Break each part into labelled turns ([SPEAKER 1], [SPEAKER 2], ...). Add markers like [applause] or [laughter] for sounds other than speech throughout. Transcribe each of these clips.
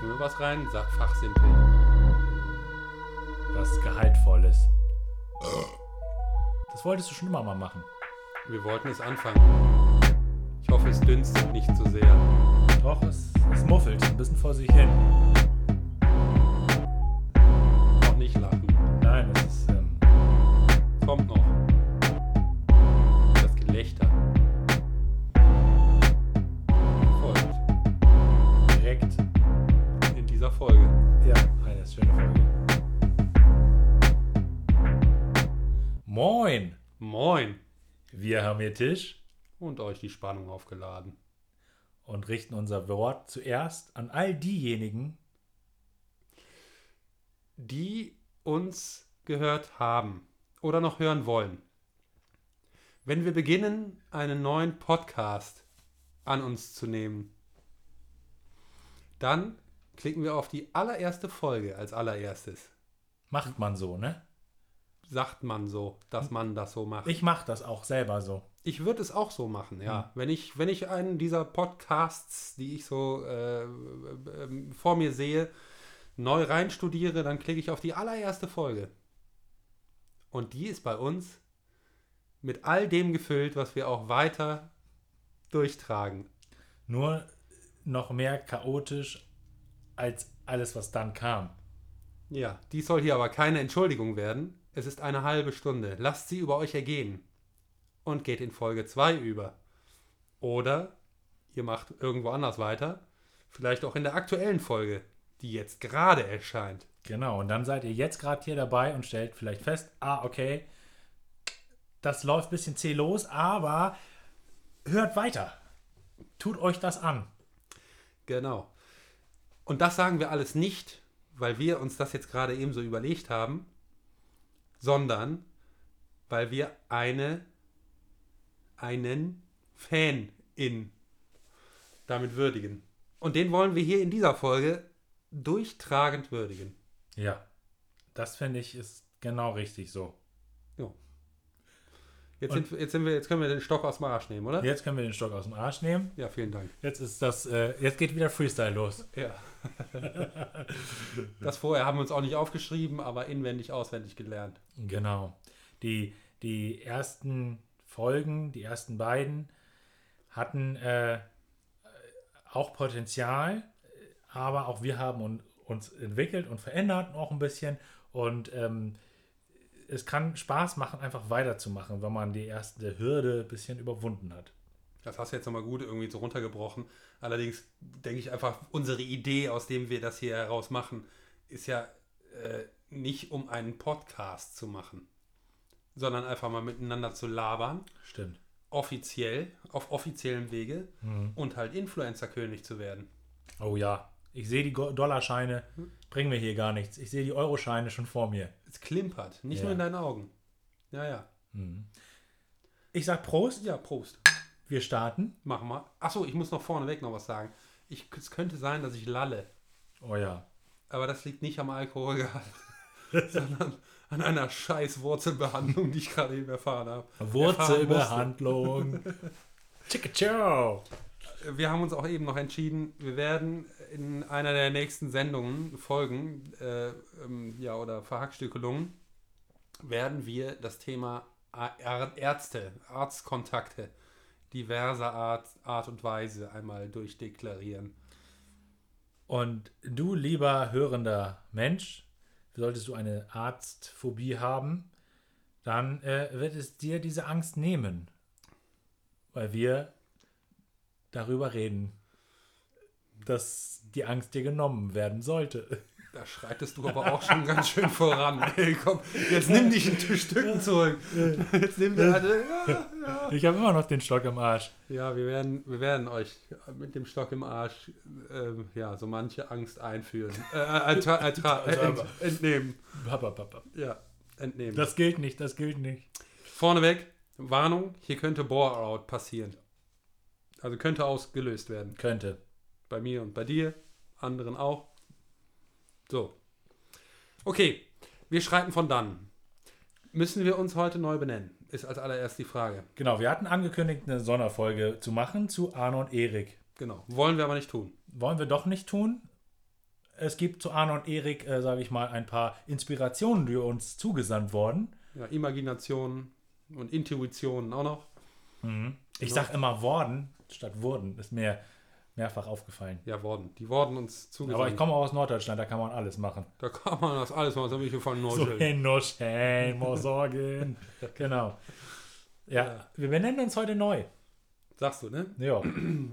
[SPEAKER 1] Füll was rein, sag fachsimpel.
[SPEAKER 2] Was Gehaltvolles. Das wolltest du schon immer mal machen.
[SPEAKER 1] Wir wollten es anfangen. Ich hoffe, es dünstet nicht so sehr.
[SPEAKER 2] Doch, es, es muffelt ein bisschen vor sich hin.
[SPEAKER 1] Auch nicht lachen.
[SPEAKER 2] Nein, es ist. Ähm,
[SPEAKER 1] Kommt noch. Das Gelächter. Folgt
[SPEAKER 2] direkt.
[SPEAKER 1] in dieser Folge.
[SPEAKER 2] Ja, eine schöne Folge. Moin!
[SPEAKER 1] Moin.
[SPEAKER 2] Wir haben hier Tisch
[SPEAKER 1] Und euch die Spannung aufgeladen.
[SPEAKER 2] und richten unser Wort zuerst an all diejenigen,
[SPEAKER 1] die uns gehört haben oder noch hören wollen. Wenn wir beginnen, einen neuen Podcast an uns zu nehmen, dann klicken wir auf die allererste Folge als allererstes.
[SPEAKER 2] macht man so, ne?
[SPEAKER 1] Sagt man so, dass man das so macht.
[SPEAKER 2] Ich mache das auch selber so.
[SPEAKER 1] Ich würde es auch so machen, ja. Wenn, ich, wenn ich einen dieser Podcasts, die ich so äh, ähm, vor mir sehe, neu reinstudiere, dann klicke ich auf die allererste Folge. Und die ist bei uns mit all dem gefüllt, was wir auch weiter durchtragen.
[SPEAKER 2] Nur noch mehr chaotisch als alles, was dann kam.
[SPEAKER 1] Ja, dies soll hier aber keine Entschuldigung werden. Es ist eine halbe Stunde. Lasst sie über euch ergehen. Und geht in Folge 2 über. Oder ihr macht irgendwo anders weiter. Vielleicht auch in der aktuellen Folge, die jetzt gerade erscheint.
[SPEAKER 2] Genau, und dann seid ihr jetzt gerade hier dabei und stellt vielleicht fest, ah, okay, das läuft ein bisschen zäh los, aber hört weiter. Tut euch das an.
[SPEAKER 1] Genau. Und das sagen wir alles nicht, weil wir uns das jetzt gerade eben so überlegt haben, sondern weil wir eine, einen Fan in damit würdigen. Und den wollen wir hier in dieser Folge durchtragend würdigen.
[SPEAKER 2] Ja, das finde ich ist genau richtig so.
[SPEAKER 1] Jo. Jetzt,
[SPEAKER 2] Und-
[SPEAKER 1] sind, jetzt, sind wir, jetzt können wir den Stock aus dem Arsch nehmen, oder? Ja,
[SPEAKER 2] Jetzt können wir den Stock aus dem Arsch nehmen.
[SPEAKER 1] vielen Dank.
[SPEAKER 2] Jetzt ist das, äh, jetzt geht wieder Freestyle los.
[SPEAKER 1] Ja. [laughs] das vorher haben wir uns auch nicht aufgeschrieben, aber inwendig, auswendig gelernt.
[SPEAKER 2] Genau. Die, die ersten Folgen, die ersten beiden, hatten äh, auch Potenzial, aber auch wir haben un, uns entwickelt und verändert auch ein bisschen. Und ähm, es kann Spaß machen, einfach weiterzumachen, wenn man die erste Hürde ein bisschen überwunden hat.
[SPEAKER 1] Das hast du jetzt nochmal gut irgendwie so runtergebrochen. Allerdings denke ich einfach, unsere Idee, aus dem wir das hier heraus machen, ist ja äh, nicht um einen Podcast zu machen, sondern einfach mal miteinander zu labern,
[SPEAKER 2] Stimmt.
[SPEAKER 1] offiziell, auf offiziellem Wege und halt Influencer-König zu werden.
[SPEAKER 2] Oh ja. Ich sehe die Go- Dollarscheine, bringen wir hier gar nichts. Ich sehe die Euroscheine schon vor mir.
[SPEAKER 1] Es klimpert, nicht
[SPEAKER 2] Ja.
[SPEAKER 1] nur in deinen Augen. Ja, ja.
[SPEAKER 2] Ich sag Prost,
[SPEAKER 1] Ja, Prost.
[SPEAKER 2] wir starten.
[SPEAKER 1] Machen wir. Achso, ich muss noch vorneweg noch was sagen. Ich, es könnte sein, dass ich lalle.
[SPEAKER 2] Oh ja.
[SPEAKER 1] Aber das liegt nicht am Alkoholgehalt, sondern an einer scheiß Wurzelbehandlung, die ich gerade eben erfahren habe.
[SPEAKER 2] Wurzelbehandlung. [laughs] Chicka ciao.
[SPEAKER 1] Erfahren musste. Wir haben uns auch eben noch entschieden, wir werden in einer der nächsten Sendungen, Folgen, äh, ähm, ja, oder Verhackstückelungen, werden wir das Thema Ä- Är- Ärzte, Arztkontakte diverser Art, Art und Weise einmal durchdeklarieren.
[SPEAKER 2] Und du, lieber hörender Mensch, solltest du eine Arztphobie haben, dann äh, wird es dir diese Angst nehmen, weil wir darüber reden, dass die Angst dir genommen werden sollte.
[SPEAKER 1] Da schreitest du aber auch schon ganz schön [laughs] voran. Ey, komm, jetzt nimm dich ein Stück zurück. Jetzt nimm dir alle. Ja, ja.
[SPEAKER 2] [laughs] Ich habe immer noch den Stock im Arsch.
[SPEAKER 1] Ja, wir werden, wir werden euch mit dem Stock im Arsch ähm, ja, so manche Angst einführen. Äh, altra, altra, [laughs] äh, ent, entnehmen.
[SPEAKER 2] Papapapa.
[SPEAKER 1] Ja, entnehmen.
[SPEAKER 2] Das gilt nicht, das gilt nicht.
[SPEAKER 1] Vorneweg, Warnung, hier könnte Bore-out passieren. Also könnte ausgelöst werden.
[SPEAKER 2] Könnte.
[SPEAKER 1] Bei mir und bei dir, anderen auch. So. Okay, wir schreiten von dann. Müssen wir uns heute neu benennen? Ist als allererst die Frage.
[SPEAKER 2] Genau, wir hatten angekündigt, eine Sonderfolge zu machen zu Arno und Erik.
[SPEAKER 1] Genau. Wollen wir aber nicht tun.
[SPEAKER 2] Wollen wir doch nicht tun, es gibt zu Arne und Erik, äh, sage ich mal, ein paar Inspirationen, die uns zugesandt wurden.
[SPEAKER 1] Ja, Imagination und Intuition auch noch.
[SPEAKER 2] Ich
[SPEAKER 1] Genau.
[SPEAKER 2] sage immer worden statt wurden, ist mir mehrfach aufgefallen.
[SPEAKER 1] Ja, Worden. Die Worden uns zugesandt.
[SPEAKER 2] Aber ich komme auch aus Norddeutschland, da kann man alles machen.
[SPEAKER 1] Da kann man das alles mal so ein bisschen von
[SPEAKER 2] So
[SPEAKER 1] Nuscheln.
[SPEAKER 2] hinnuscheln, muss sorgen. genau. Ja,
[SPEAKER 1] Ja.
[SPEAKER 2] wir benennen uns heute neu.
[SPEAKER 1] Sagst du, ne?
[SPEAKER 2] Ja,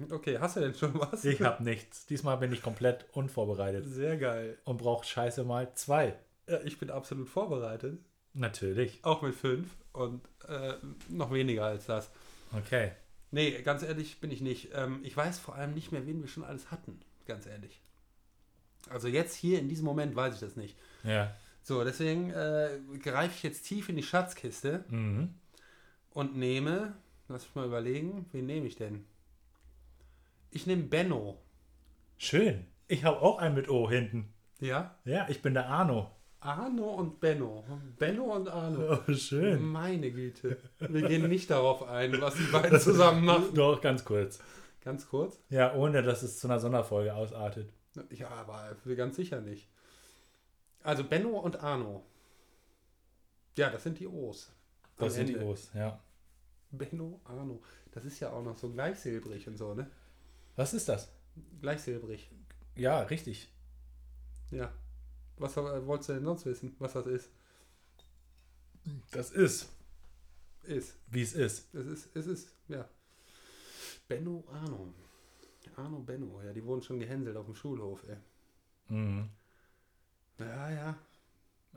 [SPEAKER 1] Okay, hast du denn schon was?
[SPEAKER 2] ich habe nichts. Diesmal bin ich komplett unvorbereitet
[SPEAKER 1] Sehr geil.
[SPEAKER 2] und brauche scheiße mal zwei.
[SPEAKER 1] Ja, ich bin absolut vorbereitet.
[SPEAKER 2] Natürlich.
[SPEAKER 1] Auch mit fünf und äh, noch weniger als das.
[SPEAKER 2] Okay.
[SPEAKER 1] Nee, ganz ehrlich bin ich nicht. Ähm, ich weiß vor allem nicht mehr, wen wir schon alles hatten. Ganz ehrlich. Also jetzt hier in diesem Moment weiß ich das nicht.
[SPEAKER 2] Ja.
[SPEAKER 1] So, deswegen äh, greife ich jetzt tief in die Schatzkiste
[SPEAKER 2] Mhm.
[SPEAKER 1] und nehme, lass mich mal überlegen, wen nehme ich denn? Ich nehme Benno.
[SPEAKER 2] Schön. Ich habe auch einen mit O hinten.
[SPEAKER 1] Ja?
[SPEAKER 2] Ja, ich bin der Arno.
[SPEAKER 1] Arno und Benno. Benno und Arno.
[SPEAKER 2] Oh, schön.
[SPEAKER 1] Meine Güte. Wir gehen nicht darauf ein, was die beiden
[SPEAKER 2] [laughs]
[SPEAKER 1] zusammen machen.
[SPEAKER 2] Doch, ganz kurz.
[SPEAKER 1] Ganz kurz.
[SPEAKER 2] Ja, ohne dass es zu einer Sonderfolge ausartet.
[SPEAKER 1] Ja, aber wir ganz sicher nicht. Also Benno und Arno. Ja, das sind die O's. Am
[SPEAKER 2] Das sind die
[SPEAKER 1] Ende.
[SPEAKER 2] O's, ja.
[SPEAKER 1] Benno, Arno. Das ist ja auch noch so gleichsilbrig und so, ne?
[SPEAKER 2] Was ist das?
[SPEAKER 1] Gleichsilbrig.
[SPEAKER 2] Ja, richtig.
[SPEAKER 1] Ja. Was äh, wolltest du denn sonst wissen, was das ist?
[SPEAKER 2] Das ist,
[SPEAKER 1] Ist.
[SPEAKER 2] wie es ist.
[SPEAKER 1] Es ist, es ist, ja. Benno, Arno. Arno, Benno. Ja, die wurden schon gehänselt auf dem Schulhof, ey.
[SPEAKER 2] Mhm.
[SPEAKER 1] Ja, ja.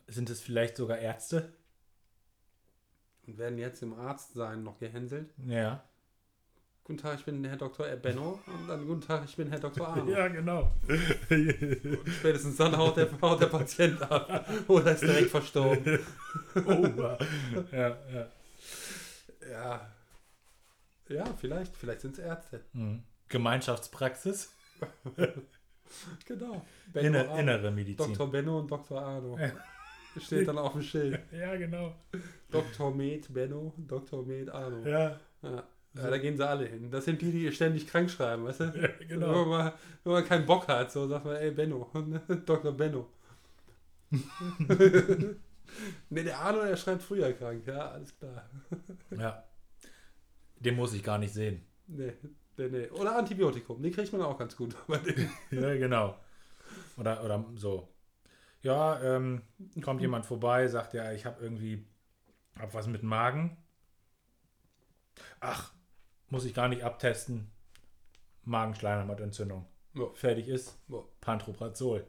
[SPEAKER 2] Sind es vielleicht sogar Ärzte?
[SPEAKER 1] Und werden jetzt im Arzt sein noch gehänselt.
[SPEAKER 2] Ja.
[SPEAKER 1] Guten Tag, ich bin Herr Dr. Benno. Und dann guten Tag, ich bin Herr Dr. Arno.
[SPEAKER 2] genau.
[SPEAKER 1] Spätestens dann haut der, haut der Patient ab. Oder ist direkt verstorben.
[SPEAKER 2] Oha. Oh, ja, ja.
[SPEAKER 1] Ja. Ja, vielleicht. Vielleicht sind es Ärzte.
[SPEAKER 2] Mhm. Gemeinschaftspraxis?
[SPEAKER 1] Genau.
[SPEAKER 2] Inner,
[SPEAKER 1] Arno.
[SPEAKER 2] innere Medizin.
[SPEAKER 1] Dr. Benno und Dr. Arno.
[SPEAKER 2] Ja.
[SPEAKER 1] Steht dann auf dem Schild.
[SPEAKER 2] Ja, genau.
[SPEAKER 1] Dr. Med Benno, Dr. Med Arno. Ja.
[SPEAKER 2] Ja, [laughs]
[SPEAKER 1] Ja. da gehen sie alle hin. Das sind die, die ihr ständig krank schreiben, weißt du? Wenn,
[SPEAKER 2] genau.
[SPEAKER 1] man, wenn man keinen Bock hat, so sagt man, ey Benno, [laughs] Dr.
[SPEAKER 2] [laughs]
[SPEAKER 1] Benno. ne, der Arno, der schreibt früher krank, ja, alles klar.
[SPEAKER 2] Ja. Den muss ich gar nicht sehen.
[SPEAKER 1] Nee, nee, nee. Oder Antibiotikum, den kriegt man auch ganz gut. [laughs] Aber den-
[SPEAKER 2] [laughs] Ja, genau. Oder, oder so. Ja, ähm, kommt jemand vorbei, sagt ja, ich habe irgendwie hab was mit dem Magen. Ach, muss ich gar nicht abtesten. Magenschleimhautentzündung.
[SPEAKER 1] Ja.
[SPEAKER 2] Fertig ist
[SPEAKER 1] Boah, [laughs]
[SPEAKER 2] Pantoprazol.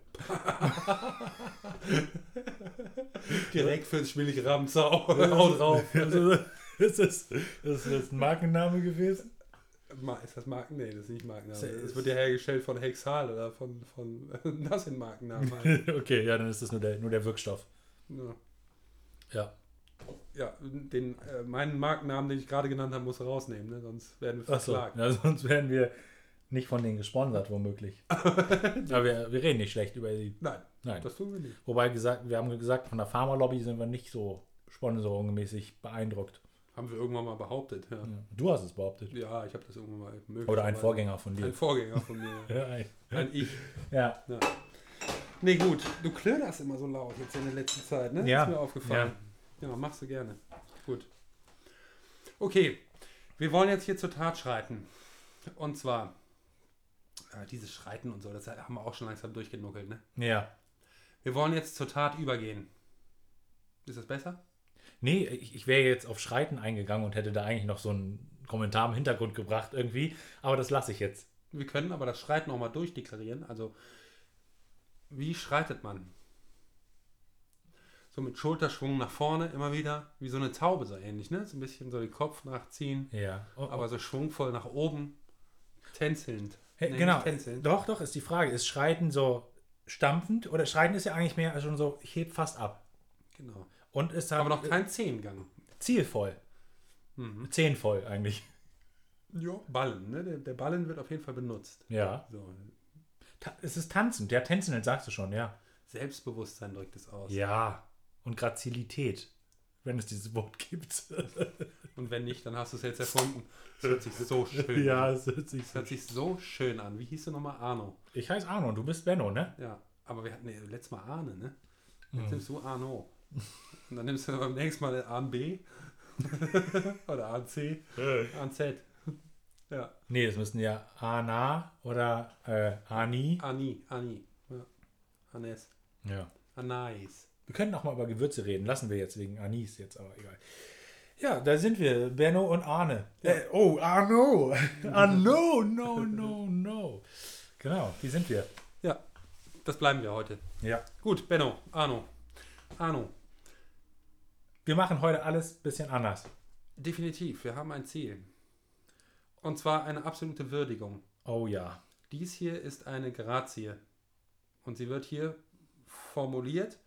[SPEAKER 1] direkt 40 Milligramm Sau, [laughs] haut
[SPEAKER 2] [laughs]
[SPEAKER 1] drauf.
[SPEAKER 2] Also, ist, das, ist das ein Markenname gewesen? [laughs]
[SPEAKER 1] Ma- Ist das Marken? Nee, das ist nicht Markenname.
[SPEAKER 2] Ist-
[SPEAKER 1] Das wird ja hergestellt von Hexal oder von, von [laughs] das sind Markennamen.
[SPEAKER 2] [laughs]
[SPEAKER 1] halt.
[SPEAKER 2] okay, ja, dann ist das nur der, nur der Wirkstoff.
[SPEAKER 1] ja.
[SPEAKER 2] Ja.
[SPEAKER 1] ja, den, äh, meinen Markennamen, den ich gerade genannt habe, musst du rausnehmen, ne? sonst werden wir
[SPEAKER 2] Achso,
[SPEAKER 1] verklagt.
[SPEAKER 2] ja, sonst wären wir nicht von denen gesponsert, womöglich.
[SPEAKER 1] [laughs]
[SPEAKER 2] Aber wir, wir reden nicht schlecht über die.
[SPEAKER 1] Nein,
[SPEAKER 2] Nein.
[SPEAKER 1] das tun wir nicht.
[SPEAKER 2] Wobei gesagt, wir haben gesagt, von der Pharma-Lobby sind wir nicht so sponsoringmäßig beeindruckt.
[SPEAKER 1] Haben wir irgendwann mal behauptet. Ja,
[SPEAKER 2] Du hast es behauptet.
[SPEAKER 1] ja ich habe das irgendwann mal möglicherweise.
[SPEAKER 2] Mhm. Oder ein Vorgänger von
[SPEAKER 1] Ein
[SPEAKER 2] dir.
[SPEAKER 1] Vorgänger von mir.
[SPEAKER 2] Ja, ein-
[SPEAKER 1] ein Ich.
[SPEAKER 2] ja.
[SPEAKER 1] Nee, gut. Du klöderst immer so laut jetzt in der letzten Zeit, ne?
[SPEAKER 2] Ja.
[SPEAKER 1] Ist mir aufgefallen. Ja. machst du gerne. Gut. Okay, wir wollen jetzt hier zur Tat schreiten. Und zwar, äh, dieses Schreiten und so, das haben wir auch schon langsam durchgenuckelt, ne?
[SPEAKER 2] ja.
[SPEAKER 1] Wir wollen jetzt zur Tat übergehen. Ist das besser?
[SPEAKER 2] Nee, ich, ich wäre jetzt auf Schreiten eingegangen und hätte da eigentlich noch so einen Kommentar im Hintergrund gebracht irgendwie. Aber das lasse ich jetzt.
[SPEAKER 1] Wir können aber das Schreiten auch mal durchdeklarieren. Also, wie schreitet man? So mit Schulterschwung nach vorne immer wieder, wie so eine Taube so ähnlich, ne? So ein bisschen so den Kopf nachziehen,
[SPEAKER 2] Ja. Oh,
[SPEAKER 1] aber so schwungvoll nach oben, tänzelnd.
[SPEAKER 2] Hey,
[SPEAKER 1] Nee,
[SPEAKER 2] genau.
[SPEAKER 1] nicht Tänzelnd.
[SPEAKER 2] Doch, doch, ist die Frage. Ist Schreiten so stampfend oder Schreiten ist ja eigentlich mehr schon so, ich heb fast ab.
[SPEAKER 1] genau.
[SPEAKER 2] Und ist halt
[SPEAKER 1] Aber noch kein Mhm. Zehengang.
[SPEAKER 2] zielvoll. Zehnvoll eigentlich.
[SPEAKER 1] Ja. Ballen, ne? Der, der Ballen wird auf jeden Fall benutzt.
[SPEAKER 2] Ja.
[SPEAKER 1] So.
[SPEAKER 2] Ta es ist tanzend. Ja, tänzelnd sagst du schon, ja.
[SPEAKER 1] Selbstbewusstsein drückt es aus.
[SPEAKER 2] Ja. Und Grazilität, wenn es dieses Wort gibt.
[SPEAKER 1] Und wenn nicht, dann hast du es jetzt erfunden. Das hört sich
[SPEAKER 2] [laughs]
[SPEAKER 1] so schön an.
[SPEAKER 2] es hört sich
[SPEAKER 1] Das hört sich so schön an. Wie hieß du nochmal? Arno.
[SPEAKER 2] Ich heiße Arno und du bist Benno, ne?
[SPEAKER 1] Ja. Aber wir hatten ja letztes Mal Arne, ne? Jetzt nimmst du Arno. Und dann nimmst du beim nächsten Mal Arn B. [laughs] oder Arn C. Arn Z. Ja,
[SPEAKER 2] Nee, es müssen ja Ana oder äh, Ani.
[SPEAKER 1] Ani, Ani. Ja. Anes.
[SPEAKER 2] Ja.
[SPEAKER 1] Anais.
[SPEAKER 2] Wir können noch mal über Gewürze reden. Lassen wir jetzt wegen Anis jetzt, aber egal. Ja, da sind wir. Benno und Arne. Äh, oh, Arno. [laughs] Arno, no, no, no. Genau, die sind wir.
[SPEAKER 1] Ja, das bleiben wir heute.
[SPEAKER 2] Ja.
[SPEAKER 1] Gut, Benno, Arno. Arno,
[SPEAKER 2] Wir machen heute alles ein bisschen anders.
[SPEAKER 1] definitiv, wir haben ein Ziel. Und zwar eine absolute Würdigung.
[SPEAKER 2] Oh ja.
[SPEAKER 1] Dies hier ist eine Grazie. Und sie wird hier formuliert,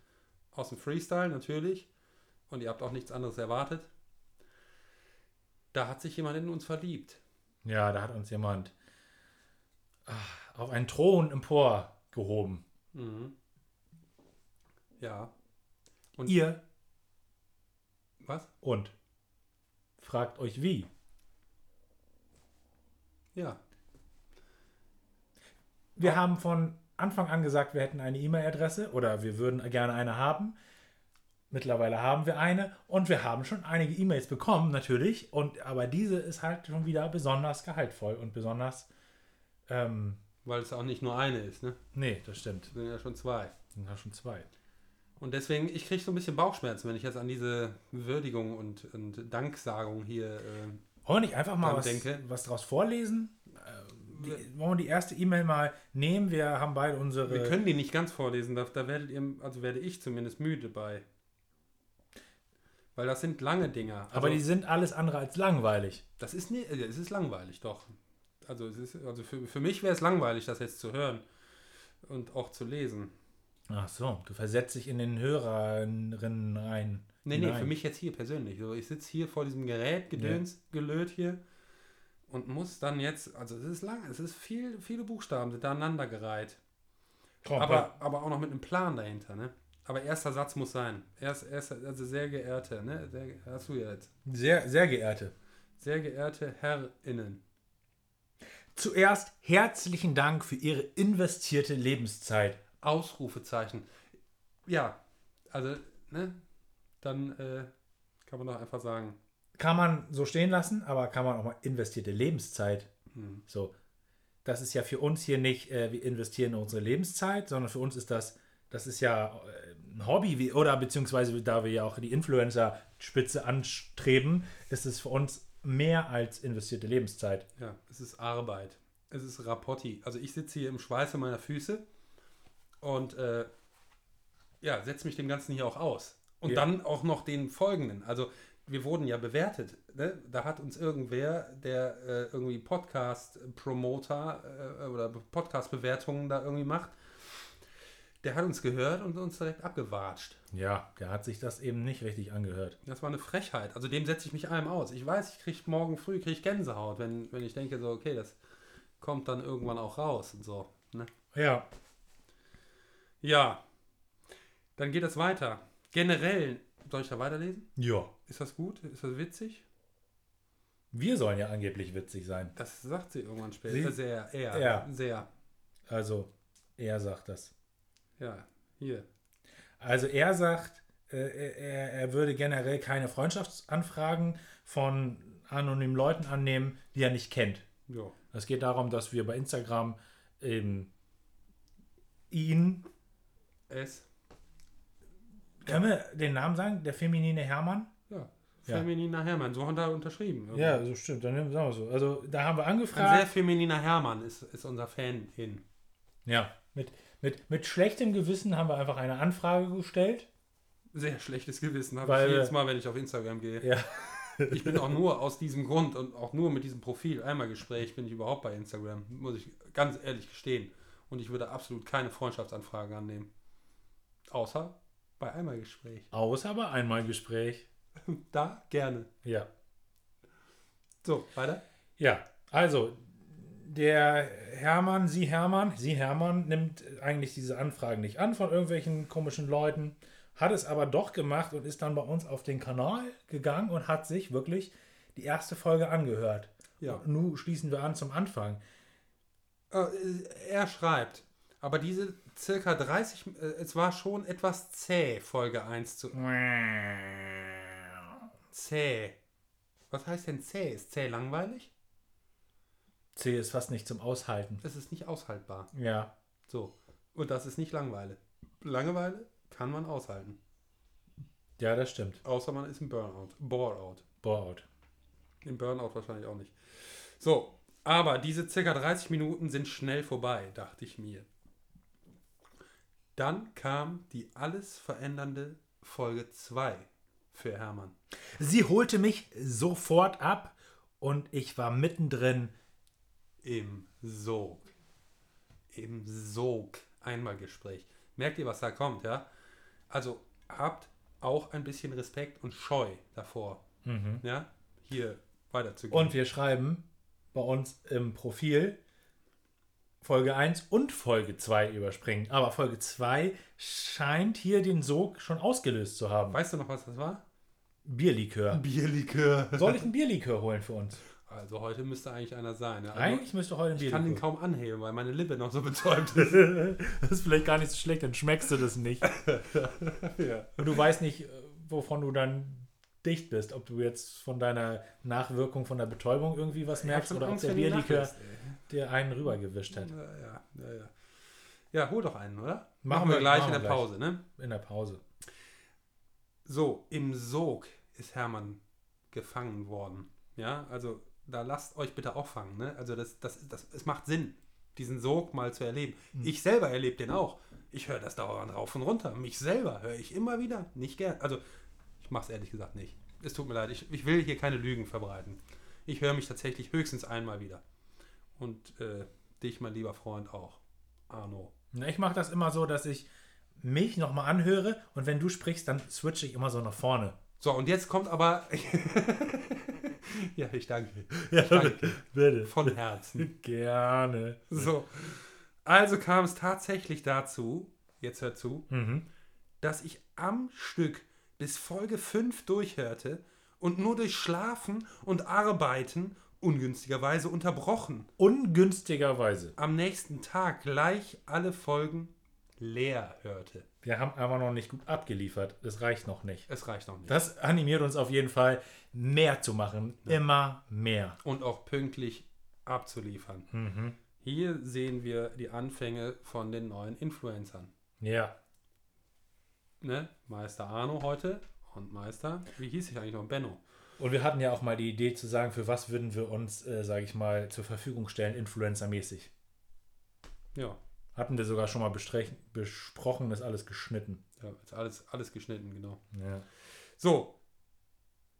[SPEAKER 1] aus dem Freestyle natürlich. Und ihr habt auch nichts anderes erwartet. Da hat sich jemand in uns verliebt.
[SPEAKER 2] Ja, da hat uns jemand ah, auf einen Thron emporgehoben.
[SPEAKER 1] Mhm. Ja. Und-
[SPEAKER 2] Ihr
[SPEAKER 1] Was?
[SPEAKER 2] und fragt euch wie.
[SPEAKER 1] Ja.
[SPEAKER 2] Wir haben von Anfang an gesagt, wir hätten eine E-Mail-Adresse oder wir würden gerne eine haben. Mittlerweile haben wir eine und wir haben schon einige E-Mails bekommen, natürlich. Und aber diese ist halt schon wieder besonders gehaltvoll und besonders. Ähm,
[SPEAKER 1] Weil es auch nicht nur eine ist, ne?
[SPEAKER 2] nee, das stimmt.
[SPEAKER 1] Es sind ja schon zwei.
[SPEAKER 2] Sind ja schon zwei.
[SPEAKER 1] Und deswegen, ich kriege so ein bisschen Bauchschmerzen, wenn ich jetzt an diese Würdigung und, und Danksagung hier. ähm,
[SPEAKER 2] Wollen wir nicht einfach mal
[SPEAKER 1] Dann
[SPEAKER 2] was,
[SPEAKER 1] denke.
[SPEAKER 2] was draus vorlesen? Ähm, die, wollen wir die erste E-Mail mal nehmen? Wir haben beide unsere.
[SPEAKER 1] wir können die nicht ganz vorlesen, da, da werdet ihr, also werde ich zumindest müde bei. Weil das sind lange Dinger. Also,
[SPEAKER 2] aber die sind alles andere als langweilig.
[SPEAKER 1] das ist nie, äh, es ist langweilig, doch. Also es ist, also für, für mich wäre es langweilig, das jetzt zu hören und auch zu lesen.
[SPEAKER 2] Ach so, du versetzt dich in den Hörerinnen rein.
[SPEAKER 1] Nee, nee,
[SPEAKER 2] Nein.
[SPEAKER 1] für mich jetzt hier persönlich. So, ich sitze hier vor diesem Gerät, gedöns, gelöt hier und muss dann jetzt, also es ist lang, es ist viel, viele Buchstaben sind da aneinandergereiht.
[SPEAKER 2] Komm,
[SPEAKER 1] Aber, aber auch noch mit einem Plan dahinter, ne? Aber erster Satz muss sein. Erst, erst, also sehr geehrte, ne? Sehr, ge- hast du ja jetzt.
[SPEAKER 2] Sehr, sehr geehrte.
[SPEAKER 1] Sehr geehrte HerrInnen.
[SPEAKER 2] Zuerst herzlichen Dank für Ihre investierte Lebenszeit.
[SPEAKER 1] Ausrufezeichen. Ja, also, ne? Dann äh, kann man doch einfach sagen,
[SPEAKER 2] Kann man so stehen lassen, aber kann man auch mal investierte Lebenszeit.
[SPEAKER 1] hm,
[SPEAKER 2] So, das ist ja für uns hier nicht, äh, wir investieren unsere Lebenszeit, sondern für uns ist das, das ist ja äh, ein Hobby, wie, oder beziehungsweise da wir ja auch die Influencer-Spitze anstreben, ist es für uns mehr als investierte Lebenszeit.
[SPEAKER 1] ja, es ist Arbeit. Es ist Rapotti. Also ich sitze hier im Schweiße meiner Füße und äh, ja, setze mich dem Ganzen hier auch aus. Und
[SPEAKER 2] Ja.
[SPEAKER 1] dann auch noch den folgenden. Also wir wurden ja bewertet. Ne? Da hat uns irgendwer, der äh, irgendwie Podcast-Promoter äh, oder Podcast-Bewertungen da irgendwie macht, der hat uns gehört und uns direkt abgewatscht.
[SPEAKER 2] Ja, der hat sich das eben nicht richtig angehört.
[SPEAKER 1] Das war eine Frechheit. Also dem setze ich mich allem aus. Ich weiß, ich kriege morgen früh krieg ich Gänsehaut, wenn, wenn ich denke, so, okay, das kommt dann irgendwann auch raus und so. Ne?
[SPEAKER 2] Ja,
[SPEAKER 1] Ja. Dann geht es weiter. Generell, soll ich da weiterlesen?
[SPEAKER 2] ja.
[SPEAKER 1] Ist das gut? Ist das witzig?
[SPEAKER 2] Wir sollen ja angeblich witzig sein.
[SPEAKER 1] Das sagt sie irgendwann später.
[SPEAKER 2] Sie-
[SPEAKER 1] sehr, eher.
[SPEAKER 2] Ja.
[SPEAKER 1] Sehr.
[SPEAKER 2] Also, er sagt das.
[SPEAKER 1] Ja. Hier.
[SPEAKER 2] Also, er sagt, äh, er, er- er würde generell keine Freundschaftsanfragen von anonymen Leuten annehmen, die er nicht kennt.
[SPEAKER 1] Jo.
[SPEAKER 2] Es geht darum, dass wir bei Instagram eben ihn.
[SPEAKER 1] Es.
[SPEAKER 2] Können wir den Namen sagen? Der feminine Hermann?
[SPEAKER 1] Ja.
[SPEAKER 2] Ja.
[SPEAKER 1] Femininer Hermann. So haben da unterschrieben.
[SPEAKER 2] Ja, so stimmt. Dann nehmen wir es so. Also, da haben wir
[SPEAKER 1] Ein sehr
[SPEAKER 2] angefragt.
[SPEAKER 1] femininer Hermann ist, ist unser Fan in.
[SPEAKER 2] Ja, mit, mit, mit schlechtem Gewissen haben wir einfach eine Anfrage gestellt.
[SPEAKER 1] Sehr schlechtes Gewissen habe
[SPEAKER 2] Weil
[SPEAKER 1] ich
[SPEAKER 2] wir-
[SPEAKER 1] jedes Mal, wenn ich auf Instagram gehe.
[SPEAKER 2] Ja.
[SPEAKER 1] Ich bin auch nur aus diesem Grund und auch nur mit diesem Profil einmal Gespräch bin ich überhaupt bei Instagram, muss ich ganz ehrlich gestehen. Und ich würde absolut keine Freundschaftsanfragen annehmen. Außer bei einmal Gespräch.
[SPEAKER 2] Außer bei einmal Gespräch.
[SPEAKER 1] Da gerne.
[SPEAKER 2] Ja.
[SPEAKER 1] So, weiter.
[SPEAKER 2] Ja, also der Hermann, sie Hermann, sie Hermann nimmt eigentlich diese Anfragen nicht an von irgendwelchen komischen Leuten, hat es aber doch gemacht und ist dann bei uns auf den Kanal gegangen und hat sich wirklich die erste Folge angehört.
[SPEAKER 1] Ja.
[SPEAKER 2] Und nun schließen wir an zum Anfang.
[SPEAKER 1] Äh, er schreibt, aber diese circa 30, äh, es war schon etwas zäh, Folge 1 zu. Zäh. Was heißt denn zäh? Ist zäh langweilig?
[SPEAKER 2] C ist fast nicht zum Aushalten.
[SPEAKER 1] Es ist nicht aushaltbar.
[SPEAKER 2] Ja.
[SPEAKER 1] So. Und das ist nicht Langeweile. Langeweile kann man aushalten.
[SPEAKER 2] Ja, das stimmt.
[SPEAKER 1] Außer man ist im Burnout. Boreout.
[SPEAKER 2] Bored.
[SPEAKER 1] Im Burnout wahrscheinlich auch nicht. So, aber diese circa 30 Minuten sind schnell vorbei, dachte ich mir. Dann kam die alles verändernde Folge 2 für Hermann.
[SPEAKER 2] Sie holte mich sofort ab und ich war mittendrin.
[SPEAKER 1] Im Sog. Im Sog. Einmal Gespräch. Merkt ihr, was da kommt, ja? Also habt auch ein bisschen Respekt und Scheu davor, ja? Hier weiterzugehen.
[SPEAKER 2] Und wir schreiben bei uns im Profil Folge 1 und Folge 2 überspringen. Aber Folge 2 scheint hier den Sog schon ausgelöst zu haben.
[SPEAKER 1] weißt du noch, was das war?
[SPEAKER 2] Bierlikör.
[SPEAKER 1] Bierlikör.
[SPEAKER 2] Soll ich einen Bierlikör holen für uns?
[SPEAKER 1] Also heute müsste eigentlich einer sein. Ne? Also,
[SPEAKER 2] Eigentlich müsste heute ein
[SPEAKER 1] ich kann den
[SPEAKER 2] Bierlikör.
[SPEAKER 1] kaum anheben, weil meine Lippe noch so betäubt
[SPEAKER 2] [laughs]
[SPEAKER 1] ist.
[SPEAKER 2] Das ist vielleicht gar nicht so schlecht, dann schmeckst du das nicht.
[SPEAKER 1] ja.
[SPEAKER 2] Und du weißt nicht, äh, wovon du dann dicht bist. Ob du jetzt von deiner Nachwirkung von der Betäubung irgendwie was merkst oder ob der Bierlikör dir einen rübergewischt hat.
[SPEAKER 1] Ja, ja, ja, ja. Ja, hol doch einen, oder? Machen,
[SPEAKER 2] Machen
[SPEAKER 1] wir,
[SPEAKER 2] wir-
[SPEAKER 1] gleich
[SPEAKER 2] machen
[SPEAKER 1] in
[SPEAKER 2] wir
[SPEAKER 1] der
[SPEAKER 2] gleich.
[SPEAKER 1] Pause, ne?
[SPEAKER 2] In der Pause.
[SPEAKER 1] So, im Sog ist Hermann gefangen worden. Ja, also da lasst euch bitte auch fangen, ne? Also das, das, das, es macht Sinn, diesen Sog mal zu erleben. Ich selber erlebe den auch. Ich höre das dauernd rauf und runter. Mich selber höre ich immer wieder. Nicht gern. Also, ich mache es ehrlich gesagt nicht. Es tut mir leid, ich, ich will hier keine Lügen verbreiten. Ich höre mich tatsächlich höchstens einmal wieder. Und äh, dich, mein lieber Freund, auch. Arno.
[SPEAKER 2] Na, Ich mache das immer so, dass ich mich nochmal anhöre und wenn du sprichst, dann switche ich immer so nach vorne.
[SPEAKER 1] So, und jetzt kommt aber. [laughs] ja, ich danke.
[SPEAKER 2] Ja,
[SPEAKER 1] danke.
[SPEAKER 2] [laughs] bitte.
[SPEAKER 1] Von Herzen.
[SPEAKER 2] [laughs] Gerne.
[SPEAKER 1] So. Also kam es tatsächlich dazu, jetzt hört zu,
[SPEAKER 2] Mhm.
[SPEAKER 1] dass ich am Stück bis Folge 5 durchhörte und nur durch Schlafen und Arbeiten ungünstigerweise unterbrochen
[SPEAKER 2] Ungünstigerweise.
[SPEAKER 1] am nächsten Tag gleich alle Folgen leer hörte.
[SPEAKER 2] Wir haben aber noch nicht gut abgeliefert. Das reicht noch nicht.
[SPEAKER 1] Es reicht noch nicht.
[SPEAKER 2] Das animiert uns auf jeden Fall, mehr zu machen. Immer mehr.
[SPEAKER 1] und auch pünktlich abzuliefern. Hier sehen wir die Anfänge von den neuen Influencern.
[SPEAKER 2] Ja.
[SPEAKER 1] Ne? Meister Arno heute und Meister, wie hieß ich eigentlich noch? Benno.
[SPEAKER 2] Und wir hatten ja auch mal die Idee zu sagen, für was würden wir uns, äh, sage ich mal, zur Verfügung stellen, influencermäßig.
[SPEAKER 1] Ja,
[SPEAKER 2] Hatten wir sogar schon mal bestrech- besprochen, ist alles geschnitten.
[SPEAKER 1] ja ist alles, alles geschnitten, genau.
[SPEAKER 2] Ja.
[SPEAKER 1] So,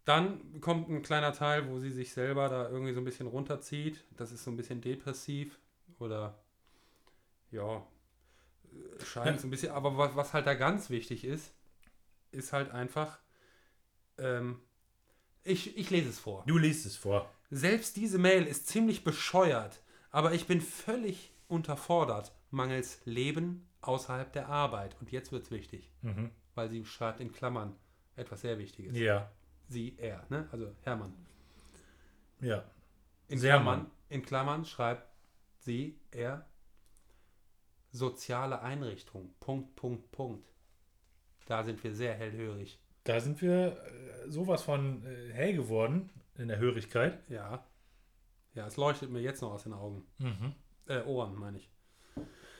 [SPEAKER 1] dann kommt ein kleiner Teil, wo sie sich selber da irgendwie so ein bisschen runterzieht. Das ist so ein bisschen depressiv oder ja, äh, scheint so ein bisschen. Aber was, was halt da ganz wichtig ist, ist halt einfach, ähm, ich, ich lese es vor.
[SPEAKER 2] Du liest es vor.
[SPEAKER 1] Selbst diese Mail ist ziemlich bescheuert, aber ich bin völlig unterfordert, mangels Leben außerhalb der Arbeit. Und jetzt wird's wichtig,
[SPEAKER 2] Mhm.
[SPEAKER 1] weil sie schreibt in Klammern etwas sehr Wichtiges.
[SPEAKER 2] Ja.
[SPEAKER 1] Sie, er, ne? Also Hermann.
[SPEAKER 2] Ja.
[SPEAKER 1] In
[SPEAKER 2] Sermann.
[SPEAKER 1] Klammern, in Klammern schreibt sie, er, soziale Einrichtung, Punkt, Punkt, Punkt. Da sind wir sehr hellhörig.
[SPEAKER 2] Da sind wir äh, sowas von äh, hell geworden in der Hörigkeit.
[SPEAKER 1] Ja. Ja, es leuchtet mir jetzt noch aus den Augen.
[SPEAKER 2] Mhm.
[SPEAKER 1] Äh, Ohren, meine ich.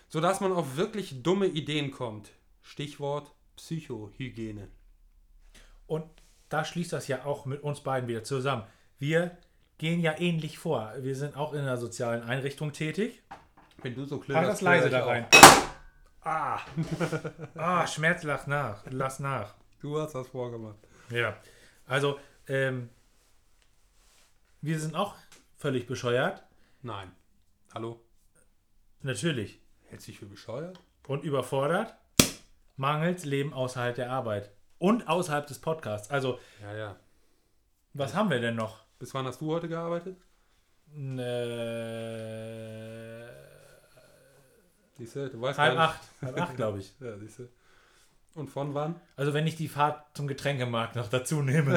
[SPEAKER 1] Sodass man auf wirklich dumme Ideen kommt. Stichwort Psychohygiene.
[SPEAKER 2] Und da schließt das ja auch mit uns beiden wieder zusammen. Wir gehen ja ähnlich vor. Wir sind auch in einer sozialen Einrichtung tätig.
[SPEAKER 1] Wenn du so
[SPEAKER 2] Mach
[SPEAKER 1] klögerst,
[SPEAKER 2] Halt das leise
[SPEAKER 1] klöger
[SPEAKER 2] da
[SPEAKER 1] ich
[SPEAKER 2] rein.
[SPEAKER 1] auch.
[SPEAKER 2] Ah. ah, Schmerz lass nach. Lass nach.
[SPEAKER 1] Du hast das vorgemacht.
[SPEAKER 2] Ja, also ähm, wir sind auch völlig bescheuert,
[SPEAKER 1] Nein. Hallo?
[SPEAKER 2] natürlich,
[SPEAKER 1] Hältst du dich für bescheuert?
[SPEAKER 2] und überfordert, mangels Leben außerhalb der Arbeit und außerhalb des Podcasts. Also,
[SPEAKER 1] Ja, ja.
[SPEAKER 2] was haben wir denn noch?
[SPEAKER 1] Bis wann hast du heute gearbeitet?
[SPEAKER 2] Äh,
[SPEAKER 1] Siehst du, du weißt
[SPEAKER 2] halb
[SPEAKER 1] gar nicht.
[SPEAKER 2] acht, halb [laughs] acht, glaube ich.
[SPEAKER 1] Ja, siehst du. Und von wann?
[SPEAKER 2] Also, wenn ich die Fahrt zum Getränkemarkt noch dazu [laughs] nehme.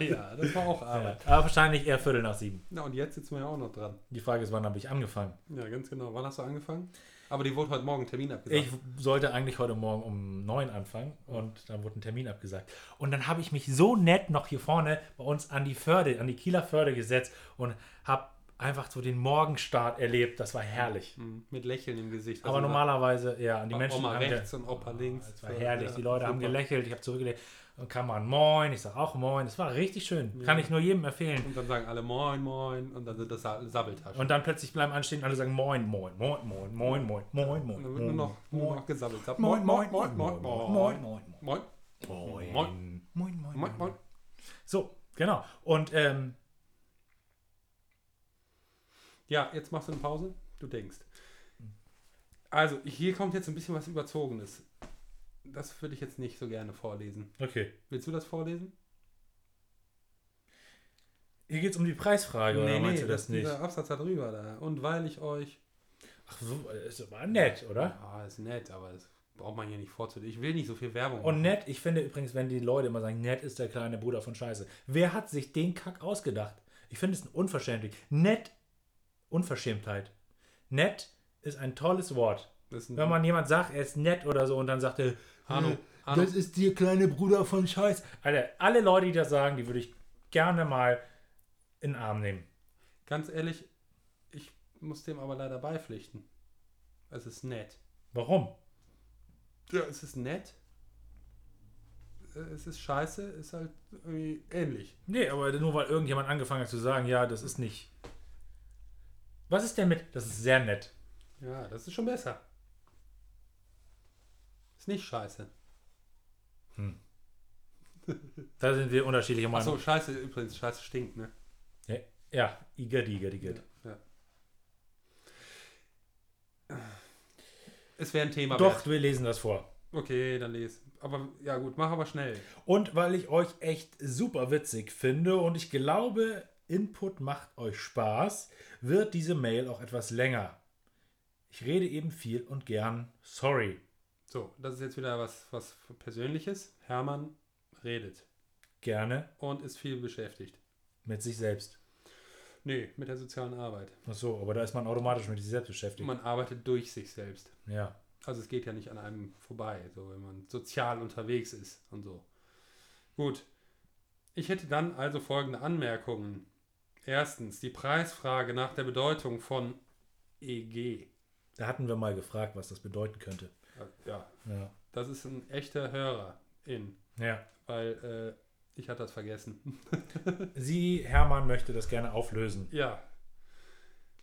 [SPEAKER 1] ja, das war auch
[SPEAKER 2] Aber
[SPEAKER 1] Arbeit.
[SPEAKER 2] wahrscheinlich eher Viertel nach sieben.
[SPEAKER 1] Na, und jetzt sitzen wir ja auch noch dran.
[SPEAKER 2] Die Frage ist, wann habe ich angefangen?
[SPEAKER 1] Ja, ganz genau. Wann hast du angefangen? Aber die wurde heute Morgen Termin abgesagt.
[SPEAKER 2] Ich sollte eigentlich heute Morgen um neun anfangen und dann wurde ein Termin abgesagt. Und dann habe ich mich so nett noch hier vorne bei uns an die Förde, an die Kieler Förde gesetzt und habe einfach so den Morgenstart erlebt. Das war herrlich.
[SPEAKER 1] Mhm, Mit Lächeln im Gesicht.
[SPEAKER 2] Aber
[SPEAKER 1] Also,
[SPEAKER 2] normalerweise, ja, und die
[SPEAKER 1] Oma
[SPEAKER 2] Menschen haben ge-
[SPEAKER 1] rechts und Opa links.
[SPEAKER 2] Es war
[SPEAKER 1] Ja,
[SPEAKER 2] herrlich. die Leute haben
[SPEAKER 1] super.
[SPEAKER 2] gelächelt, ich habe zurückgelegt. Dann kam man Moin, ich sage auch Moin. Es war richtig schön. Kann ich nur jedem empfehlen.
[SPEAKER 1] Und dann sagen alle Moin, Moin. Und dann sind das Sa- Sabbeltaschen.
[SPEAKER 2] Und dann plötzlich bleiben anstehen und alle sagen Moin, Moin, Moin, Moin, Moin, Moin, Moin,
[SPEAKER 1] Und
[SPEAKER 2] Moin.
[SPEAKER 1] dann wird nur noch, nur noch gesammelt. Sag
[SPEAKER 2] Moin, Moin,
[SPEAKER 1] Moin, Moin, Moin, Moin. Moin,
[SPEAKER 2] Moin.
[SPEAKER 1] Moin.
[SPEAKER 2] Moin, Moin,
[SPEAKER 1] Moin, Moin.
[SPEAKER 2] So, genau. Und ähm,
[SPEAKER 1] Ja, jetzt machst du eine Pause. Du denkst. Also, hier kommt jetzt ein bisschen was Überzogenes. Das würde ich jetzt nicht so gerne vorlesen.
[SPEAKER 2] okay.
[SPEAKER 1] Willst du das vorlesen?
[SPEAKER 2] Hier geht es um die Preisfrage, oder meinst du das, nicht?
[SPEAKER 1] dieser Absatz da drüber da. Und weil ich euch.
[SPEAKER 2] Ach so, ist aber nett, oder?
[SPEAKER 1] Ah, ist nett, aber das braucht man hier nicht vorzulegen. Ich will nicht so viel Werbung.
[SPEAKER 2] Und nett, ich finde übrigens, wenn die Leute immer sagen, nett ist der kleine Bruder von Scheiße. Wer hat sich den Kack ausgedacht? Ich finde es unverständlich. Nett, Unverschämtheit. Nett ist ein tolles Wort.
[SPEAKER 1] das ist ein,
[SPEAKER 2] Wenn man jemand sagt, er ist nett oder so und dann sagt er,
[SPEAKER 1] Hanno,
[SPEAKER 2] "Äh,
[SPEAKER 1] Hanno."
[SPEAKER 2] das ist dir kleine Bruder von Scheiß. Alter, alle Leute, die das sagen, die würde ich gerne mal in den Arm nehmen.
[SPEAKER 1] ganz ehrlich, ich muss dem aber leider beipflichten. Es ist nett.
[SPEAKER 2] Warum?
[SPEAKER 1] Ja, es ist nett. Äh, Es ist scheiße, ist halt irgendwie ähnlich.
[SPEAKER 2] Nee, aber nur weil irgendjemand angefangen hat zu sagen, ja, das ist nicht. Was ist denn mit? Das ist sehr nett.
[SPEAKER 1] Ja, das ist schon besser. Ist nicht scheiße.
[SPEAKER 2] Da sind wir unterschiedlicher Meinung.
[SPEAKER 1] Achso, scheiße übrigens, scheiße stinkt, ne?
[SPEAKER 2] Ja, ja, Iger, die Iger, die geht.
[SPEAKER 1] Ja. Es wäre ein Thema.
[SPEAKER 2] Doch, wir lesen das vor.
[SPEAKER 1] wert. Okay, dann lese. Aber ja gut, mach aber schnell.
[SPEAKER 2] Und weil ich euch echt super witzig finde und ich glaube, Input macht euch Spaß, wird diese Mail auch etwas länger. Ich rede eben viel und gern. Sorry.
[SPEAKER 1] So, das ist jetzt wieder was, was Persönliches. Hermann redet
[SPEAKER 2] Gerne
[SPEAKER 1] und ist viel beschäftigt.
[SPEAKER 2] mit sich selbst.
[SPEAKER 1] Nee, mit der sozialen Arbeit.
[SPEAKER 2] Ach so, aber da ist man automatisch mit sich selbst beschäftigt.
[SPEAKER 1] Man arbeitet durch sich selbst.
[SPEAKER 2] Ja.
[SPEAKER 1] Also es geht ja nicht an einem vorbei, so wenn man sozial unterwegs ist und so. Gut. Ich hätte dann also folgende Anmerkungen. Erstens, die Preisfrage nach der Bedeutung von E EG.
[SPEAKER 2] Da hatten wir mal gefragt, was das bedeuten könnte.
[SPEAKER 1] Ja,
[SPEAKER 2] Ja.
[SPEAKER 1] das ist ein echter Hörer in,
[SPEAKER 2] Ja.
[SPEAKER 1] weil äh, ich hatte das vergessen.
[SPEAKER 2] Sie, Hermann, möchte das gerne auflösen.
[SPEAKER 1] ja.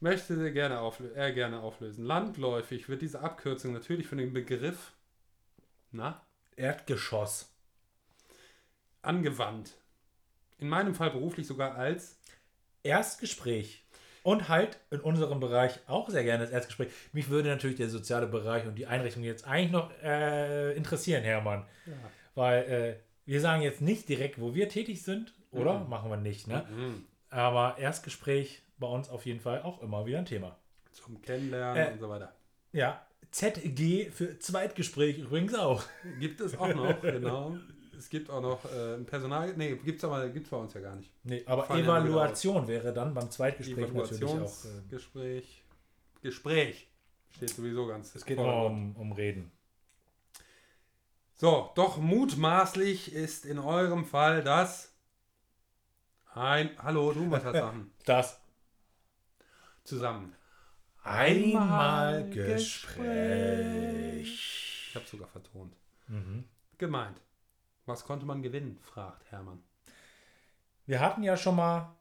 [SPEAKER 1] Möchte sie gerne auflösen, er gerne auflösen. Landläufig wird diese Abkürzung natürlich von dem Begriff, na,
[SPEAKER 2] Erdgeschoss.
[SPEAKER 1] angewandt. In meinem Fall beruflich sogar als
[SPEAKER 2] Erstgespräch. Und halt in unserem Bereich auch sehr gerne das Erstgespräch. Mich würde natürlich der soziale Bereich und die Einrichtung jetzt eigentlich noch äh, interessieren, Hermann. Weil äh, wir sagen jetzt nicht direkt, wo wir tätig sind, oder? Machen wir nicht, ne?
[SPEAKER 1] Mhm,
[SPEAKER 2] Aber Erstgespräch bei uns auf jeden Fall auch immer wieder ein Thema.
[SPEAKER 1] zum Kennenlernen
[SPEAKER 2] Äh.
[SPEAKER 1] und so weiter.
[SPEAKER 2] Ja, ZG für Zweitgespräch übrigens auch.
[SPEAKER 1] Gibt es auch noch,
[SPEAKER 2] [laughs]
[SPEAKER 1] genau. Es gibt auch noch äh, ein Personal. Nee, gibt's aber gibt's bei uns ja gar nicht.
[SPEAKER 2] Nee, aber
[SPEAKER 1] Fallen dann wieder
[SPEAKER 2] Evaluation wäre dann beim Zweitgespräch natürlich auch. Äh,
[SPEAKER 1] Evaluationsgespräch. Gespräch. Steht sowieso ganz.
[SPEAKER 2] es geht
[SPEAKER 1] vorne
[SPEAKER 2] immer
[SPEAKER 1] drin.
[SPEAKER 2] um, um Reden.
[SPEAKER 1] So, doch mutmaßlich ist in eurem Fall das ein. Hallo, du musst das
[SPEAKER 2] [laughs]
[SPEAKER 1] sagen.
[SPEAKER 2] Das
[SPEAKER 1] Zusammen.
[SPEAKER 2] Einmal
[SPEAKER 1] Einmal
[SPEAKER 2] Gespräch.
[SPEAKER 1] Ich habe sogar vertont.
[SPEAKER 2] Mhm.
[SPEAKER 1] Gemeint. Was konnte man gewinnen? fragt Hermann.
[SPEAKER 2] Wir hatten ja schon mal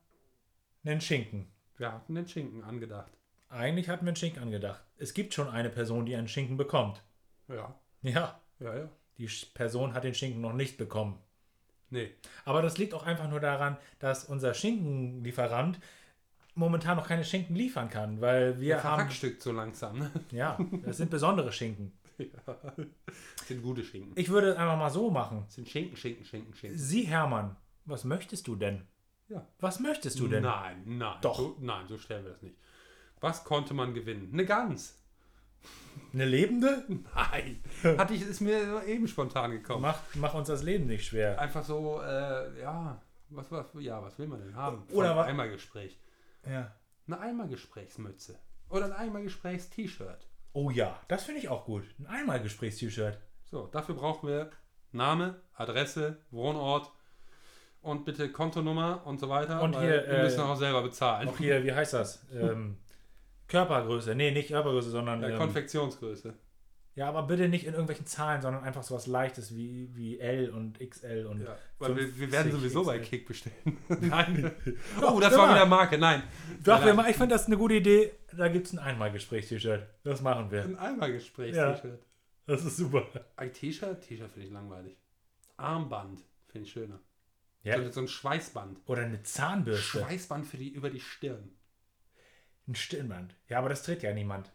[SPEAKER 2] einen Schinken.
[SPEAKER 1] Wir hatten den Schinken angedacht.
[SPEAKER 2] Eigentlich hatten wir einen Schinken angedacht. Es gibt schon eine Person, die einen Schinken bekommt.
[SPEAKER 1] Ja,
[SPEAKER 2] Ja,
[SPEAKER 1] ja, ja.
[SPEAKER 2] die Sch- Person hat den Schinken noch nicht bekommen.
[SPEAKER 1] Nee,
[SPEAKER 2] Aber das liegt auch einfach nur daran, dass unser Schinkenlieferant momentan noch keine Schinken liefern kann, weil wir
[SPEAKER 1] der
[SPEAKER 2] haben.
[SPEAKER 1] verhackstückt so langsam. Ne? [laughs]
[SPEAKER 2] Ja, das sind besondere Schinken.
[SPEAKER 1] Das sind gute Schinken.
[SPEAKER 2] Ich würde es einfach mal so machen.
[SPEAKER 1] Das sind Schinken, Schinken, Schinken, Schinken.
[SPEAKER 2] Sie, Hermann, was möchtest du denn?
[SPEAKER 1] Ja.
[SPEAKER 2] Was möchtest du denn?
[SPEAKER 1] Nein, nein.
[SPEAKER 2] Doch.
[SPEAKER 1] So, nein, so stellen wir das nicht. Was konnte man gewinnen? Eine
[SPEAKER 2] [laughs]
[SPEAKER 1] Gans.
[SPEAKER 2] Eine lebende?
[SPEAKER 1] Nein. Hatte ich, ist mir eben spontan gekommen.
[SPEAKER 2] Mach, mach uns das Leben nicht schwer.
[SPEAKER 1] Einfach so, äh, ja, was, was, ja, was will man denn haben?
[SPEAKER 2] Oder wa-
[SPEAKER 1] ein Eimergespräch.
[SPEAKER 2] Ja.
[SPEAKER 1] Eine Eimergesprächsmütze. Oder ein Eimergesprächst-T-Shirt.
[SPEAKER 2] Oh ja, das finde ich auch gut. Ein Einmalgesprächst-T-Shirt.
[SPEAKER 1] So, dafür brauchen wir Name, Adresse, Wohnort und bitte Kontonummer und so weiter.
[SPEAKER 2] Und hier,
[SPEAKER 1] wir
[SPEAKER 2] äh,
[SPEAKER 1] müssen auch selber bezahlen. [laughs]
[SPEAKER 2] Auch hier, wie heißt das? Ähm, Körpergröße. Nee, nicht Körpergröße, sondern.
[SPEAKER 1] Äh,
[SPEAKER 2] Ähm,
[SPEAKER 1] Konfektionsgröße.
[SPEAKER 2] ja, aber bitte nicht in irgendwelchen Zahlen, sondern einfach sowas Leichtes wie, wie L und XL und.
[SPEAKER 1] Ja, weil wir, wir werden
[SPEAKER 2] 50
[SPEAKER 1] sowieso bei
[SPEAKER 2] XL.
[SPEAKER 1] Kick bestellen. [laughs] Nein.
[SPEAKER 2] Doch,
[SPEAKER 1] Oh, das
[SPEAKER 2] sag
[SPEAKER 1] war
[SPEAKER 2] mal.
[SPEAKER 1] wieder Marke. Nein.
[SPEAKER 2] Doch, wir
[SPEAKER 1] Nein.
[SPEAKER 2] ma- ich finde das eine gute Idee. Da gibt es ein Einmalgesprächst-T-Shirt. Das machen wir.
[SPEAKER 1] Ein Einmalgespräch.
[SPEAKER 2] Ja.
[SPEAKER 1] T-Shirt.
[SPEAKER 2] Das ist super.
[SPEAKER 1] Ein T-Shirt? T-Shirt finde ich langweilig. Armband finde ich schöner.
[SPEAKER 2] Ja.
[SPEAKER 1] So, so ein Schweißband.
[SPEAKER 2] Oder eine Zahnbürste.
[SPEAKER 1] Schweißband für die, über die Stirn.
[SPEAKER 2] Ein Stirnband. Ja, aber das trägt ja
[SPEAKER 1] [laughs]
[SPEAKER 2] niemand.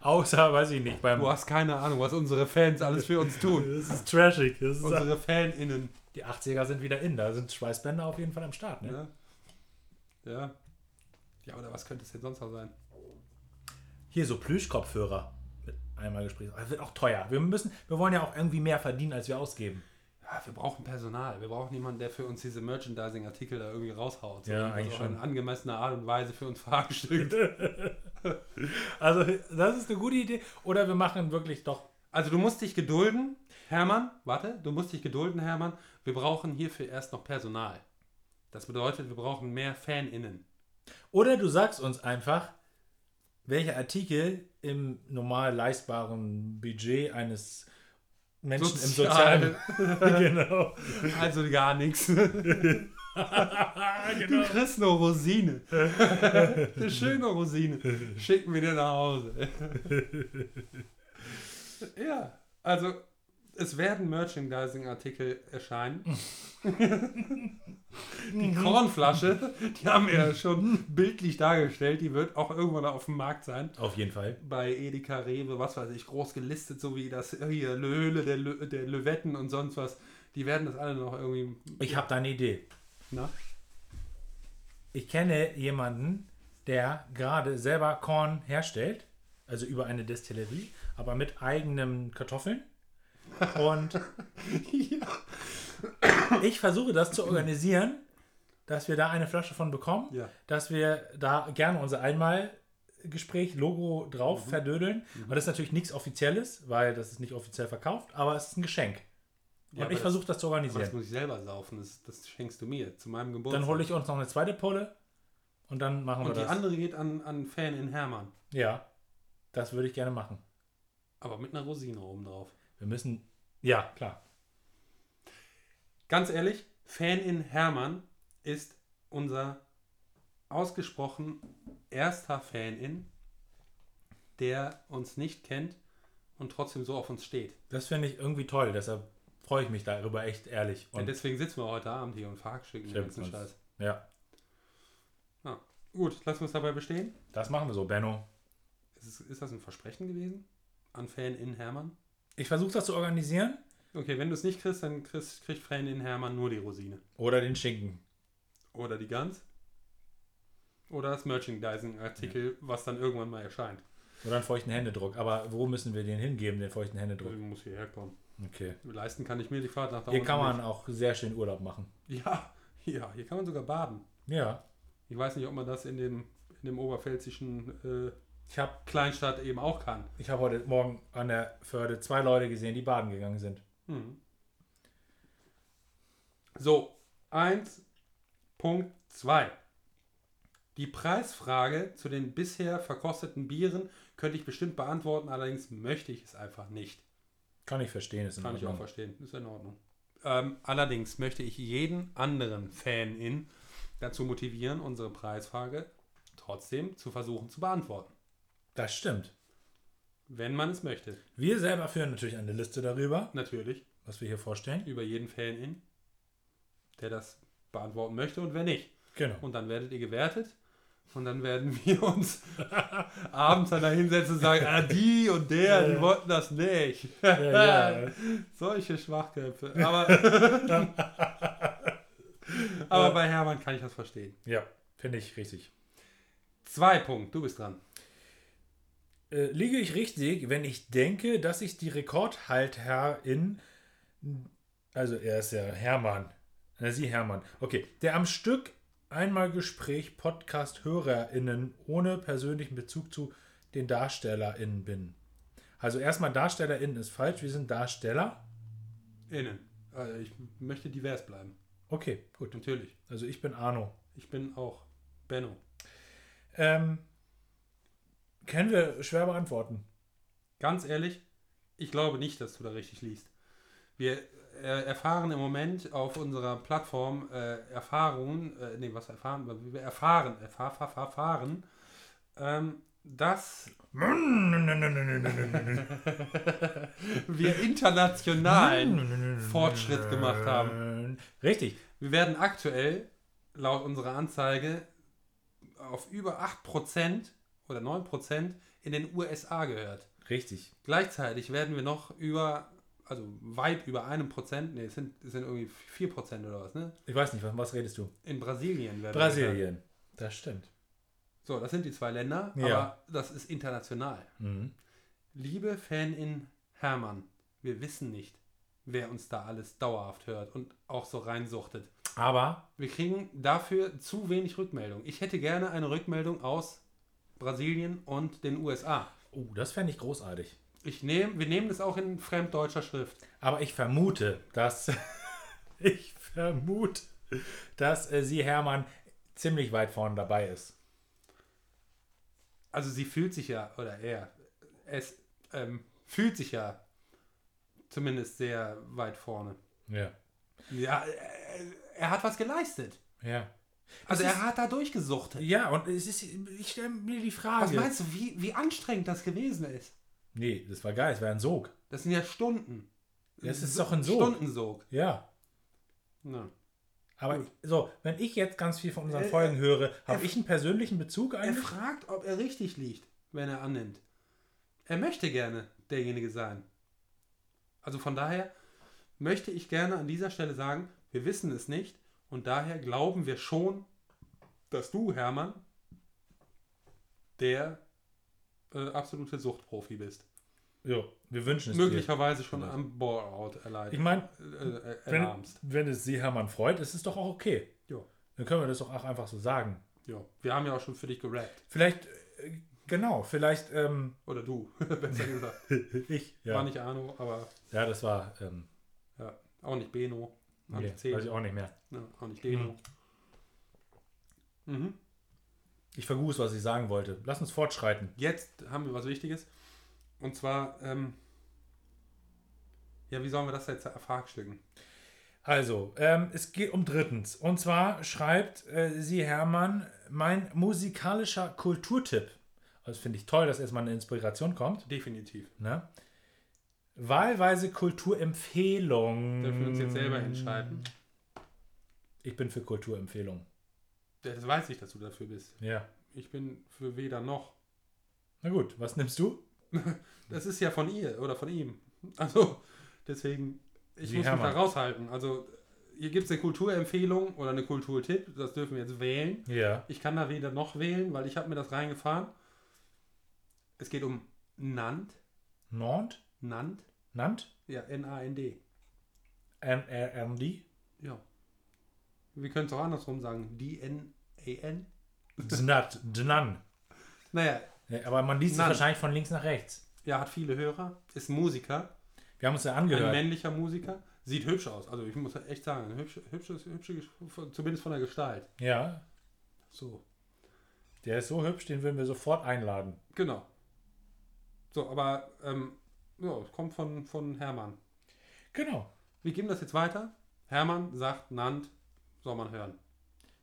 [SPEAKER 2] Außer, weiß ich nicht, beim.
[SPEAKER 1] Du hast keine Ahnung, was unsere Fans alles für uns tun.
[SPEAKER 2] Das ist trashig. Das ist
[SPEAKER 1] unsere FanInnen.
[SPEAKER 2] die 80er sind wieder in. Da sind Schweißbänder auf jeden Fall am Start. Ne?
[SPEAKER 1] Ne? Ja. Ja, oder was könnte es denn sonst noch sein?
[SPEAKER 2] Hier so Plüschkopfhörer. Mit einmal Gespräch. Das wird auch teuer. Wir müssen, wir wollen ja auch irgendwie mehr verdienen, als wir ausgeben.
[SPEAKER 1] Ja, wir brauchen Personal. Wir brauchen jemanden, der für uns diese Merchandising-Artikel da irgendwie raushaut.
[SPEAKER 2] Ja,
[SPEAKER 1] und das
[SPEAKER 2] eigentlich
[SPEAKER 1] auch in
[SPEAKER 2] schon.
[SPEAKER 1] angemessener Art und Weise für uns [laughs] veranstückt.
[SPEAKER 2] Also, das ist eine gute Idee. Oder wir machen wirklich doch.
[SPEAKER 1] Also du musst dich gedulden, Hermann. Warte, du musst dich gedulden, Hermann. Wir brauchen hierfür erst noch Personal. Das bedeutet, wir brauchen mehr FanInnen.
[SPEAKER 2] Oder du sagst uns einfach, welcher Artikel im normal leistbaren Budget eines Menschen
[SPEAKER 1] [laughs] Sozial.
[SPEAKER 2] im Sozialen. [laughs] genau. [laughs]
[SPEAKER 1] [laughs] Also gar nichts. Du
[SPEAKER 2] Genau.
[SPEAKER 1] kriegst eine [laughs] Rosine. Eine schöne Rosine. Schicken wir dir nach Hause. [laughs] Ja, also es werden Merchandising-Artikel [laughs] erscheinen. Die Kornflasche, die haben wir ja schon bildlich dargestellt, die wird auch irgendwann auf dem Markt sein.
[SPEAKER 2] Auf jeden Fall.
[SPEAKER 1] bei Edeka, Rewe, was weiß ich, groß gelistet, so wie das hier Löhle der, Lö der Löwetten und sonst was. Die werden das alle noch irgendwie.
[SPEAKER 2] Ich habe da eine Idee.
[SPEAKER 1] [laughs] Na?
[SPEAKER 2] Ich kenne jemanden, der gerade selber Korn herstellt, also über eine Destillerie, aber mit eigenen Kartoffeln.
[SPEAKER 1] [laughs]
[SPEAKER 2] Und ich versuche das zu organisieren, dass wir da eine Flasche von bekommen,
[SPEAKER 1] Ja.
[SPEAKER 2] dass wir da gerne unser Einmalgespräch, Logo
[SPEAKER 1] Mhm.
[SPEAKER 2] drauf verdödeln. Und das ist natürlich nichts Offizielles, weil das ist nicht offiziell verkauft, aber es ist ein Geschenk. Und
[SPEAKER 1] Ja, aber
[SPEAKER 2] ich
[SPEAKER 1] das-
[SPEAKER 2] versuche das zu
[SPEAKER 1] Aber das
[SPEAKER 2] organisieren.
[SPEAKER 1] muss ich selber saufen, das, das schenkst du mir zu meinem Geburtstag.
[SPEAKER 2] Dann hole ich uns noch eine zweite Pulle und dann machen wir
[SPEAKER 1] Und die
[SPEAKER 2] das.
[SPEAKER 1] andere geht an, an Fan in Hermann.
[SPEAKER 2] Ja, das würde ich gerne machen.
[SPEAKER 1] Aber mit einer Rosine oben drauf.
[SPEAKER 2] Wir müssen. Ja, klar.
[SPEAKER 1] Ganz ehrlich, Fan in Hermann ist unser ausgesprochen erster Fan in, der uns nicht kennt und trotzdem so auf uns steht.
[SPEAKER 2] Das finde ich irgendwie toll, deshalb freue ich mich darüber echt ehrlich.
[SPEAKER 1] Und
[SPEAKER 2] Und
[SPEAKER 1] deswegen sitzen wir heute Abend hier und verhackstücken den
[SPEAKER 2] Stimmt,
[SPEAKER 1] ganzen
[SPEAKER 2] sonst-
[SPEAKER 1] Scheiß.
[SPEAKER 2] ja,
[SPEAKER 1] Ah, gut, lassen wir es dabei bestehen.
[SPEAKER 2] das machen wir so, Benno.
[SPEAKER 1] Ist, es- ist das ein Versprechen gewesen? An Fan in Hermann?
[SPEAKER 2] Ich versuche das zu organisieren.
[SPEAKER 1] Okay, wenn du es nicht kriegst, dann kriegst, kriegt Fan in Hermann nur die Rosine.
[SPEAKER 2] Oder den Schinken.
[SPEAKER 1] Oder die Gans. Oder das Merchandising-Artikel, was dann irgendwann mal erscheint.
[SPEAKER 2] Oder einen feuchten Händedruck. Aber wo müssen wir den hingeben, den feuchten
[SPEAKER 1] Also,
[SPEAKER 2] Händedruck?
[SPEAKER 1] ich muss hierher kommen.
[SPEAKER 2] Okay.
[SPEAKER 1] Leisten kann ich mir die Fahrt nach da
[SPEAKER 2] Hier
[SPEAKER 1] unten
[SPEAKER 2] kann man auch sehr schön Urlaub machen.
[SPEAKER 1] nicht. Ja, ja, hier kann man sogar baden.
[SPEAKER 2] Ja.
[SPEAKER 1] Ich weiß nicht, ob man das in dem, in dem oberpfälzischen äh,
[SPEAKER 2] Ich habe
[SPEAKER 1] Kleinstadt eben auch kann.
[SPEAKER 2] ich hab heute Morgen an der Förde zwei Leute gesehen, die baden gegangen sind.
[SPEAKER 1] Hm. So, 1.2. Die Preisfrage zu den bisher verkosteten Bieren könnte ich bestimmt beantworten, allerdings möchte ich es einfach nicht.
[SPEAKER 2] Kann ich verstehen, ist in
[SPEAKER 1] Kann ich auch
[SPEAKER 2] Ordnung.
[SPEAKER 1] verstehen, ist in Ordnung. Ähm, allerdings möchte ich jeden anderen Fan in dazu motivieren, unsere Preisfrage trotzdem zu versuchen zu beantworten,
[SPEAKER 2] Das stimmt.
[SPEAKER 1] wenn man es möchte.
[SPEAKER 2] Wir selber führen natürlich eine Liste darüber,
[SPEAKER 1] Natürlich
[SPEAKER 2] was wir hier vorstellen.
[SPEAKER 1] über jeden Fan in, der das beantworten möchte und wer nicht.
[SPEAKER 2] Genau.
[SPEAKER 1] Und dann werdet ihr gewertet. Und dann werden wir
[SPEAKER 2] [laughs]
[SPEAKER 1] uns abends dann da hinsetzen und sagen, ah, die und der, die wollten das nicht.
[SPEAKER 2] Ja, ja.
[SPEAKER 1] [laughs] Solche Schwachköpfe.
[SPEAKER 2] [laughs]
[SPEAKER 1] Aber, aber bei Hermann kann ich das verstehen.
[SPEAKER 2] Ja, finde ich richtig.
[SPEAKER 1] Zwei Punkt, du bist dran.
[SPEAKER 2] Äh, liege ich richtig, wenn ich denke, dass ich die Rekordhalterin, also er ist ja Hermann, äh, sie Hermann, okay, der am Stück Einmal Gespräch Podcast-HörerInnen ohne persönlichen Bezug zu den DarstellerInnen bin. Also erstmal DarstellerInnen ist falsch, wir sind Darsteller.
[SPEAKER 1] Innen. Also ich möchte divers bleiben.
[SPEAKER 2] Okay, gut.
[SPEAKER 1] Natürlich.
[SPEAKER 2] Also ich bin Arno.
[SPEAKER 1] Ich bin auch Benno.
[SPEAKER 2] Ähm, können wir schwer beantworten.
[SPEAKER 1] Ganz ehrlich, ich glaube nicht, dass du da richtig liest. Wir äh, erfahren im Moment auf unserer Plattform äh, Erfahrungen, äh, nee, was erfahren, wir erfahren, erfahr, fahr, fahr, fahren, ähm, dass wir
[SPEAKER 2] Hm.
[SPEAKER 1] international Fortschritt gemacht haben.
[SPEAKER 2] Richtig.
[SPEAKER 1] wir werden aktuell laut unserer Anzeige auf über 8% oder 9% in den USA gehört.
[SPEAKER 2] Richtig.
[SPEAKER 1] Gleichzeitig werden wir noch über, also weit über einem Prozent, nee, es sind, es sind irgendwie 4 Prozent oder was, ne?
[SPEAKER 2] Ich weiß nicht, von was redest du?
[SPEAKER 1] In Brasilien werden Wir gehört.
[SPEAKER 2] Brasilien. Das stimmt.
[SPEAKER 1] so, das sind die zwei Länder,
[SPEAKER 2] Ja.
[SPEAKER 1] aber das ist international.
[SPEAKER 2] Mhm.
[SPEAKER 1] Liebe Fanin Hermann, wir wissen nicht, wer uns da alles dauerhaft hört und auch so reinsuchtet.
[SPEAKER 2] Aber
[SPEAKER 1] Wir kriegen dafür zu wenig Rückmeldung. Ich hätte gerne eine Rückmeldung aus Brasilien und den USA.
[SPEAKER 2] Oh, das fände ich großartig.
[SPEAKER 1] Ich nehm, wir nehmen das auch in fremddeutscher Schrift.
[SPEAKER 2] Aber ich vermute, dass [laughs] ich vermute, dass äh, sie Hermann ziemlich weit vorne dabei ist.
[SPEAKER 1] Also sie fühlt sich ja, oder er, es ähm, fühlt sich ja zumindest sehr weit vorne.
[SPEAKER 2] Ja.
[SPEAKER 1] Ja, äh, er hat was geleistet.
[SPEAKER 2] Ja.
[SPEAKER 1] Also
[SPEAKER 2] Es
[SPEAKER 1] er hat da durchgesuchtet.
[SPEAKER 2] Ja, und es ist, ich stelle mir die Frage.
[SPEAKER 1] Was meinst du, wie, wie anstrengend das gewesen ist?
[SPEAKER 2] Nee, das war geil, es war ein Sog.
[SPEAKER 1] Das sind ja Stunden.
[SPEAKER 2] Das ist doch ein Sog.
[SPEAKER 1] Stundensog.
[SPEAKER 2] Ja.
[SPEAKER 1] Ja.
[SPEAKER 2] Aber so, wenn ich jetzt ganz viel von unseren Folgen höre, habe ich einen persönlichen Bezug
[SPEAKER 1] Er
[SPEAKER 2] eigentlich?
[SPEAKER 1] fragt, ob er richtig liegt, wenn er annimmt. Er möchte gerne derjenige sein. Also von daher möchte ich gerne an dieser Stelle sagen, wir wissen es nicht und daher glauben wir schon, dass du, Hermann, der äh, absolute Suchtprofi bist.
[SPEAKER 2] Ja, wir wünschen es dir.
[SPEAKER 1] Möglicherweise schon
[SPEAKER 2] Vielleicht.
[SPEAKER 1] am Bore-out erleiden.
[SPEAKER 2] Ich meine,
[SPEAKER 1] äh, äh,
[SPEAKER 2] wenn,
[SPEAKER 1] erlahmst.
[SPEAKER 2] wenn es sie Hermann freut, ist es doch auch okay.
[SPEAKER 1] Jo,
[SPEAKER 2] Dann können wir das doch auch einfach so sagen.
[SPEAKER 1] jo. Wir haben ja auch schon für dich gerappt.
[SPEAKER 2] Vielleicht, äh, genau, vielleicht, ähm,
[SPEAKER 1] Oder du, [laughs]
[SPEAKER 2] [laughs]
[SPEAKER 1] besser gesagt.
[SPEAKER 2] ich, ja.
[SPEAKER 1] War nicht Arno, aber
[SPEAKER 2] Ja, das war, ähm,
[SPEAKER 1] ja, auch nicht Beno. Auch
[SPEAKER 2] nee,
[SPEAKER 1] nicht Zeno.
[SPEAKER 2] weiß ich auch nicht mehr.
[SPEAKER 1] Ja, auch nicht Deno. Mhm.
[SPEAKER 2] Ich verguß, was ich sagen wollte. Lass uns fortschreiten.
[SPEAKER 1] Jetzt haben wir was Wichtiges. Und zwar, ähm, ja, wie sollen wir das jetzt erfragstücken?
[SPEAKER 2] Also, ähm, es geht um drittens. Und zwar schreibt äh, sie Hermann, mein musikalischer Kulturtipp. Das finde ich toll, dass erstmal eine Inspiration kommt.
[SPEAKER 1] Definitiv.
[SPEAKER 2] Ne? Wahlweise Kulturempfehlung.
[SPEAKER 1] Dürfen wir uns jetzt selber
[SPEAKER 2] Mm.
[SPEAKER 1] entscheiden.
[SPEAKER 2] Ich bin für Kulturempfehlung.
[SPEAKER 1] Das weiß ich, dass du dafür bist.
[SPEAKER 2] Ja.
[SPEAKER 1] Ich bin für weder noch.
[SPEAKER 2] Na gut, was nimmst du?
[SPEAKER 1] Das ist ja von ihr oder von ihm. Also, deswegen, ich
[SPEAKER 2] Sie
[SPEAKER 1] muss
[SPEAKER 2] Hermann.
[SPEAKER 1] mich da raushalten. Also, hier gibt es eine Kulturempfehlung oder eine Kulturtipp. Das dürfen wir jetzt wählen.
[SPEAKER 2] Ja.
[SPEAKER 1] Ich kann da weder noch wählen, weil ich habe mir das reingefahren. Es geht um Nant.
[SPEAKER 2] Nord?
[SPEAKER 1] Nant?
[SPEAKER 2] Nant?
[SPEAKER 1] Ja, N-A-N-D.
[SPEAKER 2] [laughs] N-R-N-D?
[SPEAKER 1] Ja. Wir können es auch andersrum sagen. D-N-A-N?
[SPEAKER 2] Dnat. Dnan.
[SPEAKER 1] Naja,
[SPEAKER 2] Ja, Aber man liest es
[SPEAKER 1] Nant.
[SPEAKER 2] wahrscheinlich von links nach rechts.
[SPEAKER 1] er hat viele Hörer, ist ein Musiker,
[SPEAKER 2] Wir haben uns ja
[SPEAKER 1] ein
[SPEAKER 2] angehört.
[SPEAKER 1] männlicher Musiker. Sieht hübsch aus. Also ich muss echt sagen, hübsch, hübsches, hübsche, Gesch- von- zumindest von der Gestalt.
[SPEAKER 2] Ja,
[SPEAKER 1] So,
[SPEAKER 2] der ist so hübsch, den würden wir sofort einladen.
[SPEAKER 1] genau. So, aber ähm, ja, es kommt von, von Hermann.
[SPEAKER 2] Genau.
[SPEAKER 1] Wir geben das jetzt weiter. Hermann sagt, Nant, soll man hören.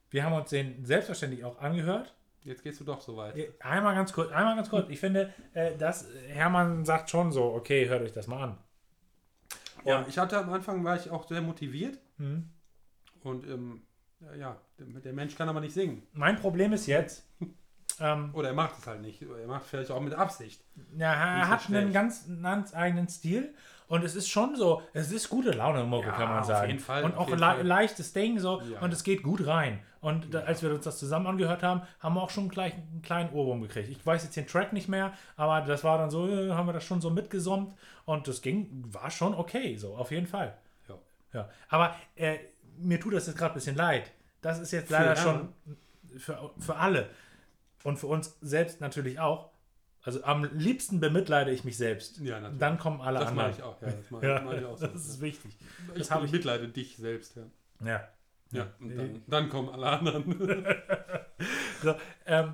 [SPEAKER 2] Wir haben uns den selbstverständlich auch angehört.
[SPEAKER 1] Jetzt gehst du doch so weit.
[SPEAKER 2] Einmal ganz kurz, einmal ganz kurz. Ich finde, äh, dass Hermann sagt schon so, okay, hört euch das mal an.
[SPEAKER 1] Ja, ich hatte am Anfang war ich auch sehr motiviert
[SPEAKER 2] Mhm.
[SPEAKER 1] und ähm, ja, der, der Mensch kann aber nicht singen.
[SPEAKER 2] Mein Problem ist jetzt, ähm,
[SPEAKER 1] Oder er macht es halt nicht. Oder Er macht vielleicht auch mit Absicht.
[SPEAKER 2] ja,
[SPEAKER 1] Nicht
[SPEAKER 2] er
[SPEAKER 1] so
[SPEAKER 2] hat einen
[SPEAKER 1] schlecht.
[SPEAKER 2] ganz, ganz eigenen Stil und es ist schon so, es ist gute Laune Mucke,
[SPEAKER 1] Ja,
[SPEAKER 2] kann man
[SPEAKER 1] auf
[SPEAKER 2] sagen.
[SPEAKER 1] jeden Fall,
[SPEAKER 2] und
[SPEAKER 1] auf
[SPEAKER 2] auch
[SPEAKER 1] jeden
[SPEAKER 2] le
[SPEAKER 1] Fall.
[SPEAKER 2] leichtes Ding so
[SPEAKER 1] Ja.
[SPEAKER 2] und es geht gut rein. Und da, als wir uns das zusammen angehört haben, haben wir auch schon gleich einen kleinen Ohrwurm gekriegt. Ich weiß jetzt den Track nicht mehr, aber das war dann so, äh, haben wir das schon so mitgesummt und das ging, war schon okay, so auf jeden Fall.
[SPEAKER 1] Ja.
[SPEAKER 2] Ja, aber äh, mir tut das jetzt gerade ein bisschen leid, das ist jetzt
[SPEAKER 1] Vier
[SPEAKER 2] leider
[SPEAKER 1] Jahre.
[SPEAKER 2] schon für, für alle und für uns selbst natürlich auch. Also am liebsten bemitleide ich mich selbst.
[SPEAKER 1] Ja, natürlich.
[SPEAKER 2] Dann kommen alle
[SPEAKER 1] Das mache
[SPEAKER 2] anderen.
[SPEAKER 1] ich auch. Ja, das mache
[SPEAKER 2] Ja, [laughs]
[SPEAKER 1] mache ich auch so.
[SPEAKER 2] das ist wichtig.
[SPEAKER 1] ich
[SPEAKER 2] habe ich-
[SPEAKER 1] mitleide dich selbst. Ja,
[SPEAKER 2] Ja.
[SPEAKER 1] ja und dann, dann kommen alle anderen.
[SPEAKER 2] So, ähm,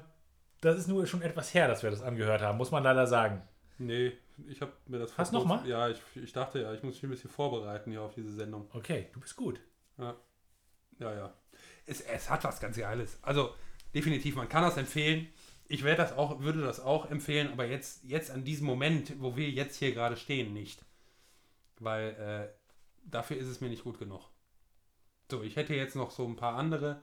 [SPEAKER 2] das ist nur schon etwas her, dass wir das angehört haben, muss man leider sagen.
[SPEAKER 1] nee, ich habe mir das vor
[SPEAKER 2] Hast du noch
[SPEAKER 1] kurzem-
[SPEAKER 2] mal?
[SPEAKER 1] Ja, ich, ich dachte ja, ich muss mich ein bisschen vorbereiten hier auf diese Sendung.
[SPEAKER 2] Okay, du bist gut.
[SPEAKER 1] Ja, ja. Es, es hat was ganz Geiles. Also, definitiv, man kann das empfehlen. Ich werde das auch, würde das auch empfehlen, aber jetzt, jetzt an diesem Moment, wo wir jetzt hier gerade stehen, nicht. Weil äh, dafür ist es mir nicht gut genug. So, ich hätte jetzt noch so ein paar andere